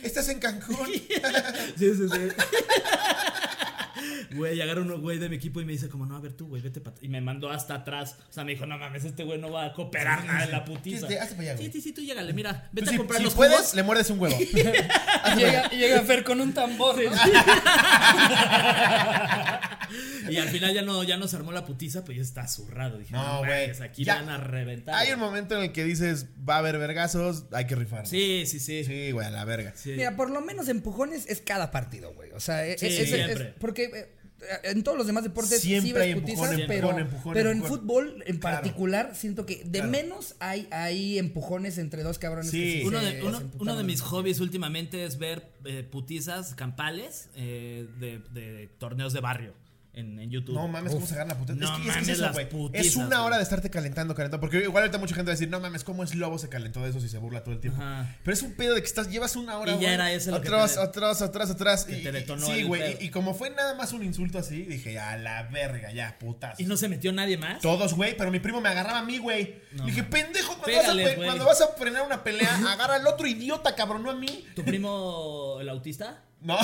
Speaker 2: Estás en Cancún.
Speaker 3: Sí, sí, sí. Güey, agarra uno, güey, de mi equipo y me dice como, no, a ver tú, güey, vete para Y me mandó hasta atrás. O sea, me dijo, no mames, este güey no va a cooperar nada en la putiza.
Speaker 2: Sí, hazte para allá,
Speaker 3: Sí,
Speaker 2: güey.
Speaker 3: sí, sí, tú llégale, mira,
Speaker 2: Tú
Speaker 3: vete
Speaker 2: Pues si-
Speaker 3: a comprar
Speaker 2: si
Speaker 3: los
Speaker 2: puedes,
Speaker 3: jugos.
Speaker 2: le muerdes un huevo.
Speaker 1: Y llega, y llega Fer con un tambor. ¿no?
Speaker 3: Y al final ya no, ya no se armó la putiza, pues ya está zurrado. Dije,
Speaker 2: No,
Speaker 3: no,
Speaker 2: güey.
Speaker 3: güey, aquí
Speaker 2: Ya.
Speaker 3: van a reventar.
Speaker 2: Hay un momento en el que dices, va a haber vergazos, hay que rifar.
Speaker 3: Sí, sí, sí.
Speaker 2: Sí, güey, a la verga.
Speaker 3: sí.
Speaker 1: Mira, por lo menos empujones es cada partido, güey. O sea, e-
Speaker 3: Sí,
Speaker 1: es, es- es-
Speaker 3: siempre.
Speaker 1: porque eh, en todos los demás deportes
Speaker 2: Siempre
Speaker 1: sí ves
Speaker 2: hay
Speaker 1: putizas,
Speaker 2: empujón, empujón,
Speaker 1: pero,
Speaker 2: empujón,
Speaker 1: pero en
Speaker 2: empujón.
Speaker 1: fútbol en
Speaker 2: Claro.
Speaker 1: particular siento que de
Speaker 2: Claro.
Speaker 1: menos hay, hay empujones entre dos cabrones.
Speaker 2: Sí.
Speaker 1: que sí
Speaker 3: Uno
Speaker 1: se-
Speaker 3: de,
Speaker 1: se
Speaker 3: uno,
Speaker 1: emputaron.
Speaker 3: uno de mis hobbies últimamente es ver eh, putizas campales eh, de, de torneos de barrio en, en YouTube.
Speaker 2: No mames, ¿cómo se agarra la puta?
Speaker 3: No
Speaker 2: es que, es, que es
Speaker 3: mames,
Speaker 2: eso,
Speaker 3: las
Speaker 2: güey.
Speaker 3: putizas,
Speaker 2: Es una
Speaker 3: güey.
Speaker 2: hora de estarte calentando, calentando. Porque igual ahorita mucha gente va a decir, no mames, ¿cómo es lobo se calentó de eso si se burla todo el tiempo?
Speaker 3: Ajá.
Speaker 2: Pero es un pedo de que estás, llevas una hora.
Speaker 3: Y ya
Speaker 2: güey,
Speaker 3: era eso lo que
Speaker 2: atrás,
Speaker 3: te-
Speaker 2: atrás, atrás, atrás.
Speaker 3: que
Speaker 2: y,
Speaker 3: te detonó
Speaker 2: sí,
Speaker 3: el
Speaker 2: güey.
Speaker 3: pedo.
Speaker 2: Y, y como fue nada más un insulto así, dije, a la verga, ya, putas.
Speaker 3: ¿Y no se metió nadie más?
Speaker 2: Todos, güey, pero mi primo me agarraba a mí, güey. Le dije, pendejo, cuando,
Speaker 3: Pégale,
Speaker 2: vas a, pe-
Speaker 3: güey.
Speaker 2: cuando vas a frenar una pelea, agarra al otro idiota, cabrón, no a mí.
Speaker 3: ¿Tu primo el autista?
Speaker 2: No.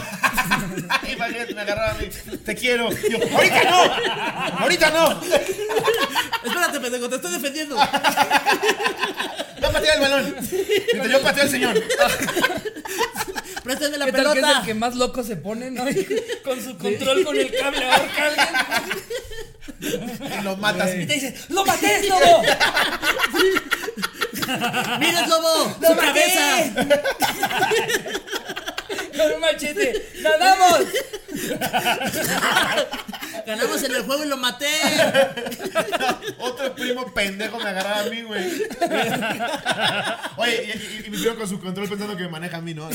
Speaker 2: Imagínate, me agarraba a mí. Te quiero. Y yo, ahorita no. Ahorita no.
Speaker 3: Espérate, pendejo, te estoy defendiendo.
Speaker 2: No patea el balón. Mientras yo pateo al señor.
Speaker 3: Préstame la
Speaker 1: ¿Qué tal que es
Speaker 3: pelota.
Speaker 1: el que más loco se pone, no? con su control con el cable ahorcando.
Speaker 2: y lo matas.
Speaker 6: Y te dice, ¡lo maté, lobo!
Speaker 3: ¡Mira, lobo!
Speaker 6: ¡Lo
Speaker 3: ¡Su cabeza!
Speaker 6: maté! Con un machete. ¡Ganamos!
Speaker 3: Ganamos en el juego y lo maté.
Speaker 2: Otro primo pendejo me agarraba a mí, güey. Oye, y, y- y mi primo con su control pensando que me maneja a mí, ¿no?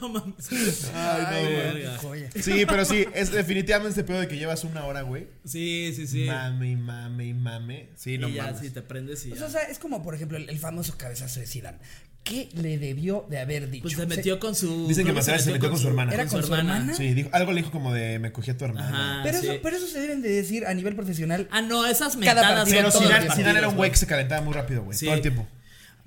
Speaker 3: No mames.
Speaker 2: Ay, no, güey.
Speaker 3: Verga.
Speaker 1: Joya.
Speaker 2: Sí, pero sí, es definitivamente este pedo de que llevas una hora, güey.
Speaker 3: Sí, sí, sí.
Speaker 2: Mame, mame, mame. Sí, no
Speaker 3: y ya,
Speaker 2: mames.
Speaker 3: si te prendes y
Speaker 1: Pues,
Speaker 3: ya.
Speaker 1: o sea, es como, por ejemplo, el, el famoso cabezazo de Zidane. ¿Qué le debió de haber dicho?
Speaker 3: Pues
Speaker 1: O
Speaker 3: se
Speaker 1: sea,
Speaker 3: metió con su.
Speaker 2: Dicen que
Speaker 3: creo
Speaker 2: Maserati se metió con su hermana.
Speaker 1: ¿Era con su hermana?
Speaker 2: Sí, dijo, algo le dijo como de me cogí a tu hermana.
Speaker 3: Ajá.
Speaker 1: pero,
Speaker 3: Ah, sí.
Speaker 1: eso, pero eso se deben de decir a nivel profesional.
Speaker 3: Ah, no,
Speaker 1: Cada
Speaker 3: esas mentadas
Speaker 1: partido.
Speaker 2: Pero
Speaker 3: son todos
Speaker 2: Zidane,
Speaker 3: los
Speaker 2: Zidane era
Speaker 3: partidos,
Speaker 2: un
Speaker 3: güey.
Speaker 2: güey que se calentaba muy rápido, güey.
Speaker 3: Sí.
Speaker 2: Todo el tiempo.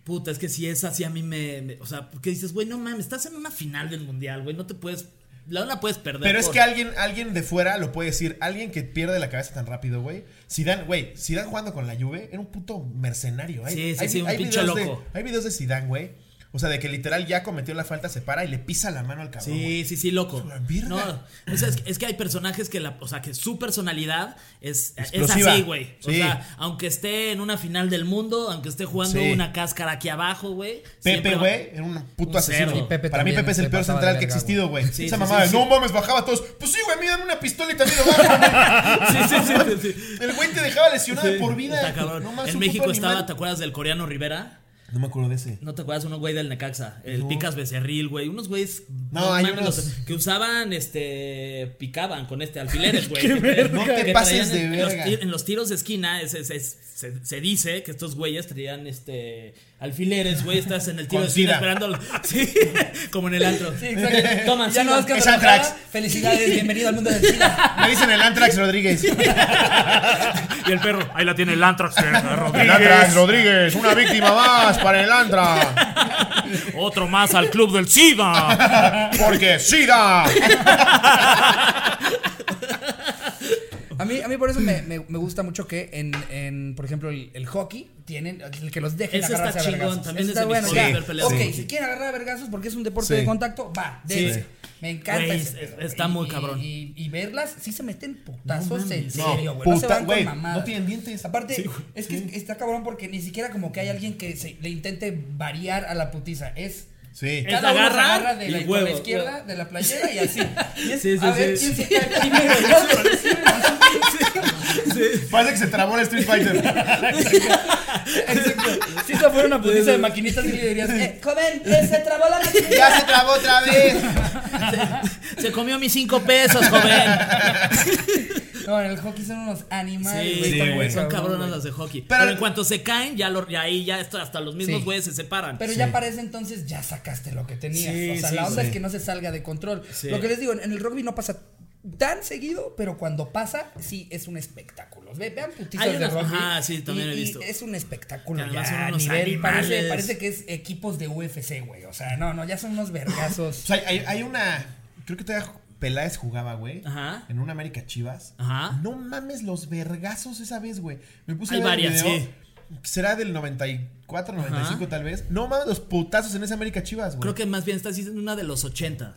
Speaker 3: Puta, es que si es así a mí me. me- o sea, porque dices, güey, no mames, estás en una final del mundial, güey, no te puedes. La una puedes perder.
Speaker 2: Pero es
Speaker 3: por-
Speaker 2: que alguien, alguien de fuera lo puede decir. Alguien que pierde la cabeza tan rápido, güey. Zidane, güey, Zidane jugando con la Juve era un puto mercenario. Hay,
Speaker 3: Sí, sí,
Speaker 2: hay-
Speaker 3: sí, un
Speaker 2: hay
Speaker 3: pinche
Speaker 2: videos
Speaker 3: loco.
Speaker 2: De, hay videos de Zidane, güey. O sea, de que literal ya cometió la falta, se para y le pisa la mano al cabrón.
Speaker 3: Sí,
Speaker 2: güey.
Speaker 3: sí, sí, loco.
Speaker 2: la verga.
Speaker 3: No, o sea, es, que, es que hay personajes que la, o sea, que su personalidad es, es
Speaker 2: Explosiva.
Speaker 3: así, güey. O
Speaker 2: Sí.
Speaker 3: sea, aunque esté en una final del mundo, aunque esté jugando
Speaker 2: Sí.
Speaker 3: una cáscara aquí abajo, güey. siempre
Speaker 2: Pepe,
Speaker 3: va-
Speaker 2: güey, era un puto
Speaker 3: Un
Speaker 2: asesino.
Speaker 3: cerdo. Y
Speaker 1: Pepe
Speaker 2: Para mí,
Speaker 1: también
Speaker 2: Pepe es
Speaker 1: se
Speaker 2: el peor
Speaker 1: pasaba de
Speaker 2: central que ha
Speaker 1: verga,
Speaker 2: existido, güey.
Speaker 3: Sí,
Speaker 2: Esa
Speaker 3: sí,
Speaker 2: mamá
Speaker 3: sí,
Speaker 2: de
Speaker 3: sí.
Speaker 2: no mames, bajaba a todos. Pues sí, güey, mí dame una pistola y también lo bajo.
Speaker 3: Sí, sí, sí, sí, sí.
Speaker 2: el güey te dejaba lesionado de por vida.
Speaker 3: Está cabrón.
Speaker 2: No mames,
Speaker 3: en
Speaker 2: un puto
Speaker 3: México estaba,
Speaker 2: animal.
Speaker 3: ¿te acuerdas del coreano Rivera?
Speaker 2: No me acuerdo de ese.
Speaker 3: ¿No te acuerdas uno güey del Necaxa? El Picas Becerril, güey. Unos güeyes.
Speaker 2: No, hay
Speaker 3: mames,
Speaker 2: unos-
Speaker 3: los- que usaban, este. Picaban con este alfileres, güey. Que-
Speaker 2: No
Speaker 3: que
Speaker 2: te
Speaker 3: traían
Speaker 2: pases de
Speaker 3: en- en los
Speaker 2: verga.
Speaker 3: ti- en los tiros de esquina es- es- es- se, se dice que estos güeyes traían este alfileres, güey. Estás en el
Speaker 2: Con
Speaker 3: tiro de esquina
Speaker 2: sida.
Speaker 3: esperando. Sí, como en el antro.
Speaker 1: Sí, exacto.
Speaker 3: Toma,
Speaker 1: ya no
Speaker 3: sida.
Speaker 1: vas que
Speaker 2: Es
Speaker 1: trabajaba.
Speaker 2: Antrax.
Speaker 1: Felicidades, bienvenido al mundo del SIDA.
Speaker 2: Me dicen el Antrax Rodríguez.
Speaker 5: Y el perro, ahí la tiene el Antrax de
Speaker 2: El
Speaker 5: Rodríguez.
Speaker 2: Antrax Rodríguez, una víctima más para el Antrax.
Speaker 5: Otro más al club del SIDA.
Speaker 2: Porque SIDA.
Speaker 1: A mí, a mí por eso me, me- me gusta mucho que en, en, por ejemplo, el, el hockey tienen el que los dejen
Speaker 3: Eso está
Speaker 1: agarrarse a
Speaker 3: chingón,
Speaker 1: vergazos.
Speaker 3: también
Speaker 1: Eso
Speaker 3: es de mis
Speaker 2: hobbies
Speaker 1: ya.
Speaker 2: ver peleas.
Speaker 1: Ok,
Speaker 2: Sí.
Speaker 1: si quieren agarrar a vergazos porque es un deporte
Speaker 2: Sí.
Speaker 1: de contacto, va,
Speaker 3: Sí.
Speaker 1: dense. Me encanta
Speaker 3: Güey,
Speaker 1: ese
Speaker 3: es-
Speaker 1: pedo,
Speaker 3: está
Speaker 1: güey.
Speaker 3: muy
Speaker 1: Y-
Speaker 3: cabrón.
Speaker 1: Y, y verlas, sí se meten putazos
Speaker 3: mames.
Speaker 1: en
Speaker 2: No,
Speaker 1: serio, güey. No, se
Speaker 2: puta-
Speaker 1: van
Speaker 2: güey,
Speaker 1: con mamadas.
Speaker 2: no tienen dientes.
Speaker 1: Aparte, es que está cabrón porque ni siquiera como que hay alguien que se, le intente variar a la putiza. Es
Speaker 2: Sí.
Speaker 3: Es
Speaker 1: cada uno se
Speaker 3: agarrar
Speaker 1: agarra de la,
Speaker 3: y
Speaker 1: con la
Speaker 3: huevo,
Speaker 1: izquierda,
Speaker 3: huevo.
Speaker 1: de la playera y así. Y es,
Speaker 3: Sí, sí,
Speaker 1: a ver
Speaker 3: sí.
Speaker 1: quién se cae primero. ¿no?
Speaker 2: Parece que se trabó el Street Fighter.
Speaker 1: Exacto. Si esa fuera una putiza de maquinitas, sí le dirías, eh, joven, eh, se trabó la maquinita.
Speaker 2: Ya se trabó otra vez.
Speaker 3: Se comió mis cinco pesos, joven.
Speaker 1: No, en el hockey son unos animales,
Speaker 3: Sí,
Speaker 1: güey.
Speaker 3: sí,
Speaker 1: están muy
Speaker 3: son
Speaker 1: cabrón,
Speaker 3: cabronas
Speaker 1: güey.
Speaker 3: las de hockey. Pero,
Speaker 2: Pero-
Speaker 3: en cuanto se caen, ya, lo- ya ahí ya hasta hasta los mismos
Speaker 1: Sí.
Speaker 3: güeyes se separan.
Speaker 1: Pero ya para ese entonces ya sacaste lo que tenías.
Speaker 3: Sí,
Speaker 1: o sea,
Speaker 3: sí,
Speaker 1: la onda
Speaker 2: sí.
Speaker 1: es que no se salga de control.
Speaker 3: Sí.
Speaker 1: Lo que les digo, en en el rugby no pasa tan seguido, pero cuando pasa, sí es un espectáculo. Ve- vean putizas
Speaker 3: Hay
Speaker 1: de
Speaker 3: unas-
Speaker 1: rugby.
Speaker 3: ajá, sí, también
Speaker 1: y-
Speaker 3: he
Speaker 1: y
Speaker 3: visto.
Speaker 1: es un espectáculo.
Speaker 3: Que además
Speaker 1: ya,
Speaker 3: son
Speaker 1: a
Speaker 3: unos
Speaker 1: nivel,
Speaker 3: animales.
Speaker 1: parece, parece que es equipos de UFC, güey. O sea, no, no, ya son unos
Speaker 2: O
Speaker 1: vergazos.
Speaker 2: sea, hay, hay una. Creo que todavía Peláez jugaba, güey.
Speaker 3: Ajá.
Speaker 2: En una América Chivas.
Speaker 3: Ajá.
Speaker 2: No mames los vergazos esa vez, güey. Me puse
Speaker 3: Hay
Speaker 2: a ver el
Speaker 3: varias,
Speaker 2: video.
Speaker 3: sí.
Speaker 2: Será del 94, 95
Speaker 3: Ajá.
Speaker 2: tal vez. No mames los putazos en esa América Chivas, güey.
Speaker 3: Creo que más bien estás diciendo una de los 80.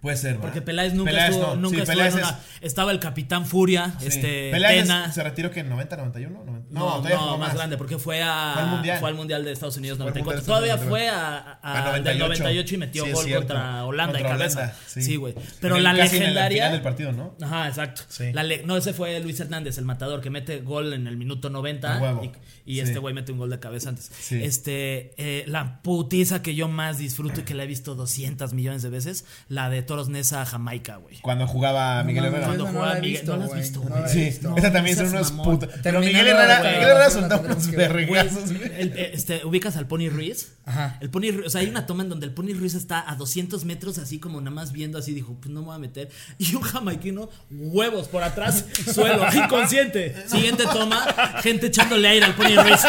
Speaker 2: Puede ser, ¿verdad?
Speaker 3: Porque Peláez nunca
Speaker 2: Peláez
Speaker 3: estuvo,
Speaker 2: no.
Speaker 3: nunca
Speaker 2: Sí,
Speaker 3: estuvo
Speaker 2: Peláez
Speaker 3: en una.
Speaker 2: es-
Speaker 3: Estaba el Capitán Furia,
Speaker 2: sí.
Speaker 3: este
Speaker 2: Peláez es-
Speaker 3: Tena.
Speaker 2: se retiró que en 90, 91. No, no,
Speaker 3: No,
Speaker 2: todavía
Speaker 3: no,
Speaker 2: jugó
Speaker 3: más grande, porque fue a
Speaker 2: Fue al Mundial.
Speaker 3: fue al Mundial de Estados Unidos
Speaker 2: Fue al
Speaker 3: 94.
Speaker 2: Mundial de
Speaker 3: Todavía
Speaker 2: Estados
Speaker 3: fue
Speaker 2: Unidos.
Speaker 3: a,
Speaker 2: A
Speaker 3: a- del
Speaker 2: 98.
Speaker 3: 98 y metió
Speaker 2: Sí, es
Speaker 3: gol
Speaker 2: cierto.
Speaker 3: contra Holanda
Speaker 2: Contra
Speaker 3: y cabeza.
Speaker 2: Holanda, sí.
Speaker 3: sí, güey.
Speaker 2: En
Speaker 3: Pero
Speaker 2: el-
Speaker 3: la
Speaker 2: casi en el
Speaker 3: legendaria
Speaker 2: final del partido, ¿no?
Speaker 3: Ajá, exacto.
Speaker 2: Sí.
Speaker 3: La le- no, ese fue Luis Hernández, el matador, que mete gol en el minuto 90.
Speaker 2: A huevo.
Speaker 3: Y, y
Speaker 2: Sí.
Speaker 3: este güey mete un gol de cabeza antes.
Speaker 2: Sí.
Speaker 3: Este, eh, la putiza que yo más disfruto y que la he visto 200 millones de veces, la de Toros Nesa Jamaica, güey.
Speaker 2: Cuando jugaba Miguel Herrera.
Speaker 3: Cuando
Speaker 1: Esa
Speaker 3: jugaba
Speaker 1: la he
Speaker 3: Miguel- no la has
Speaker 1: güey,
Speaker 3: visto,
Speaker 1: no
Speaker 3: güey.
Speaker 1: la he
Speaker 2: Sí,
Speaker 1: visto.
Speaker 2: esta también
Speaker 3: seas
Speaker 2: son unos
Speaker 3: mamón.
Speaker 2: putas. Pero
Speaker 1: Terminando
Speaker 2: Miguel
Speaker 1: la
Speaker 2: Herrera,
Speaker 1: temporada,
Speaker 2: Miguel Herrera
Speaker 1: la
Speaker 2: soltaba unos
Speaker 1: tenemos que ver.
Speaker 3: Güey,
Speaker 2: vergazos, güey. Eh.
Speaker 3: el- eh, este, ubicas al Pony Ruiz.
Speaker 1: Ajá.
Speaker 3: El Pony Ruiz, o sea, hay una toma en donde el Pony Ruiz está a 200 metros, así como nada más viendo, así dijo, pues no me voy a meter. Y un jamaiquino, huevos por atrás, suelo, inconsciente. Siguiente toma, gente echándole aire al Pony Ruiz.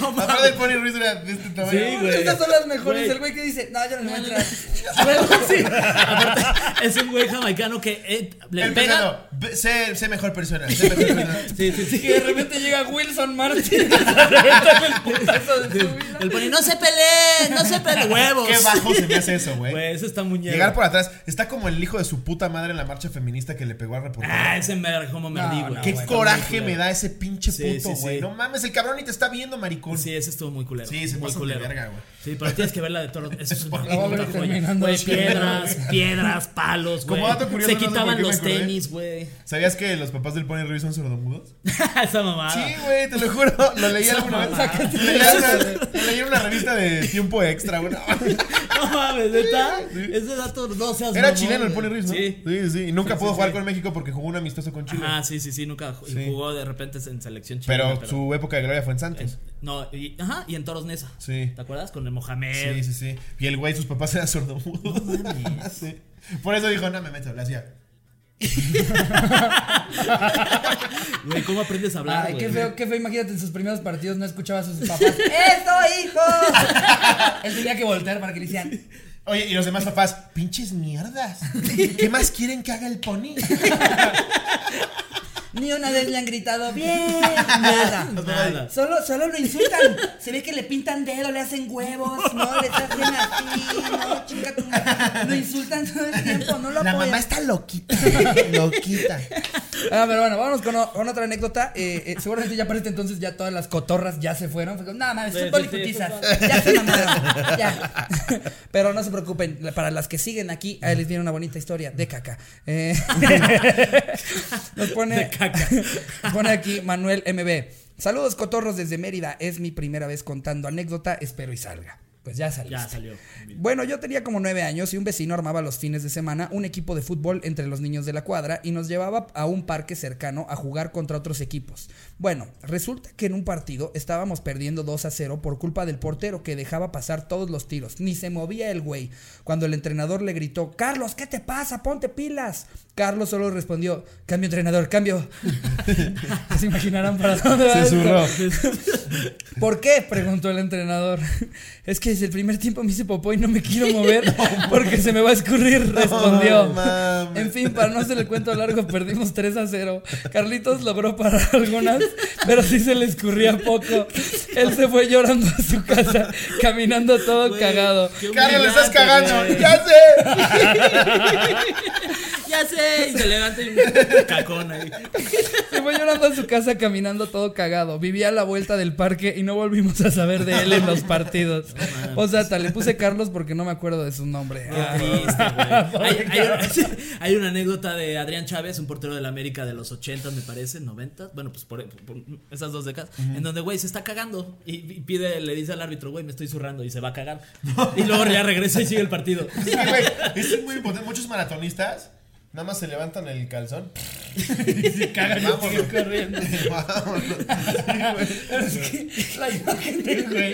Speaker 3: no
Speaker 2: Aparte
Speaker 3: mames.
Speaker 2: el Pony Ruiz era de este tamaño.
Speaker 3: Sí, güey.
Speaker 1: pues Estas son las mejores.
Speaker 3: Güey.
Speaker 1: El güey que dice, no, yo no le voy a entrar.
Speaker 3: Bueno, sí. Aparte, es un güey jamaicano que eh, le
Speaker 2: El
Speaker 3: pega.
Speaker 2: pesado, ve- Sé, sé mejor persona. Sé mejor persona.
Speaker 3: Sí, sí, sí.
Speaker 1: Y de repente llega Wilson Martínez a reventarle el putazo de su vida.
Speaker 3: El pone, no se peleen, no se peleen huevos.
Speaker 2: Qué bajo se me hace eso, güey.
Speaker 3: Güey, eso está muy ñero.
Speaker 2: Llegar por atrás. Está como el hijo de su puta madre en la marcha feminista que le pegó al reportero.
Speaker 3: Ah, ese me como me
Speaker 1: No,
Speaker 3: di,
Speaker 1: no,
Speaker 3: güey.
Speaker 2: Qué
Speaker 3: Está muy
Speaker 2: coraje
Speaker 3: culero.
Speaker 2: me da ese pinche
Speaker 3: Sí,
Speaker 2: puto,
Speaker 3: sí,
Speaker 2: güey.
Speaker 3: sí.
Speaker 2: No mames, el cabrón ni te está viendo, maricón.
Speaker 3: Sí, ese estuvo muy culero.
Speaker 2: Sí, se
Speaker 3: muy
Speaker 2: pasan de
Speaker 3: culero.
Speaker 2: verga, güey.
Speaker 3: Sí, pero tienes que ver la de toro. Eso es una
Speaker 1: La voy a ver
Speaker 3: puta joya.
Speaker 1: terminando
Speaker 3: Güey,
Speaker 1: así.
Speaker 3: piedras, piedras, palos, güey.
Speaker 2: Como dato curioso,
Speaker 3: Se
Speaker 2: no sé por
Speaker 3: quitaban
Speaker 2: qué me
Speaker 3: los
Speaker 2: acordé.
Speaker 3: tenis, güey.
Speaker 2: ¿Sabías que los papás del Pony Ruiz son sordomudos?
Speaker 3: Esa mamada.
Speaker 2: Sí, güey, te lo juro. Lo leí alguna vez. Lo leí en una- lo leí en una revista de tiempo extra, güey.
Speaker 3: No mames, neta. Ese dato no seas
Speaker 2: Era
Speaker 3: mamón,
Speaker 2: chileno el
Speaker 3: güey.
Speaker 2: Pony Ruiz, ¿no?
Speaker 3: Sí.
Speaker 2: sí. sí. Y nunca
Speaker 3: Sí,
Speaker 2: pudo
Speaker 3: sí,
Speaker 2: jugar
Speaker 3: sí.
Speaker 2: con México porque jugó un amistoso con Chile.
Speaker 3: Ah, sí, sí, sí, nunca y
Speaker 2: Sí.
Speaker 3: jugó de repente en selección chilena.
Speaker 2: pero, su época de gloria fue en Santos.
Speaker 3: No, y, ajá, y en Toros Nesa.
Speaker 2: Sí.
Speaker 3: ¿Te acuerdas? Con el Mohamed.
Speaker 2: Sí, sí, sí. Y el güey, sus papás eran sordomudos.
Speaker 3: mames.
Speaker 2: Sí. Por eso dijo, no me meto, le hacía.
Speaker 3: Güey, ¿cómo aprendes a hablar,
Speaker 1: Ay,
Speaker 3: güey?
Speaker 1: qué feo, qué feo. Imagínate en sus primeros partidos no escuchaba a sus papás.
Speaker 6: ¡Eso, hijo!
Speaker 1: Él tenía que voltear para que le hicieran.
Speaker 2: Oye, y los demás papás, pinches mierdas. ¿Qué más quieren que haga el pony?
Speaker 6: Ni una vez le han gritado bien, nada.
Speaker 3: Nada.
Speaker 6: Solo, solo lo insultan. Se ve que le pintan dedo, le hacen huevos, no, le hacen así, no, chinga tu madre. Lo insultan todo el tiempo, no lo
Speaker 2: La
Speaker 6: apoyan.
Speaker 2: mamá está loquita. loquita.
Speaker 1: Ah, pero bueno, vámonos con, o- con otra anécdota. Eh, eh, seguramente ya para este entonces ya todas las cotorras ya se fueron. Fue como, no mames,
Speaker 3: Sí,
Speaker 1: fútbol
Speaker 3: sí,
Speaker 1: y
Speaker 3: sí,
Speaker 1: putizas.
Speaker 3: fútbol.
Speaker 1: Ya se mamaron. Ya. Pero no se preocupen, la- para las que siguen aquí, ahí les viene una bonita historia de caca. Eh, nos pone,
Speaker 3: De caca.
Speaker 1: nos pone aquí Manuel MB. Saludos cotorros desde Mérida. Es mi primera vez contando anécdota. Espero y salga. Pues ya saliste.
Speaker 3: Ya salió.
Speaker 1: Bueno, yo tenía como nueve años y un vecino armaba los fines de semana un equipo de fútbol entre los niños de la cuadra y nos llevaba a un parque cercano a jugar contra otros equipos. Bueno, resulta que en un partido estábamos perdiendo 2 a 0 por culpa del portero que dejaba pasar todos los tiros. Ni se movía el güey. Cuando el entrenador le gritó, Carlos, ¿qué te pasa? Ponte pilas. Carlos solo respondió, cambio entrenador, cambio. Se imaginarán para dónde va
Speaker 2: Se
Speaker 1: esto.
Speaker 2: zurró.
Speaker 1: ¿Por qué? preguntó el entrenador. Es que desde el primer tiempo me hice popó y no me quiero mover porque se me va a escurrir, respondió.
Speaker 2: mames.
Speaker 1: en fin, para no hacer el cuento largo, perdimos 3 a 0. Carlitos logró parar algunas, pero sí se le escurría poco. Él se fue llorando a su casa, caminando todo
Speaker 3: Güey,
Speaker 1: cagado.
Speaker 3: qué
Speaker 2: Carlos, le estás
Speaker 3: humillante,
Speaker 2: cagando.
Speaker 3: güey.
Speaker 2: Ya sé.
Speaker 3: Ya sé. Y se levanta y un cacón ahí.
Speaker 1: Se fue llorando a su casa caminando todo cagado. Vivía a la vuelta del parque y no volvimos a saber de él en los partidos. O sea, hasta le puse Carlos porque no me acuerdo de su nombre.
Speaker 3: Qué
Speaker 2: Ah,
Speaker 3: triste, güey. Hay, hay una, hay una anécdota de Adrián Chávez, un portero del América de los 80, me parece, 90. Bueno, pues por, por esas dos décadas. En donde, güey, se está cagando. Y, y pide, le dice al árbitro, güey, me estoy zurrando. Y se va a cagar. Y luego ya regresa y sigue el partido.
Speaker 2: Sí, güey. Eso es muy importante. Muchos maratonistas nada más se levantan el calzón.
Speaker 3: Se caga y
Speaker 2: Vámonos.
Speaker 3: sigue corriendo.
Speaker 2: Vámonos.
Speaker 1: La imagen del güey.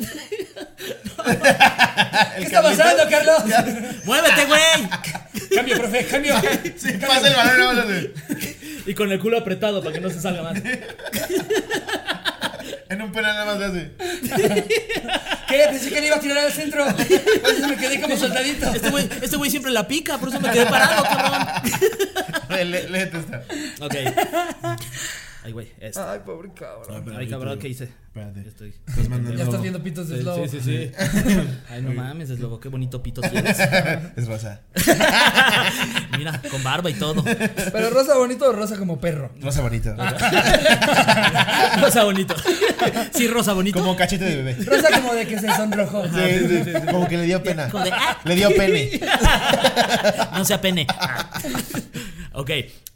Speaker 2: El
Speaker 1: ¿Qué está
Speaker 2: Carlitos-
Speaker 1: pasando, Carlos?
Speaker 3: ¡Muévete, güey!
Speaker 1: Cambio, profe, cambio.
Speaker 2: Sí, pasa el balón. nada más hace-
Speaker 3: Y con el culo apretado para que no se salga más.
Speaker 2: En un penal nada más le hace.
Speaker 1: ¿Qué? Pensé que le iba a tirar al centro. Por eso me quedé como soldadito.
Speaker 3: Este güey este güey siempre la pica, por eso me quedé parado, cabrón.
Speaker 2: Lé- lé- Léete esta.
Speaker 3: Ok. Ay, güey, este.
Speaker 1: Ay, pobre cabrón.
Speaker 3: Ay, cabrón, ¿qué hice?
Speaker 2: Ah, Espérate.
Speaker 3: Estoy.
Speaker 2: Estás mandando-
Speaker 1: Ya estás viendo pitos de Slobo.
Speaker 3: Sí, sí, sí. Ay, no mames, es loco, qué bonito pito tienes.
Speaker 2: Es rosa.
Speaker 3: Mira, con barba y todo.
Speaker 1: Pero rosa bonito o rosa como perro.
Speaker 2: Rosa bonito.
Speaker 3: Rosa bonito. Sí, rosa bonito.
Speaker 2: Como cachete de bebé.
Speaker 1: Rosa como de que se sonrojó.
Speaker 2: Sí, sí, sí, sí. Como que le dio pena.
Speaker 3: Como de, ah.
Speaker 2: Le dio pene.
Speaker 3: No sea pene. Ah. ok.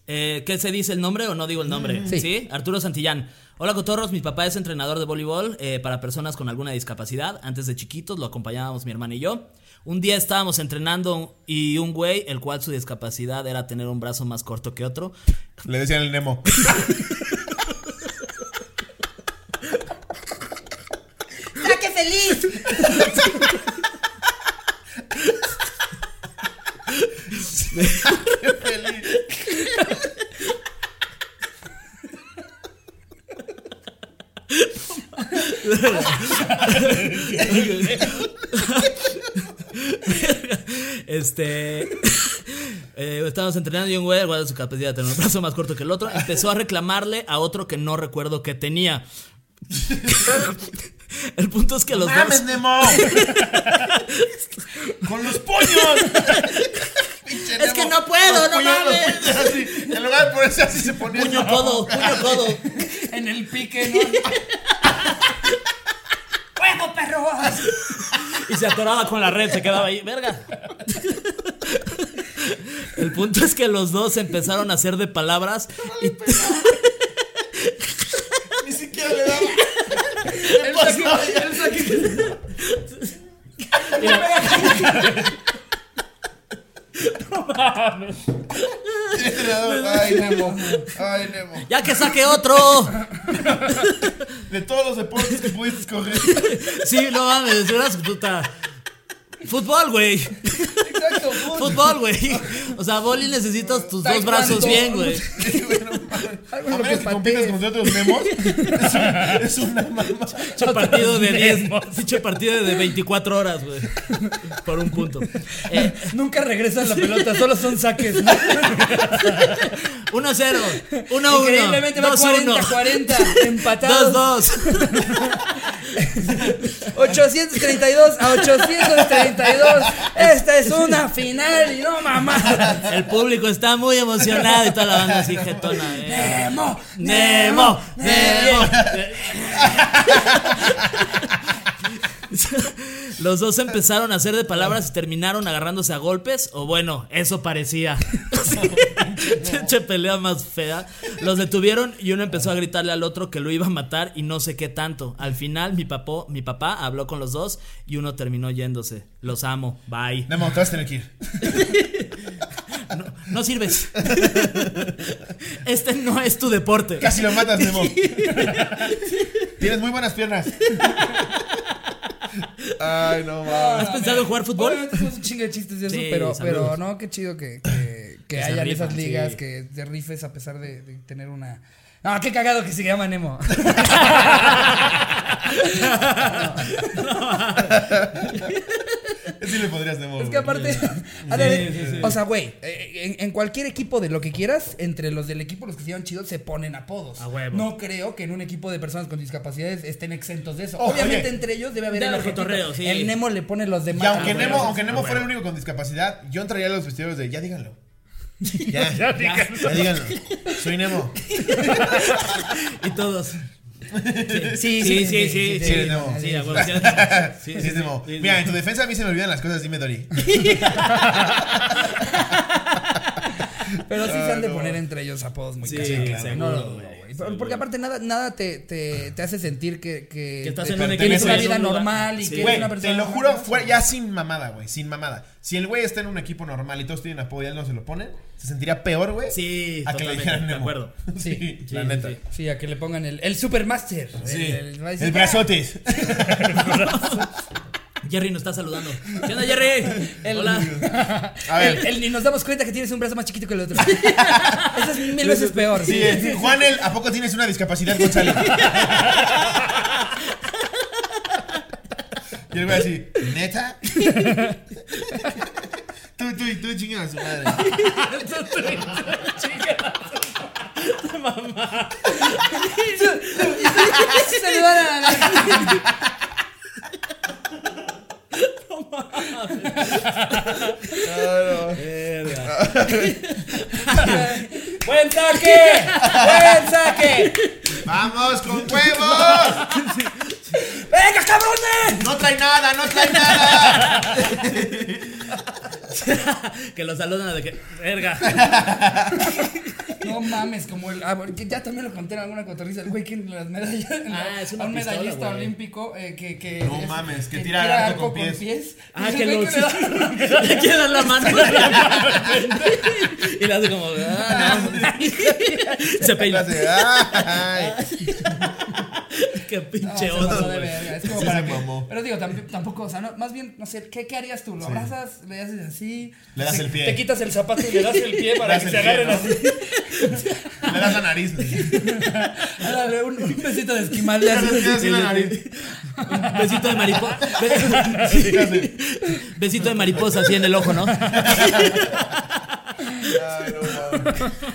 Speaker 3: eh, ¿Qué se dice el nombre o no digo el nombre?
Speaker 1: Sí.
Speaker 3: Arturo Santillán. Hola Cotorros, mi papá es entrenador de voleibol eh, para personas con alguna discapacidad. Antes de chiquitos lo acompañábamos mi hermana y yo. Un día estábamos entrenando y un güey, el cual su discapacidad era tener un brazo más corto que otro,
Speaker 2: Le decían el Nemo.
Speaker 6: ¡Saque feliz!
Speaker 3: Este. eh, estábamos entrenando y un güey, guarda su capacidad de tener un brazo más corto que el otro, empezó a reclamarle a otro que no recuerdo que tenía. el punto es que los dos.
Speaker 2: ¡Mames, Nemo! ¡Con los puños! Pinche
Speaker 6: Es que
Speaker 2: Nemo,
Speaker 6: no puedo,
Speaker 2: los
Speaker 6: no
Speaker 2: puños, los
Speaker 6: mames.
Speaker 2: puños así. En lugar de ponerse así, se ponía.
Speaker 3: Puño codo, puño codo.
Speaker 6: En el pique, ¿no? ¡Huevo, perro!
Speaker 3: Y se atoraba con la red, se quedaba ahí. ¡Verga! El punto es que los dos empezaron a hacer de palabras y
Speaker 2: Ni siquiera le daba.
Speaker 3: Pues
Speaker 2: Le daba, Ay, Nemo. Ay, Nemo.
Speaker 3: ya que saque otro.
Speaker 2: De todos los deportes que pudiste escoger.
Speaker 3: Sí, no mames, verás, puta. Fútbol, güey.
Speaker 2: Exacto,
Speaker 3: Fútbol, güey. O sea, boli necesitas tus dos brazos bien, güey.
Speaker 2: A menos que compitas contra otros Nemos, es, un- es una mamá.
Speaker 3: Pinche partido de 10. Pinche partido de 24 horas, güey. Por un punto. Eh,
Speaker 1: Nunca regresas la pelota, solo son saques. ¿no?
Speaker 3: 1-0. 1-1.
Speaker 1: Increíblemente va
Speaker 3: 2-1.
Speaker 1: 40-40. Empatados.
Speaker 3: 2-2.
Speaker 1: 832 a 832. Esta es una final y no mamá.
Speaker 3: El público está muy emocionado y toda la banda así jetona. eh.
Speaker 1: Nemo,
Speaker 3: Nemo, Nemo. Los dos empezaron a hacer de palabras y terminaron agarrándose a golpes, o bueno, eso parecía. Che pelea más fea. Los detuvieron y uno empezó a gritarle al otro que lo iba a matar y no sé qué tanto. Al final mi papá, mi papá habló con los dos y uno terminó yéndose. Los amo, bye.
Speaker 2: Nemo, te vas a tener que ir.
Speaker 3: No sirves. Este no es tu deporte.
Speaker 2: Casi lo matas, Nemo. Tienes muy buenas piernas. Ay, no mames.
Speaker 3: ¿Has pensado en jugar fútbol?
Speaker 1: Obviamente son un chingo de chistes y eso,
Speaker 3: Sí,
Speaker 1: pero,
Speaker 3: saludos.
Speaker 1: pero no, qué chido que, que, que
Speaker 3: se
Speaker 1: hayan
Speaker 3: rifan,
Speaker 1: esas ligas,
Speaker 3: sí.
Speaker 1: que te rifes a pesar de, de tener una. Ah, qué cagado que se llama Nemo.
Speaker 2: Sí le podrías, Nemo.
Speaker 1: Es que aparte, ha de haber- o sea, güey, eh, en, en cualquier equipo de lo que quieras, entre los del equipo, los que se llevan chidos, se ponen apodos.
Speaker 3: A huevo.
Speaker 1: No creo que en un equipo de personas con discapacidades estén exentos de eso.
Speaker 2: Ojo,
Speaker 1: Obviamente
Speaker 2: oye.
Speaker 1: entre ellos debe haber
Speaker 3: Debe
Speaker 1: el
Speaker 3: haber
Speaker 1: ajetito.
Speaker 3: cotorreo, sí.
Speaker 1: El Nemo le pone los demás.
Speaker 2: Y aunque
Speaker 1: Ah,
Speaker 2: Nemo,
Speaker 1: güey.
Speaker 2: aunque Nemo fuera el único con discapacidad, yo entraría a los vestidores de ya díganlo. Ya, ya,
Speaker 5: Ya, diga-
Speaker 2: díganlo. Soy Nemo.
Speaker 3: Y todos.
Speaker 1: Sí,
Speaker 3: Sí, sí, sí.
Speaker 2: sí,
Speaker 3: Sí,
Speaker 2: de nuevo.
Speaker 3: sí, a huevo, sí.
Speaker 2: Sí,
Speaker 3: Sí, sí,
Speaker 2: es Nemo.
Speaker 3: sí, sí.
Speaker 2: Mira, en tu defensa a mí se me olvidan las cosas, dime Dori.
Speaker 1: Pero sí se
Speaker 2: Ah,
Speaker 1: han de poner entre ellos apodos muy
Speaker 3: Sí,
Speaker 1: caros.
Speaker 3: claro,
Speaker 1: No lo
Speaker 3: seguro,
Speaker 1: dudo,
Speaker 3: güey,
Speaker 1: güey. Pero- Porque aparte nada, nada te, te, te hace sentir que, que,
Speaker 3: Que estás
Speaker 1: te-
Speaker 3: en un
Speaker 1: que
Speaker 2: equipo,
Speaker 1: tienes una
Speaker 2: en
Speaker 1: vida
Speaker 3: un lugar.
Speaker 1: normal y
Speaker 3: Sí.
Speaker 1: que eres
Speaker 2: Güey,
Speaker 1: una persona.
Speaker 2: te lo juro,
Speaker 1: normal.
Speaker 2: fuera, ya sin mamada, güey, sin mamada. Si el güey está en un equipo normal y todos tienen apodo y él no se lo ponen, se sentiría peor, güey.
Speaker 3: Sí,
Speaker 2: a que le
Speaker 3: totalmente,
Speaker 2: dijeran
Speaker 3: de
Speaker 2: Nemo.
Speaker 3: acuerdo.
Speaker 2: Sí,
Speaker 1: Sí,
Speaker 2: la
Speaker 3: sí,
Speaker 2: neta.
Speaker 3: sí.
Speaker 1: Sí, a que le pongan el, el Supermaster.
Speaker 2: Sí.
Speaker 1: El,
Speaker 2: El,
Speaker 1: el- el-
Speaker 2: brazotes.
Speaker 3: Jerry nos está saludando. ¿Qué onda, Jerry?
Speaker 1: El-
Speaker 3: Hola.
Speaker 2: A ver.
Speaker 1: El- el- y nos damos cuenta que tienes un brazo más chiquito que el otro. Eso es mil veces peor.
Speaker 2: Sí, es- Juanel, ¿a poco tienes una discapacidad, González? Y el güey así, ¿neta? tú, tú, tú chingas a su madre.
Speaker 1: Saludan a la- ¡Buen saque! ¡Buen saque!
Speaker 2: ¡Vamos con huevos!
Speaker 1: ¡Venga, cabrones!
Speaker 2: ¡No trae nada, no trae nada!
Speaker 3: que los saludan de que. Verga.
Speaker 1: No mames, como el. ah, porque ya también lo conté en alguna cotorriza. El güey que en las medallas. en la-
Speaker 3: Ah, es una
Speaker 1: a un
Speaker 3: pistola,
Speaker 1: medallista
Speaker 3: güey.
Speaker 1: olímpico eh, que, que.
Speaker 2: No
Speaker 1: es-
Speaker 2: mames, que tira arco con pies.
Speaker 3: Ah,
Speaker 1: Y
Speaker 3: que
Speaker 1: el
Speaker 3: lo.
Speaker 1: güey que le da-
Speaker 3: Le queda la mano. y le hace como. Ah, no. Se peina.
Speaker 2: Clase, ay.
Speaker 3: Qué
Speaker 1: No,
Speaker 3: pinche
Speaker 1: Ah, se
Speaker 3: oso,
Speaker 1: pasó de
Speaker 3: güey.
Speaker 1: verga, es como
Speaker 2: Sí,
Speaker 1: para
Speaker 2: se
Speaker 1: que-
Speaker 2: mamó.
Speaker 1: Pero digo, tam- tampoco, o sea, no, más bien, no sé, ¿qué, qué harías tú? ¿Lo abrazas? ¿Le haces así?
Speaker 2: Le das
Speaker 1: Te-
Speaker 2: el pie.
Speaker 1: Te quitas el zapato y le das el pie para
Speaker 2: Le das
Speaker 1: que
Speaker 2: el
Speaker 1: se
Speaker 2: pie,
Speaker 1: agarren
Speaker 2: ¿no?
Speaker 1: así.
Speaker 2: Le das la nariz.
Speaker 1: Ah, dale, un, un besito de esquimal le
Speaker 2: Le
Speaker 1: haces.
Speaker 2: das así la nariz.
Speaker 3: Besito de mariposa.
Speaker 2: Sí, clase.
Speaker 3: Besito de mariposa así en el ojo, ¿no?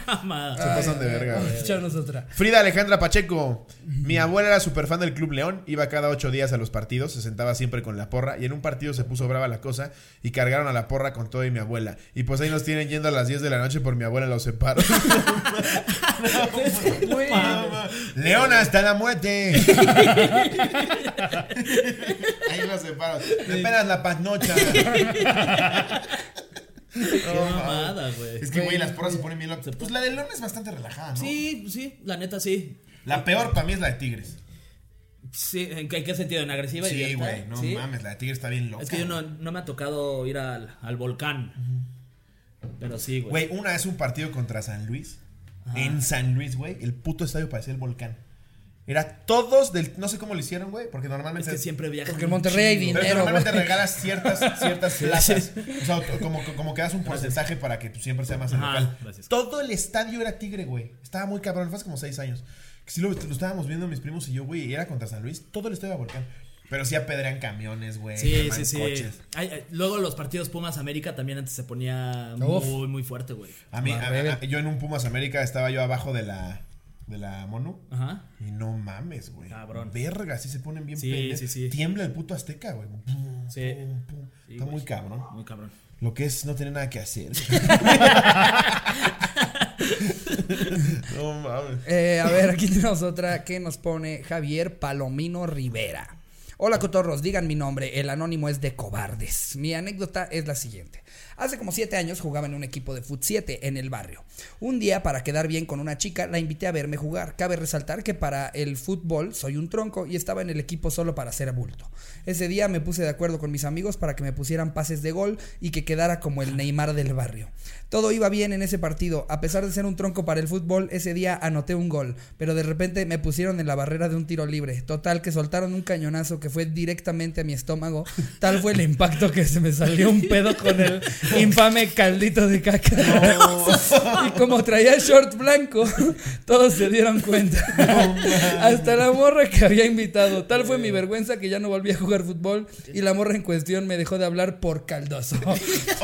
Speaker 3: Mamada.
Speaker 2: Se pasan de verga, güey.
Speaker 1: Echarnos otra.
Speaker 2: Frida Alejandra Pacheco. Mi abuela era súper fan del Club León. Iba cada ocho días a los partidos. Se sentaba siempre con la porra. Y en un partido se puso brava la cosa. Y cargaron a la porra con todo y mi abuela. Y pues ahí nos tienen yendo a las 10 de la noche por mi abuela los separo.
Speaker 1: Güey,
Speaker 2: León hasta la muerte. ahí los separo. Me esperas la panocha.
Speaker 3: Qué mamada, güey.
Speaker 2: Es que, güey, las porras se ponen bien locas. Pues la de León es bastante relajada, ¿no?
Speaker 3: Sí, sí, la neta sí.
Speaker 2: La peor para mí es la de Tigres.
Speaker 3: Sí, ¿en qué, en qué sentido? ¿En agresiva? y
Speaker 2: Sí,
Speaker 3: directa?
Speaker 2: güey, no
Speaker 3: ¿Sí?
Speaker 2: mames, la de Tigres está bien loca.
Speaker 3: Es que yo no, no me ha tocado ir al, al volcán. Pero sí, güey.
Speaker 2: Güey, una vez un partido contra San Luis. En San Luis, güey. El puto estadio parecía el volcán. Era todos del. No sé cómo lo hicieron, güey. Porque normalmente.
Speaker 3: Es que siempre viajan.
Speaker 1: Porque en Monterrey hay
Speaker 2: pero
Speaker 1: dinero,
Speaker 2: normalmente
Speaker 1: güey.
Speaker 2: regalas ciertas, ciertas plazas. O sea, o- como, como que das un porcentaje para que pues, siempre sea más el
Speaker 3: Ajá,
Speaker 2: local.
Speaker 3: gracias.
Speaker 2: Todo el estadio era tigre, güey. Estaba muy cabrón. Fue hace como seis años. Que sí lo, lo estábamos viendo mis primos y yo, güey. Y era contra San Luis. Todo el estadio era volcán. Pero sí apedrean camiones, güey.
Speaker 3: Sí,
Speaker 2: queman
Speaker 3: sí, sí.
Speaker 2: coches.
Speaker 3: Ay, ay, luego los partidos Pumas América también antes se ponía
Speaker 1: Uf.
Speaker 3: muy, muy fuerte, güey.
Speaker 2: A mí, a-
Speaker 1: Barrera.
Speaker 2: a- yo en un Pumas América estaba yo abajo de la, de la Monu.
Speaker 3: Ajá.
Speaker 2: Y no mames, güey.
Speaker 3: Cabrón.
Speaker 2: Verga, sí se ponen bien
Speaker 3: Sí,
Speaker 2: pendejos.
Speaker 3: sí, sí.
Speaker 2: Tiembla el puto Azteca, güey. Pum,
Speaker 3: Sí.
Speaker 2: pum, pum.
Speaker 3: Sí,
Speaker 2: Está
Speaker 3: güey.
Speaker 2: muy cabrón.
Speaker 3: Muy cabrón.
Speaker 2: Lo que es no tener nada que hacer. no mames.
Speaker 1: Eh, a ver, aquí tenemos otra que nos pone Javier Palomino Rivera. Hola cotorros, digan mi nombre, el anónimo es de cobardes. Mi anécdota es la siguiente. Hace como siete años jugaba en un equipo de Foot 7 en el barrio. Un día, para quedar bien con una chica, la invité a verme jugar. Cabe resaltar que para el fútbol soy un tronco y estaba en el equipo solo para hacer bulto. Ese día me puse de acuerdo con mis amigos para que me pusieran pases de gol y que quedara como el Neymar del barrio. Todo iba bien en ese partido. A pesar de ser un tronco para el fútbol, ese día anoté un gol, pero de repente me pusieron en la barrera de un tiro libre. Total, que soltaron un cañonazo que fue directamente a mi estómago. Tal fue el impacto que se me salió un pedo con el infame caldito de caca. Y como traía short blanco, todos se dieron cuenta. Hasta la morra que había invitado. Tal fue
Speaker 2: Eh.
Speaker 1: mi vergüenza que ya no volví a jugar fútbol y la morra en cuestión me dejó de hablar por caldoso.
Speaker 2: Oye,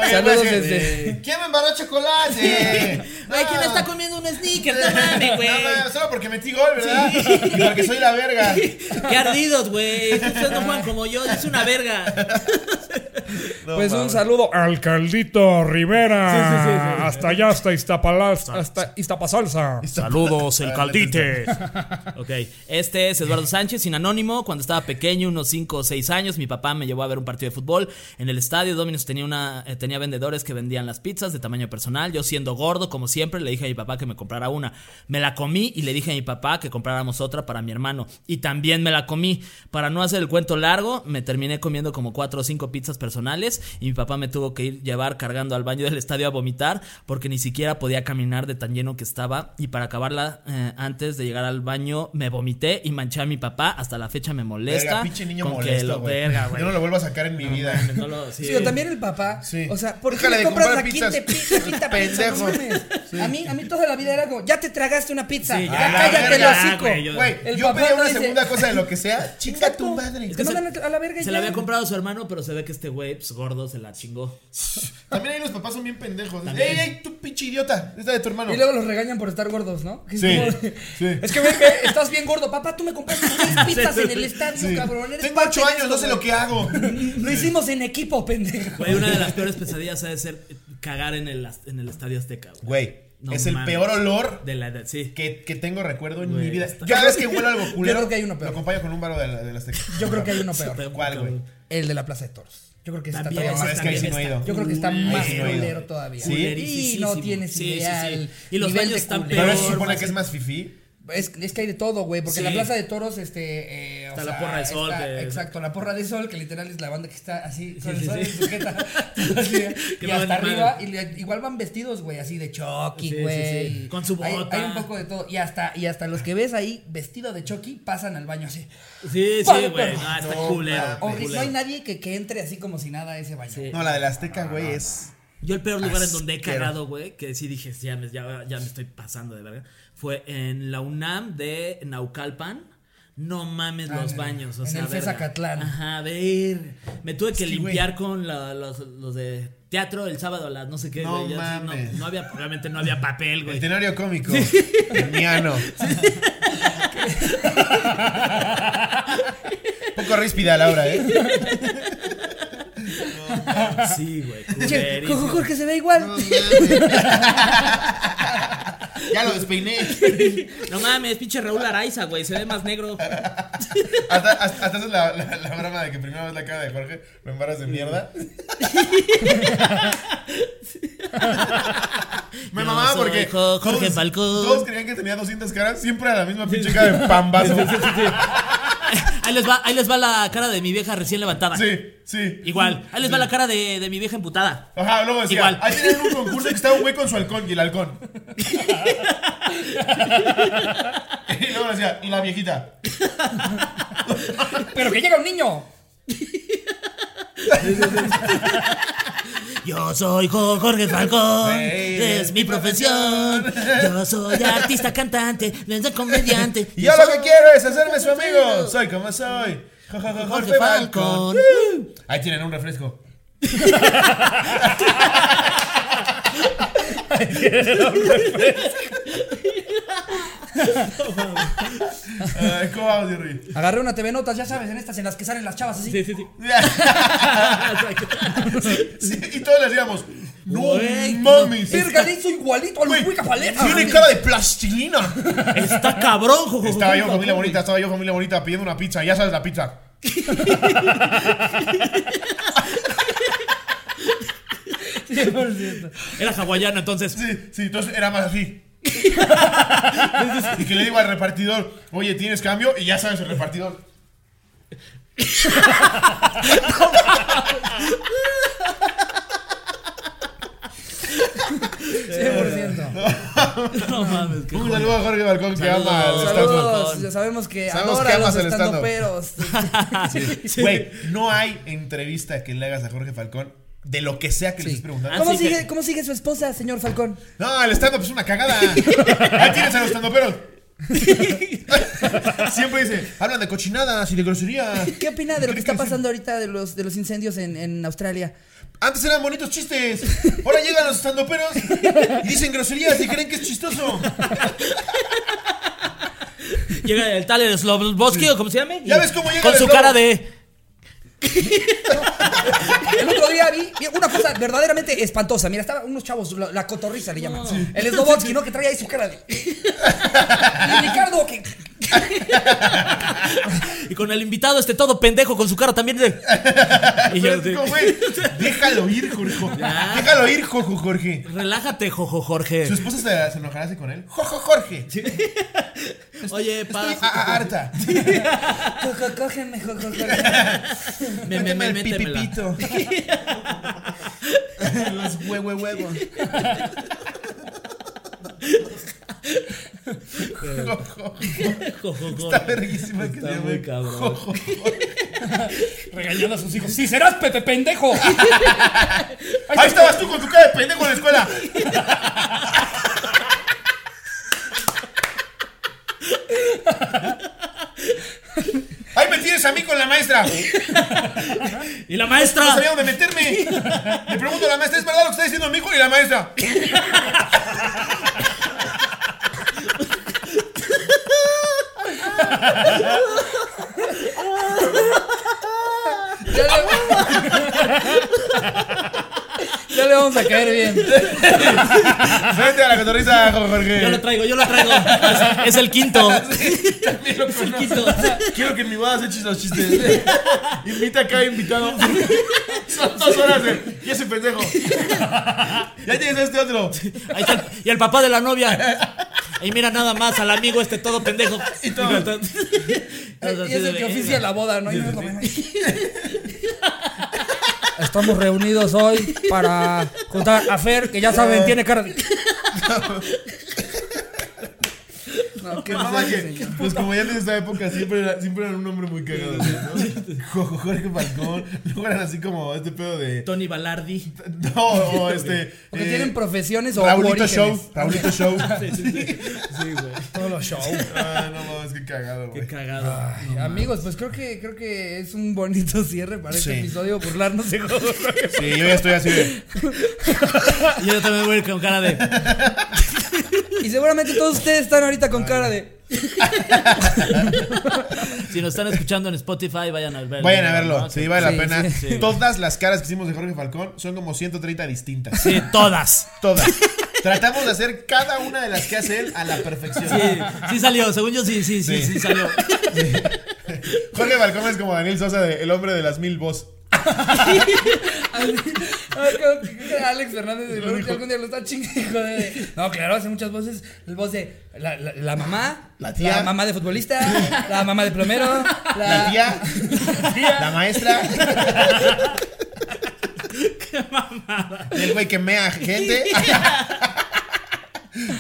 Speaker 1: Saludos
Speaker 2: güey,
Speaker 1: desde...
Speaker 2: ¿Quién me embarró chocolate?
Speaker 3: Güey, ¿quién
Speaker 2: No.
Speaker 3: está comiendo un sneaker? No mames, güey.
Speaker 2: No mames, solo porque metí gol, ¿verdad? Y porque soy la verga.
Speaker 3: Qué ardidos, güey. Ustedes no juegan como yo, es una verga.
Speaker 2: No
Speaker 1: Pues un
Speaker 2: mames.
Speaker 1: saludo
Speaker 4: Alcaldito Rivera.
Speaker 1: Sí, sí, sí, sí.
Speaker 4: Hasta allá, hasta Iztapalaz, hasta Iztapasalsa.
Speaker 3: Saludos,
Speaker 2: el caldite.
Speaker 3: Ok, este es Eduardo Sánchez, sin anónimo. Cuando estaba pequeño, unos 5 o 6 años, mi papá me llevó a ver un partido de fútbol. En el estadio Dominos tenía, una, eh, tenía vendedores que vendían las pizzas de tamaño personal. Yo siendo gordo, como siempre, le dije a mi papá que me comprara una. Me la comí y le dije a mi papá que compráramos otra para mi hermano. Y también me la comí. Para no hacer el cuento largo, me terminé comiendo como 4 o 5 pizzas personales y mi papá me tuvo que ir llevar cargando al baño del estadio a vomitar porque ni siquiera podía caminar de tan lleno que estaba y para acabarla eh, antes de llegar al baño me vomité y manché a mi papá hasta la fecha me molesta
Speaker 2: Verga, pinche niño
Speaker 3: con que
Speaker 2: molesto,
Speaker 3: lo-
Speaker 2: güey.
Speaker 3: verga, güey.
Speaker 2: Yo no lo vuelvo a sacar en mi vida.
Speaker 3: No lo- sí.
Speaker 1: Sí, o también el papá.
Speaker 2: Sí.
Speaker 1: O sea, ¿por qué
Speaker 2: Déjale
Speaker 1: le
Speaker 2: de
Speaker 1: compras la
Speaker 2: comprar
Speaker 1: quinta, pi-
Speaker 2: pizzas.
Speaker 1: la quinta pizza? No
Speaker 2: Pendejo.
Speaker 1: mames. A, mí, a mí toda la vida era como, ya te tragaste una pizza.
Speaker 3: Sí,
Speaker 1: ya,
Speaker 3: ya,
Speaker 1: cállate
Speaker 2: ya,
Speaker 1: el hocico.
Speaker 3: güey, yo-
Speaker 2: Güey,
Speaker 1: El
Speaker 2: yo
Speaker 1: papá
Speaker 2: pedía una
Speaker 1: dice-
Speaker 2: segunda cosa de lo que sea. Chinga tu madre.
Speaker 1: Es que
Speaker 3: se-
Speaker 1: mandan a la verga
Speaker 3: se
Speaker 1: ya.
Speaker 3: la había comprado a su hermano, pero se ve que este güey, pues, gordo, se la chingó.
Speaker 2: También ahí los papás son bien pendejos. Ey, ey, tú pinche idiota. Esta de tu hermano.
Speaker 1: Y luego los regañan por estar gordos, ¿no? Que es
Speaker 2: Sí,
Speaker 1: como de-
Speaker 2: sí.
Speaker 1: Es que ven, ve, estás bien gordo. Papá, tú me compraste seis pizzas en el estadio,
Speaker 2: Sí.
Speaker 1: cabrón. Eres
Speaker 2: Tengo
Speaker 1: parte
Speaker 2: ocho
Speaker 1: de
Speaker 2: años,
Speaker 1: esto,
Speaker 2: no sé lo
Speaker 1: güey.
Speaker 2: que hago.
Speaker 1: Lo hicimos en equipo, pendejo.
Speaker 3: Güey, una de las peores pesadillas ha de ser cagar en el, az- en el estadio Azteca, güey.
Speaker 2: Güey,
Speaker 3: No
Speaker 2: es el
Speaker 3: mames.
Speaker 2: peor olor
Speaker 3: De la edad, sí.
Speaker 2: que, que tengo recuerdo en
Speaker 3: Güey,
Speaker 2: mi vida.
Speaker 3: está-
Speaker 2: Yo cada vez que huelo algo culero,
Speaker 1: creo que hay uno peor.
Speaker 2: lo acompaño con un varo de, la- de las tecas.
Speaker 1: Yo creo que hay uno peor.
Speaker 3: Pero,
Speaker 2: ¿Cuál, güey?
Speaker 1: El de la Plaza de Toros. Yo creo que está
Speaker 3: También,
Speaker 1: todavía
Speaker 2: No,
Speaker 1: más.
Speaker 2: es que ahí sí no he ido.
Speaker 1: Yo creo que está
Speaker 3: Uy,
Speaker 1: más
Speaker 2: sí, güey.
Speaker 1: culero todavía.
Speaker 2: Sí.
Speaker 1: Y no tienes idea el
Speaker 3: Y los
Speaker 1: nivel
Speaker 3: baños
Speaker 1: de
Speaker 3: están
Speaker 1: culero.
Speaker 2: Pero
Speaker 3: peor.
Speaker 2: eso se supone
Speaker 3: más-
Speaker 2: que es más fifí.
Speaker 1: Es, es que hay de todo, güey, porque
Speaker 3: Sí.
Speaker 1: la Plaza de Toros, este... eh, o
Speaker 3: Está la porra de sol, que-
Speaker 1: Exacto, la porra de sol, que literal es la banda que está así, con
Speaker 3: Sí,
Speaker 1: el
Speaker 3: sí,
Speaker 1: sol
Speaker 3: sí.
Speaker 1: en su jeta, así,
Speaker 3: Que
Speaker 1: y
Speaker 3: no vale
Speaker 1: hasta arriba,
Speaker 3: madre.
Speaker 1: y le- igual van vestidos, güey, así de
Speaker 3: Sí,
Speaker 1: Chucky,
Speaker 3: sí,
Speaker 1: güey.
Speaker 3: sí. Con su
Speaker 1: Hay-
Speaker 3: bota.
Speaker 1: Hay, un poco de todo, y hasta, y hasta los que ves ahí vestido de Chucky pasan al baño así.
Speaker 3: Sí, sí,
Speaker 1: Vale,
Speaker 3: güey.
Speaker 1: pero-
Speaker 3: Ah, está
Speaker 2: No,
Speaker 3: culero.
Speaker 2: mames.
Speaker 1: O-
Speaker 3: culero.
Speaker 1: no hay nadie que, que entre así como si nada a ese baño.
Speaker 3: Sí.
Speaker 2: No, la de las
Speaker 1: Ah,
Speaker 2: tecas, güey, es.
Speaker 3: Yo el peor lugar en donde he
Speaker 2: Asqueroso.
Speaker 3: cagado, güey, que sí dije, ya me, ya, ya me estoy pasando de verga, fue en la UNAM de Naucalpan. No mames
Speaker 1: Ah, en
Speaker 3: los
Speaker 1: el-
Speaker 3: baños, o
Speaker 1: en
Speaker 3: sea,
Speaker 1: el FES
Speaker 3: verga.
Speaker 1: Acatlán.
Speaker 3: Ajá, ver. Me tuve que
Speaker 2: Sí,
Speaker 3: limpiar con la- los, los de teatro el sábado, las no sé qué,
Speaker 2: No
Speaker 3: güey. Yo así,
Speaker 2: mames. Este
Speaker 3: no, no había, obviamente no había papel,
Speaker 2: El
Speaker 3: güey.
Speaker 2: tenorio cómico. Hermiano. Poco ríspida Laura, ¿eh?
Speaker 3: Sí, güey.
Speaker 1: Che,
Speaker 3: culerísimo.
Speaker 1: Jorge Jorge se ve igual.
Speaker 2: ya lo despeiné.
Speaker 3: No mames, pinche Raúl Araiza, güey. Se ve más negro.
Speaker 2: Hasta, hasta, hasta haces la, la, la broma de que primero ves la cara de Jorge, lo embarras de mierda. Me
Speaker 3: Yo
Speaker 2: mamaba
Speaker 3: soy
Speaker 2: porque.
Speaker 3: Jo- Jorge
Speaker 2: todos-
Speaker 3: Falcón.
Speaker 2: Todos creían que tenía 200 caras, siempre a la misma pinche cara de pambazo.
Speaker 3: Ahí les va, ahí les va la cara de mi vieja recién levantada.
Speaker 2: Sí, sí.
Speaker 3: Igual. Ahí les va la cara de, de mi vieja emputada.
Speaker 2: Ajá, luego decía,
Speaker 3: Igual.
Speaker 2: ahí tenían un concurso que estaba un güey con su halcón y el halcón. y luego decía, y la viejita.
Speaker 1: Pero que llega un niño.
Speaker 3: Yo soy Jo- Jorge Falcón,
Speaker 2: Ey,
Speaker 3: es mi profesión. Yo soy artista, cantante, desde comediante.
Speaker 2: Y yo lo que quiero es hacerme su amigo. Soy como soy. Jo, jo, jo,
Speaker 3: Jorge Falcón.
Speaker 2: Ahí tienen un refresco. Ay, ¿Cómo vamos, Jerry?
Speaker 1: Agarré una TV Notas, ya sabes, en estas en las que salen las chavas así.
Speaker 3: sí, sí.
Speaker 2: Sí, y todos le decíamos, no
Speaker 3: Güey,
Speaker 2: mames.
Speaker 1: Verga, le hizo igualito al
Speaker 2: Güey,
Speaker 1: Wicca Paleta.
Speaker 2: Tiene cara de plastilina.
Speaker 3: Está cabrón, Jojo.
Speaker 2: Estaba yo, familia bonita, estaba yo, familia bonita, pidiendo una pizza. Ya sabes la pizza.
Speaker 3: Era hawaiano, entonces.
Speaker 2: Sí, sí, entonces era más así. y que le digo al repartidor, oye, ¿tienes cambio? Y ya sabes el repartidor.
Speaker 3: No mames, qué
Speaker 2: Un
Speaker 3: joya.
Speaker 2: saludo a Jorge Balcón que
Speaker 3: Saludos.
Speaker 2: ama al stand-up.
Speaker 1: Saludos, ya sabemos que
Speaker 2: Sabemos
Speaker 1: adora
Speaker 2: que
Speaker 1: a los
Speaker 2: amas el stand-up.
Speaker 1: estandoperos.
Speaker 2: Güey, no hay entrevista que le hagas a Jorge Falcón de lo que sea que le
Speaker 1: Sí.
Speaker 2: estés preguntando.
Speaker 1: ¿Cómo
Speaker 3: Así que-
Speaker 1: sigue, ¿Cómo sigue su esposa, señor Falcón?
Speaker 2: No, el stand-up es una cagada. Ahí tienes a los stand-uperos. Siempre dice, hablan de cochinadas y de groserías.
Speaker 1: ¿Qué opina de lo que está pasando ahorita de los, de los incendios en, en Australia?
Speaker 2: Antes eran bonitos chistes. Ahora llegan los estandoperos y dicen groserías y creen que es chistoso.
Speaker 3: Llega el tal el Slobosky, o como se llame.
Speaker 2: Ya
Speaker 3: y-
Speaker 2: ves cómo llega
Speaker 3: Con
Speaker 2: el
Speaker 3: su
Speaker 2: lobo.
Speaker 3: cara de.
Speaker 1: El otro día vi vi una cosa verdaderamente espantosa. Mira, estaban unos chavos, la, la cotorriza le llaman. El Slobodsky, ¿no? Que traía ahí su cara de. Y Ricardo, que.
Speaker 3: Y con el invitado este todo pendejo con su cara también de. Y yo
Speaker 2: Pero es
Speaker 3: de-
Speaker 2: como, güey, déjalo ir, Jorge. Déjalo ir, Jojo Jorge.
Speaker 3: Relájate, Jojo
Speaker 2: Su
Speaker 3: Jorge.
Speaker 2: esposa se, se enojará así con él. Jojo Jorge.
Speaker 3: Oye,
Speaker 2: Estoy a-
Speaker 3: pa.
Speaker 2: a- harta.
Speaker 1: "Co- co- Cógeme, co- co- co-".
Speaker 3: Me, me, me,
Speaker 2: Méteme el
Speaker 3: métemela.
Speaker 2: pipipito. Los hue- hue- huevos.
Speaker 3: Eh,
Speaker 2: Jojo.
Speaker 3: Jojo
Speaker 2: Está
Speaker 3: Jorge.
Speaker 2: verguísima que
Speaker 3: Está
Speaker 2: se llame
Speaker 3: muy cabrón.
Speaker 2: Jojo.
Speaker 4: Regañando a sus hijos. ¡Sí serás, Pepe, pendejo!
Speaker 2: Ahí estabas tú con tu cara de pendejo en la escuela. Ahí me tienes a mí con la maestra. No
Speaker 3: Y la maestra.
Speaker 2: sabía dónde meterme. Le pregunto a la maestra, ¿es verdad lo que está diciendo mi hijo? Y la maestra.
Speaker 1: Ya le... ya le vamos a caer bien.
Speaker 2: Vete a la cotorriza,
Speaker 3: Yo lo
Speaker 2: Jorge.
Speaker 3: traigo, yo lo traigo. Es, es el quinto. Es el quinto.
Speaker 2: Quiero que mi boda se eche los chistes. Invita a cada invitado. Son dos horas de. Y ese pendejo. Ya tienes a este otro.
Speaker 3: Ahí está el- y el papá de la novia. Y mira nada más al amigo este todo pendejo. Y
Speaker 2: todo.
Speaker 1: Y es
Speaker 3: "Eh,
Speaker 1: el que oficia la boda, ¿no? Y no es lo mismo. Estamos reunidos hoy para contar a Fer, que ya saben, tiene cara de. No, qué
Speaker 2: Mamá,
Speaker 1: miseria,
Speaker 2: que
Speaker 1: señor.
Speaker 2: los comediantes de esta época siempre, era- siempre eran un hombre muy cagado, ¿no? Jojo Jorge Falcón, luego eran así como este pedo de...
Speaker 3: Tony Balardi.
Speaker 2: No, o este...
Speaker 1: Porque
Speaker 2: eh,
Speaker 1: tienen profesiones o
Speaker 2: Raulito
Speaker 1: orígenes.
Speaker 2: Show, Raulito Show.
Speaker 3: Sí, güey.
Speaker 1: Todo lo menudo show.
Speaker 2: Ah, no mames, qué cagado,
Speaker 3: Qué
Speaker 2: güey.
Speaker 3: cagado.
Speaker 1: Ay, amigos, pues creo que creo que es un bonito cierre para este
Speaker 2: Sí.
Speaker 1: episodio burlarnos de Gogo.
Speaker 2: Sí, yo ya estoy así de.
Speaker 3: Y yo también voy a ir con cara de.
Speaker 1: Y seguramente todos ustedes están ahorita con cara de
Speaker 3: Si nos están escuchando en Spotify, vayan a verlo.
Speaker 2: Vayan a verlo,
Speaker 3: ¿no?
Speaker 2: sí, vale
Speaker 1: Sí,
Speaker 2: la pena.
Speaker 3: sí, sí.
Speaker 2: Todas las caras que hicimos de Jorge Falcón son como 130 distintas.
Speaker 3: Sí, todas.
Speaker 2: Todas. Tratamos de hacer cada una de las que hace él a la perfección.
Speaker 3: Sí, sí salió. Según yo, sí, sí, sí, sí,
Speaker 2: Sí.
Speaker 3: salió.
Speaker 2: Jorge Falcón es como Daniel Sosa de El hombre de las mil voz.
Speaker 1: Alex Fernández de Lorente algún día lo está chingando de. No, claro, hace muchas voces. El voz de la, la- la mamá,
Speaker 2: La tía.
Speaker 1: mamá de futbolista, la mamá de plomero, la,
Speaker 2: La tía, la maestra. Qué mamada. El güey que mea gente.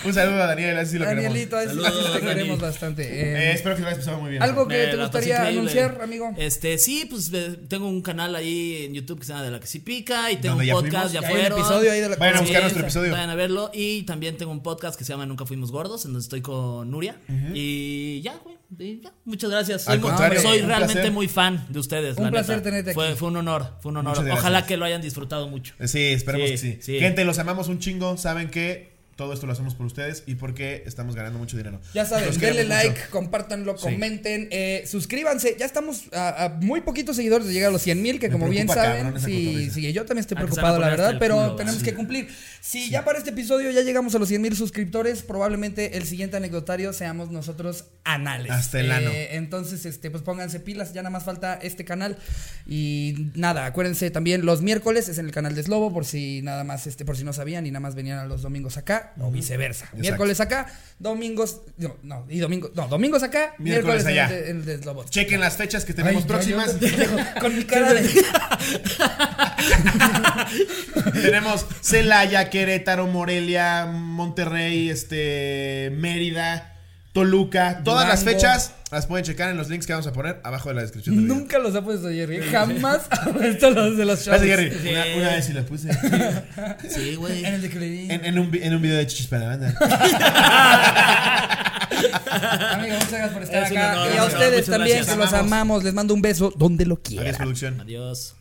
Speaker 2: Un saludo a Daniel, así lo queremos.
Speaker 1: Danielito, eh. es-
Speaker 3: Saludos,
Speaker 1: te queremos
Speaker 3: Dani.
Speaker 1: bastante.
Speaker 2: Eh,
Speaker 1: Eh,
Speaker 2: espero que lo hayas pasado muy bien.
Speaker 1: ¿Algo que
Speaker 3: Me
Speaker 1: te
Speaker 3: Eh, la pasé
Speaker 1: gustaría
Speaker 3: increíble.
Speaker 1: anunciar, amigo?
Speaker 3: Este, sí, pues eh, tengo un canal ahí en YouTube que se llama De la que sí pica y tengo
Speaker 2: ¿Donde
Speaker 3: un
Speaker 2: ya
Speaker 3: podcast,
Speaker 2: fuimos?
Speaker 3: ya
Speaker 1: Ya hay un
Speaker 3: fueron.
Speaker 1: episodio ahí de la
Speaker 2: Vayan a
Speaker 3: Sí,
Speaker 2: buscar nuestro
Speaker 3: sí,
Speaker 2: episodio.
Speaker 3: Vayan a verlo. Y también tengo un podcast que se llama Nunca Fuimos Gordos, en donde estoy con Nuria. Y ya, güey. y ya. Muchas gracias. Soy,
Speaker 2: Al
Speaker 3: muy-
Speaker 2: contrario,
Speaker 3: soy
Speaker 2: un
Speaker 3: realmente
Speaker 2: placer.
Speaker 3: muy fan de ustedes.
Speaker 1: Un
Speaker 3: la
Speaker 1: placer
Speaker 3: neta.
Speaker 1: tenerte aquí.
Speaker 3: Fue, fue un honor, fue un honor.
Speaker 2: Muchas
Speaker 3: Ojalá
Speaker 2: gracias.
Speaker 3: que lo hayan disfrutado mucho.
Speaker 2: Sí, esperemos
Speaker 3: Sí,
Speaker 2: que sí.
Speaker 3: sí.
Speaker 2: Gente, los amamos un chingo. Saben que todo esto lo hacemos por ustedes y porque estamos ganando mucho dinero.
Speaker 1: Ya saben,
Speaker 2: Los
Speaker 1: denle
Speaker 2: queremos mucho.
Speaker 1: like, compártanlo, comenten, eh, suscríbanse. Ya estamos a, a muy poquitos seguidores de llegar a los 100 mil, que
Speaker 2: Me
Speaker 1: como bien
Speaker 2: preocupa,
Speaker 1: saben,
Speaker 2: cabrón, esa
Speaker 1: sí,
Speaker 2: cotorriza.
Speaker 1: sí, yo también estoy
Speaker 3: Ah, que se
Speaker 1: preocupado,
Speaker 3: van a
Speaker 1: la
Speaker 3: poner
Speaker 1: verdad,
Speaker 3: hasta el
Speaker 1: pero
Speaker 3: culo,
Speaker 1: tenemos
Speaker 3: sí.
Speaker 1: que cumplir. Si ya para este episodio ya llegamos a los 100 mil suscriptores, probablemente el siguiente anecdotario seamos nosotros anales.
Speaker 2: Hasta el ano.
Speaker 1: entonces, este, pues pónganse pilas, ya nada más falta este canal. Y nada, acuérdense también, los miércoles es en el canal de Slobo, por si nada más, este, por si no sabían y nada más venían a los domingos acá, o viceversa.
Speaker 2: Exacto.
Speaker 1: Miércoles acá, domingos, no, no, y domingos, no, domingos acá, miércoles,
Speaker 2: Miércoles allá.
Speaker 1: en el de- en el de Slobo.
Speaker 2: Chequen las fechas que
Speaker 1: Ay,
Speaker 2: tenemos
Speaker 1: ya,
Speaker 2: próximas.
Speaker 1: yo te dejo Con mi cara de.
Speaker 2: tenemos Celaya, Querétaro, Morelia, Monterrey, este Mérida, Toluca. Todas las
Speaker 1: Durango.
Speaker 2: fechas las pueden checar en los links que vamos a poner abajo de la descripción. del video.
Speaker 1: Nunca los ha puesto Jerry. Jamás ha puesto los de los shows.
Speaker 2: Gracias, Jerry.
Speaker 3: Sí.
Speaker 2: Una, una vez sí la puse.
Speaker 3: Sí, güey.
Speaker 1: En el de Clerín.
Speaker 2: En, en un, vi- en un video de chichis para la banda.
Speaker 1: Amigo, muchas gracias por estar
Speaker 3: Es un
Speaker 1: acá. y
Speaker 3: honor,
Speaker 1: a
Speaker 3: es un honor.
Speaker 1: ustedes
Speaker 3: Muchas
Speaker 1: también,
Speaker 3: gracias.
Speaker 1: que los
Speaker 2: Amamos.
Speaker 1: amamos. Les mando un beso donde lo quieran.
Speaker 2: Adiós, producción.
Speaker 3: Adiós.